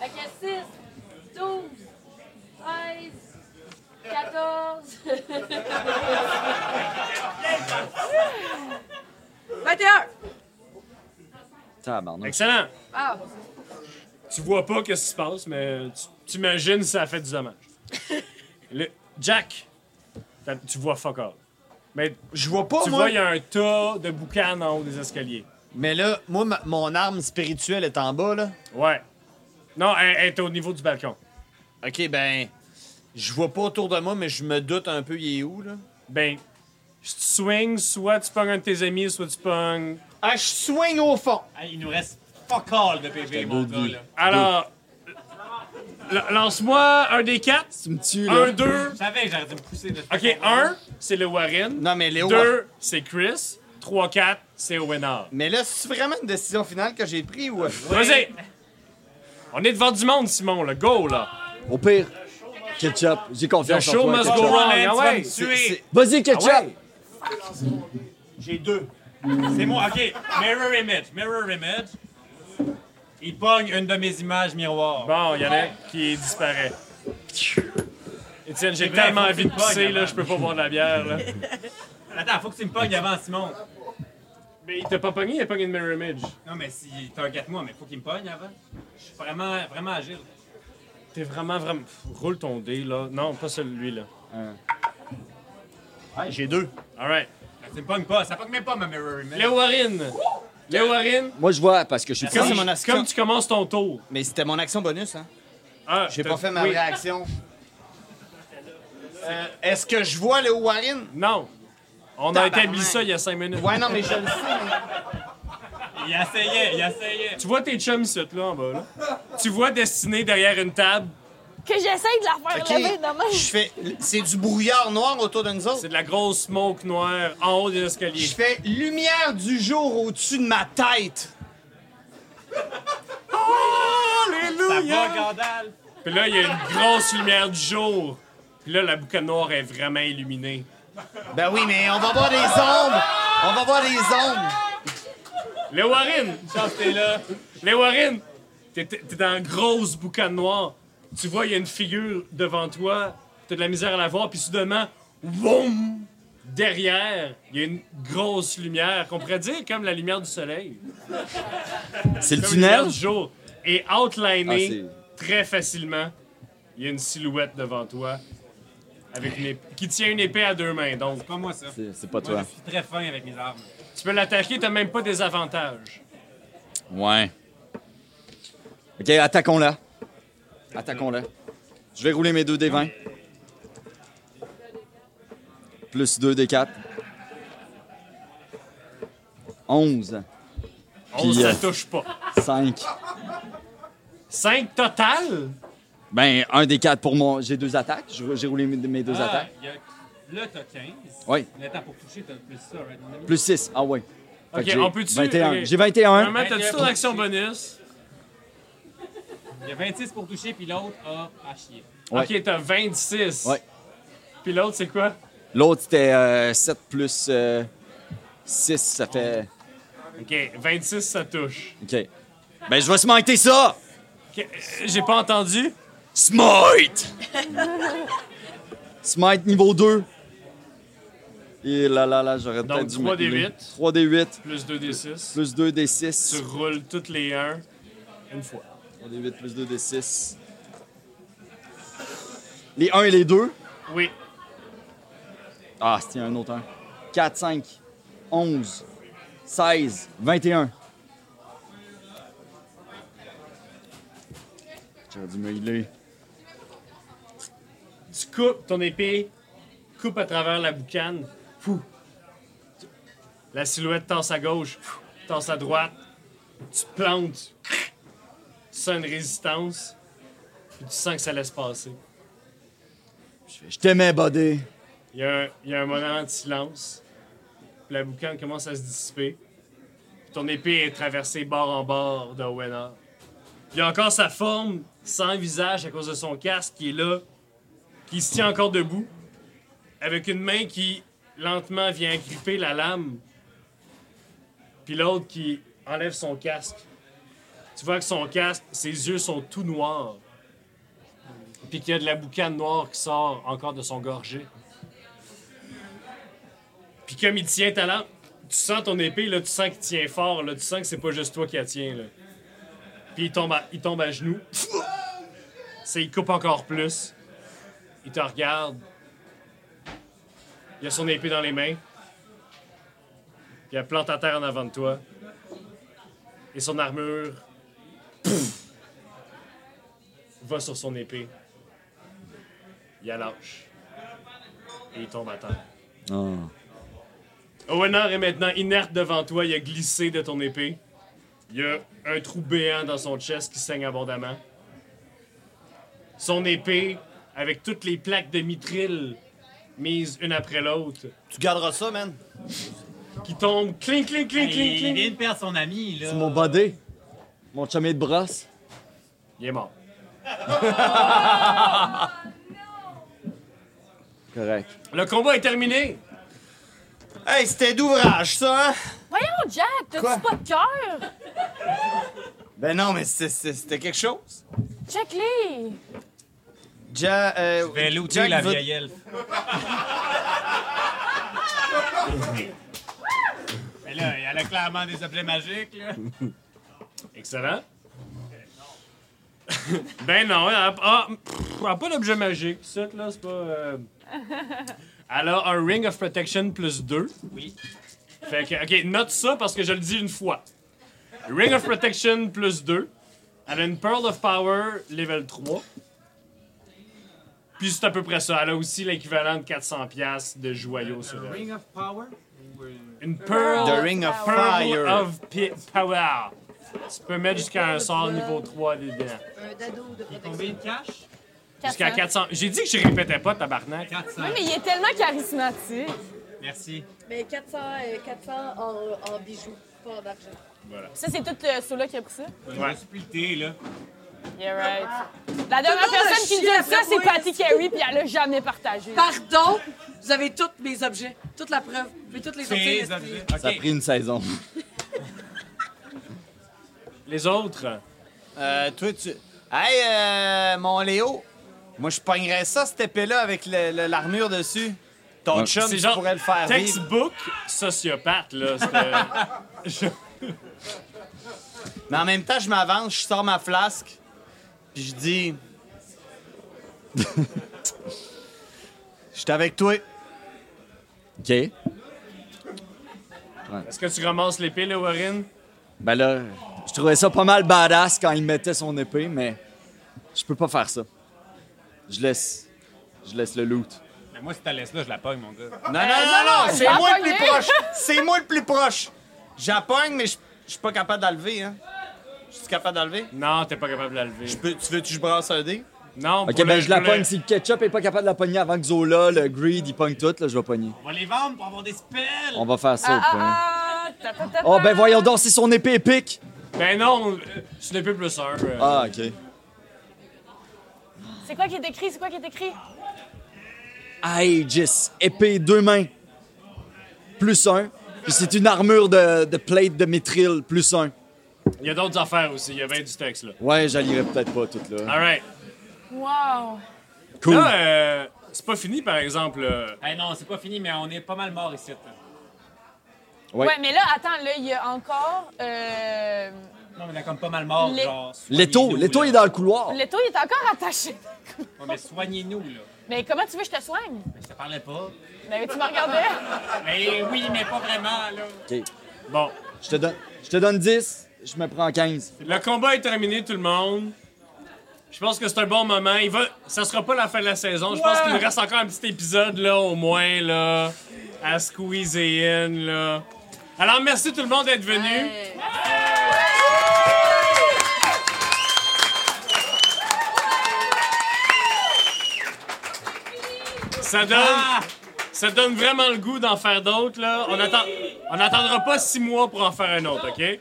Fait que 6, 12, 13, 14. 21.
Tabarnak.
Excellent
Ah,
Tu vois pas qu'est-ce qui se passe, mais tu t'imagines si ça a fait du dommage. Le- Jack, t'as- tu vois fuck all. Mais
Je vois pas,
tu
moi.
vois, il y a un tas de boucan en haut des escaliers.
Mais là, moi, ma- mon arme spirituelle est en bas, là.
Ouais. Non, elle, elle est au niveau du balcon.
OK, ben.
Je vois pas autour de moi, mais je me doute un peu, il est où, là?
Ben, si tu swings, soit tu pognes un de tes amis, soit tu pognes.
Ah, je swing au fond!
Ah, il nous reste fuck all de PV, mon gars, là.
Alors, la- lance-moi un des quatre.
Tu me tues, là.
Un, deux.
Je savais que j'aurais dû me pousser de
Ok, un, c'est le Warren.
Non, mais Léo.
Deux, c'est Chris. Trois, quatre, c'est Owenard.
Mais là, c'est vraiment une décision finale que j'ai prise ou. euh?
Vas-y! On est devant du monde, Simon, là. Go, là!
Au pire, Ketchup, j'ai
The
confiance en
show
toi.
must
Ketchup.
go round. Ah
vas
ouais!
me tuer.
Vas-y, Ketchup!
Ah ouais.
J'ai deux.
C'est moi, ok. Mirror image, mirror image. Il pogne une de mes images miroir.
Bon, il y en a qui disparaît. Étienne, j'ai
C'est vrai,
tellement
faut
envie de
que tu
pisser,
pognes
là,
avant.
je peux pas boire de la bière, là.
Attends, faut que tu me pognes avant, Simon.
Mais il t'a pas pogné, il a pogné une mirror image.
Non, mais si target moi, mais faut qu'il me pogne avant. Je suis vraiment, vraiment agile.
T'es vraiment, vraiment. Pff, Roule ton dé, là. Non, pas celui-là.
j'ai deux.
Alright.
Fait que Ben, Tu me pognes pas, ça pogne même pas ma mirror image.
Léo Warren! Léo Warren!
Moi, je vois parce que je suis
Ça, c'est
petit.
mon action.
Comme tu commences ton tour.
Mais c'était mon action bonus, hein?
Ah,
J'ai
t'as-
pas fait ma
oui.
réaction. Euh, Est-ce que je vois le Warren?
Non. On a
Tabarnak.
établi ça il y a cinq minutes.
Ouais, non, mais je le sais.
Il essayait, il essayait.
Tu vois tes chums ici, là, en bas, là. Tu vois Destiné derrière une table.
Que j'essaye de la faire
Ok.
lever demain.
Je fais. C'est du brouillard noir autour de nous autres.
C'est de la grosse smoke noire en haut des escaliers.
Je fais lumière du jour au-dessus de ma tête.
Ça va, Gandalf.
Puis là, il y a une grosse lumière du jour. Puis là, la boucane noire est vraiment illuminée.
Ben oui, mais on va voir des ombres. On va voir des ombres.
Les Warren! Chance, t'es là. Les Warren! T'es t'es- t'es dans une grosse boucane noire. Tu vois, il y a une figure devant toi. T'as de la misère à la voir. Puis soudainement, woum! Derrière, il y a une grosse lumière qu'on pourrait dire comme la lumière du soleil.
C'est le
Comme la lumière
tunnel?
du jour. Et outlinée
Ah,
très facilement, il y a une silhouette devant toi avec une ép- qui tient une épée à deux mains. Donc,
C'est pas moi, ça. Moi,
C'est c'est pas toi.
je suis très fin avec mes armes.
tu peux l'attaquer, t'as même pas des avantages.
Ouais. Ok, attaquons-la. Attaquons-la. Je vais rouler mes 2 des 20. Plus 2 des 4. 11,
On
Puis,
ne
euh,
touche pas.
5.
5 total?
Ben, un des 4 pour mon. J'ai deux attaques. Je- J'ai roulé mes mes deux
Ah,
attaques.
il y a- Là, t'as 15.
Oui.
Mais attends, pour toucher, t'as plus ça, right, mon ami?
Plus 6. Ah ouais. Fait
Ok,
que j'ai
on peut-tu-
21.
ok.
J'ai 21.
Normalement, t'as-tu ton action bonus?
Il y a 26 pour toucher, puis l'autre a à chier.
Ouais.
Ok, t'as 26.
Ouais.
Puis l'autre, c'est quoi?
L'autre, c'était 7 plus 6. Ça fait.
Ok, 26, ça touche.
Ok. Ben, je vais smiter ça!
Ok, euh, J'ai pas entendu.
Smite! Smite niveau 2. Et là, là, là, j'aurais
Donc,
peut-être dû
3 des
m'aider.
huit.
3 des 8,
Plus 2 des 6.
plus 2 des
Tu
6.
roules toutes les 1 une fois.
3 des 8, plus 2 des 6. Les 1 et les 2.
Oui.
Ah, c'était un autre 1. 4, 5, 11, 16, 21. J'aurais dû me healer.
Tu coupes ton épée, coupe à travers la boucane. Fou. La silhouette tasse à gauche, fou, tasse à droite. Tu te plantes. cric. Tu sens une résistance. Puis tu sens que ça laisse passer.
Je fais, Je t'aimais, buddy.
Il y, a un, il y a un moment de silence. Puis la boucane commence à se dissiper. Puis ton épée est traversée bord en bord de Wenard. Il y a encore sa forme sans visage à cause de son casque qui est là, qui se tient encore debout, avec une main qui lentement vient gripper la lame, puis l'autre qui enlève son casque. Tu vois que son casque, ses yeux sont tout noirs, puis qu'il y a de la boucane noire qui sort encore de son gorget. Puis comme il tient ta lampe, tu sens ton épée, là, tu sens qu'il tient fort, là, tu sens que c'est pas juste toi qui la tiens. Là. Puis il tombe à, il tombe à genoux. C'est, il coupe encore plus. Il te regarde. Il a son épée dans les mains. Puis elle plante à terre en avant de toi. Et son armure pff, va sur son épée. il la lâche. Et il tombe à terre.
Oh.
Owenor est maintenant inerte devant toi, il a glissé de ton épée. Il y a un trou béant dans son chest qui saigne abondamment. Son épée, avec toutes les plaques de mitril mises une après l'autre,
Tu garderas ça, man.
qui tombent clink, clink, clink, clink,
Il
clink.
vient de perdre son ami, là.
C'est mon body. Mon chumé de brosse.
Il est mort.
Correct.
Le combat est terminé.
Hey, c'était d'ouvrage, ça, hein?
Voyons, Jack,
Quoi?
t'as-tu pas de cœur?
Ben non, mais c'est- c'est- c'était quelque chose.
Check-les!
Ja, euh,
Ben, l'outil,
Jack
la
va-
vieille elfe. Mais Ben là, elle a clairement des objets magiques, là.
Excellent. ben non, elle a, ah, pff, elle a pas d'objet magique. Ça, là, c'est pas. euh, Elle a un Ring of Protection plus 2.
Oui.
Fait que, ok, note ça parce que je le dis une fois. Ring of Protection plus 2. Elle a une Pearl of Power level 3. Puis c'est à peu près ça. Elle a aussi l'équivalent de 400$ piastres de joyaux sur elle.
Euh, of Power? euh,
Une
Oh,
Pearl,
The Ring of
Pearl
Fire.
of Pi- Power. Tu peux mettre jusqu'à un sort niveau 3 dedans.
Un dado de protection.
Combien de cash?
Jusqu'à 400. J'ai dit que je répétais pas, tabarnak.
400.
Oui, mais il est tellement charismatique.
Merci.
Mais 400, euh, 400 en, en bijoux, pas en argent.
Ça, c'est tout euh, ceux-là qui a pris ça.
Je me suis pris le thé, là.
Yeah, right. Bah, La dernière
Tout le monde a
personne qui
chié
nous a Ah, dit
après
ça, c'est
moi.
Patty Carey, puis elle l'a jamais partagé.
Pardon, vous avez tous mes objets, toute la preuve, mais toutes les
Tes
objets.
objets.
Ça a
OK.
pris une saison.
Les autres,
Euh, toi, tu. Hey, euh, mon Léo, moi, je pognerais ça, cette épée-là, avec le- le- l'armure dessus. Ton
Ouais.
chum,
c'est
tu
genre
pourrais le faire vivre.
textbook sociopathe, là. c'est, euh, je-
Mais en même temps, je m'avance, je sors ma flasque, puis je dis. J'étais avec toi.
OK.
Est-ce que tu ramasses l'épée, là, Warren?
Ben là, je trouvais ça pas mal badass quand il mettait son épée, mais je peux pas faire ça. Je laisse. Je laisse le loot.
Mais moi, si t'as laisse là, je la pogne, mon gars.
Non, non,
Ah,
non, non,
je
c'est
vais
moi le plus
pogner.
proche. C'est moi le plus proche. J'appogne, mais je je suis pas capable d'enlever, hein. Je suis capable d'enlever?
Non, t'es pas capable de la lever.
Je peux- Tu veux que je brasse un dé?
Non,
OK,
pour
ben
le-
je la
pour le-
pogne. Si le ketchup est pas capable de la pogner avant que Zola, le greed, il pogne tout, là, je vais pogner.
On va les vendre pour avoir des spells!
On va faire ça au
Ah,
point.
ah, ta, ta, ta,
Oh, ben
ta.
voyons donc, c'est son épée épique!
Ben non, euh, c'est l'épée plus un. euh.
Ah, OK.
C'est quoi qui est écrit? C'est quoi qui est écrit?
Aegis, épée deux mains, plus un. Puis c'est une armure de, de plate de mitril, plus un.
Il y a d'autres affaires aussi. Il y a bien du texte, là.
Ouais, j'allierai peut-être pas tout là.
All right.
Wow!
Cool.
Là, euh, c'est pas fini, par exemple. euh,
Eh non, c'est pas fini, mais on est pas mal morts ici. hein. là.
Ouais.
Ouais. mais là, attends, là, il y a encore. Euh...
Non, mais on est comme pas mal morts,
Les-
genre.
Leto,
soignez-nous,
Leto
là.
il est dans le couloir.
L'étau, il est encore attaché.
Ouais, mais soignez-nous, là.
Mais comment tu veux que je te soigne?
Mais je te parlais pas.
Ben, tu me regardais?
Mais oui, mais pas vraiment, là.
OK.
Bon,
Je te donne, je te donne 10, je me prends 15.
le combat est terminé, tout le monde. Je pense que c'est un bon moment. Il va... Ça sera pas la fin de la saison. Je pense qu'il nous reste encore un petit épisode, là, au moins, là, à squeezer in, là. Alors, merci tout le monde d'être venu. Ça donne, ça donne vraiment le goût d'en faire d'autres. Là. On attend, on n'attendra pas six mois pour en faire un autre, OK?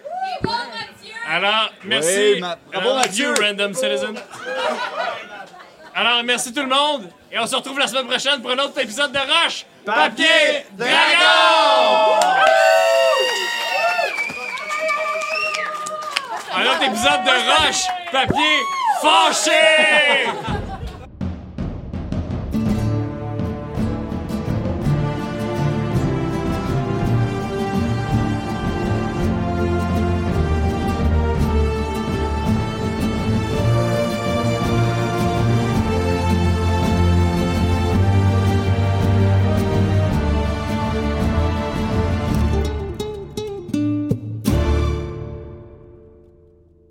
Alors, merci.
Oui, ma- bravo,
Alors,
Mathieu.
you, random citizen. Alors, merci tout le monde. Et on se retrouve la semaine prochaine pour un autre épisode de Roche. Papier, Dragon! Un autre épisode de Roche. Papier, fâché!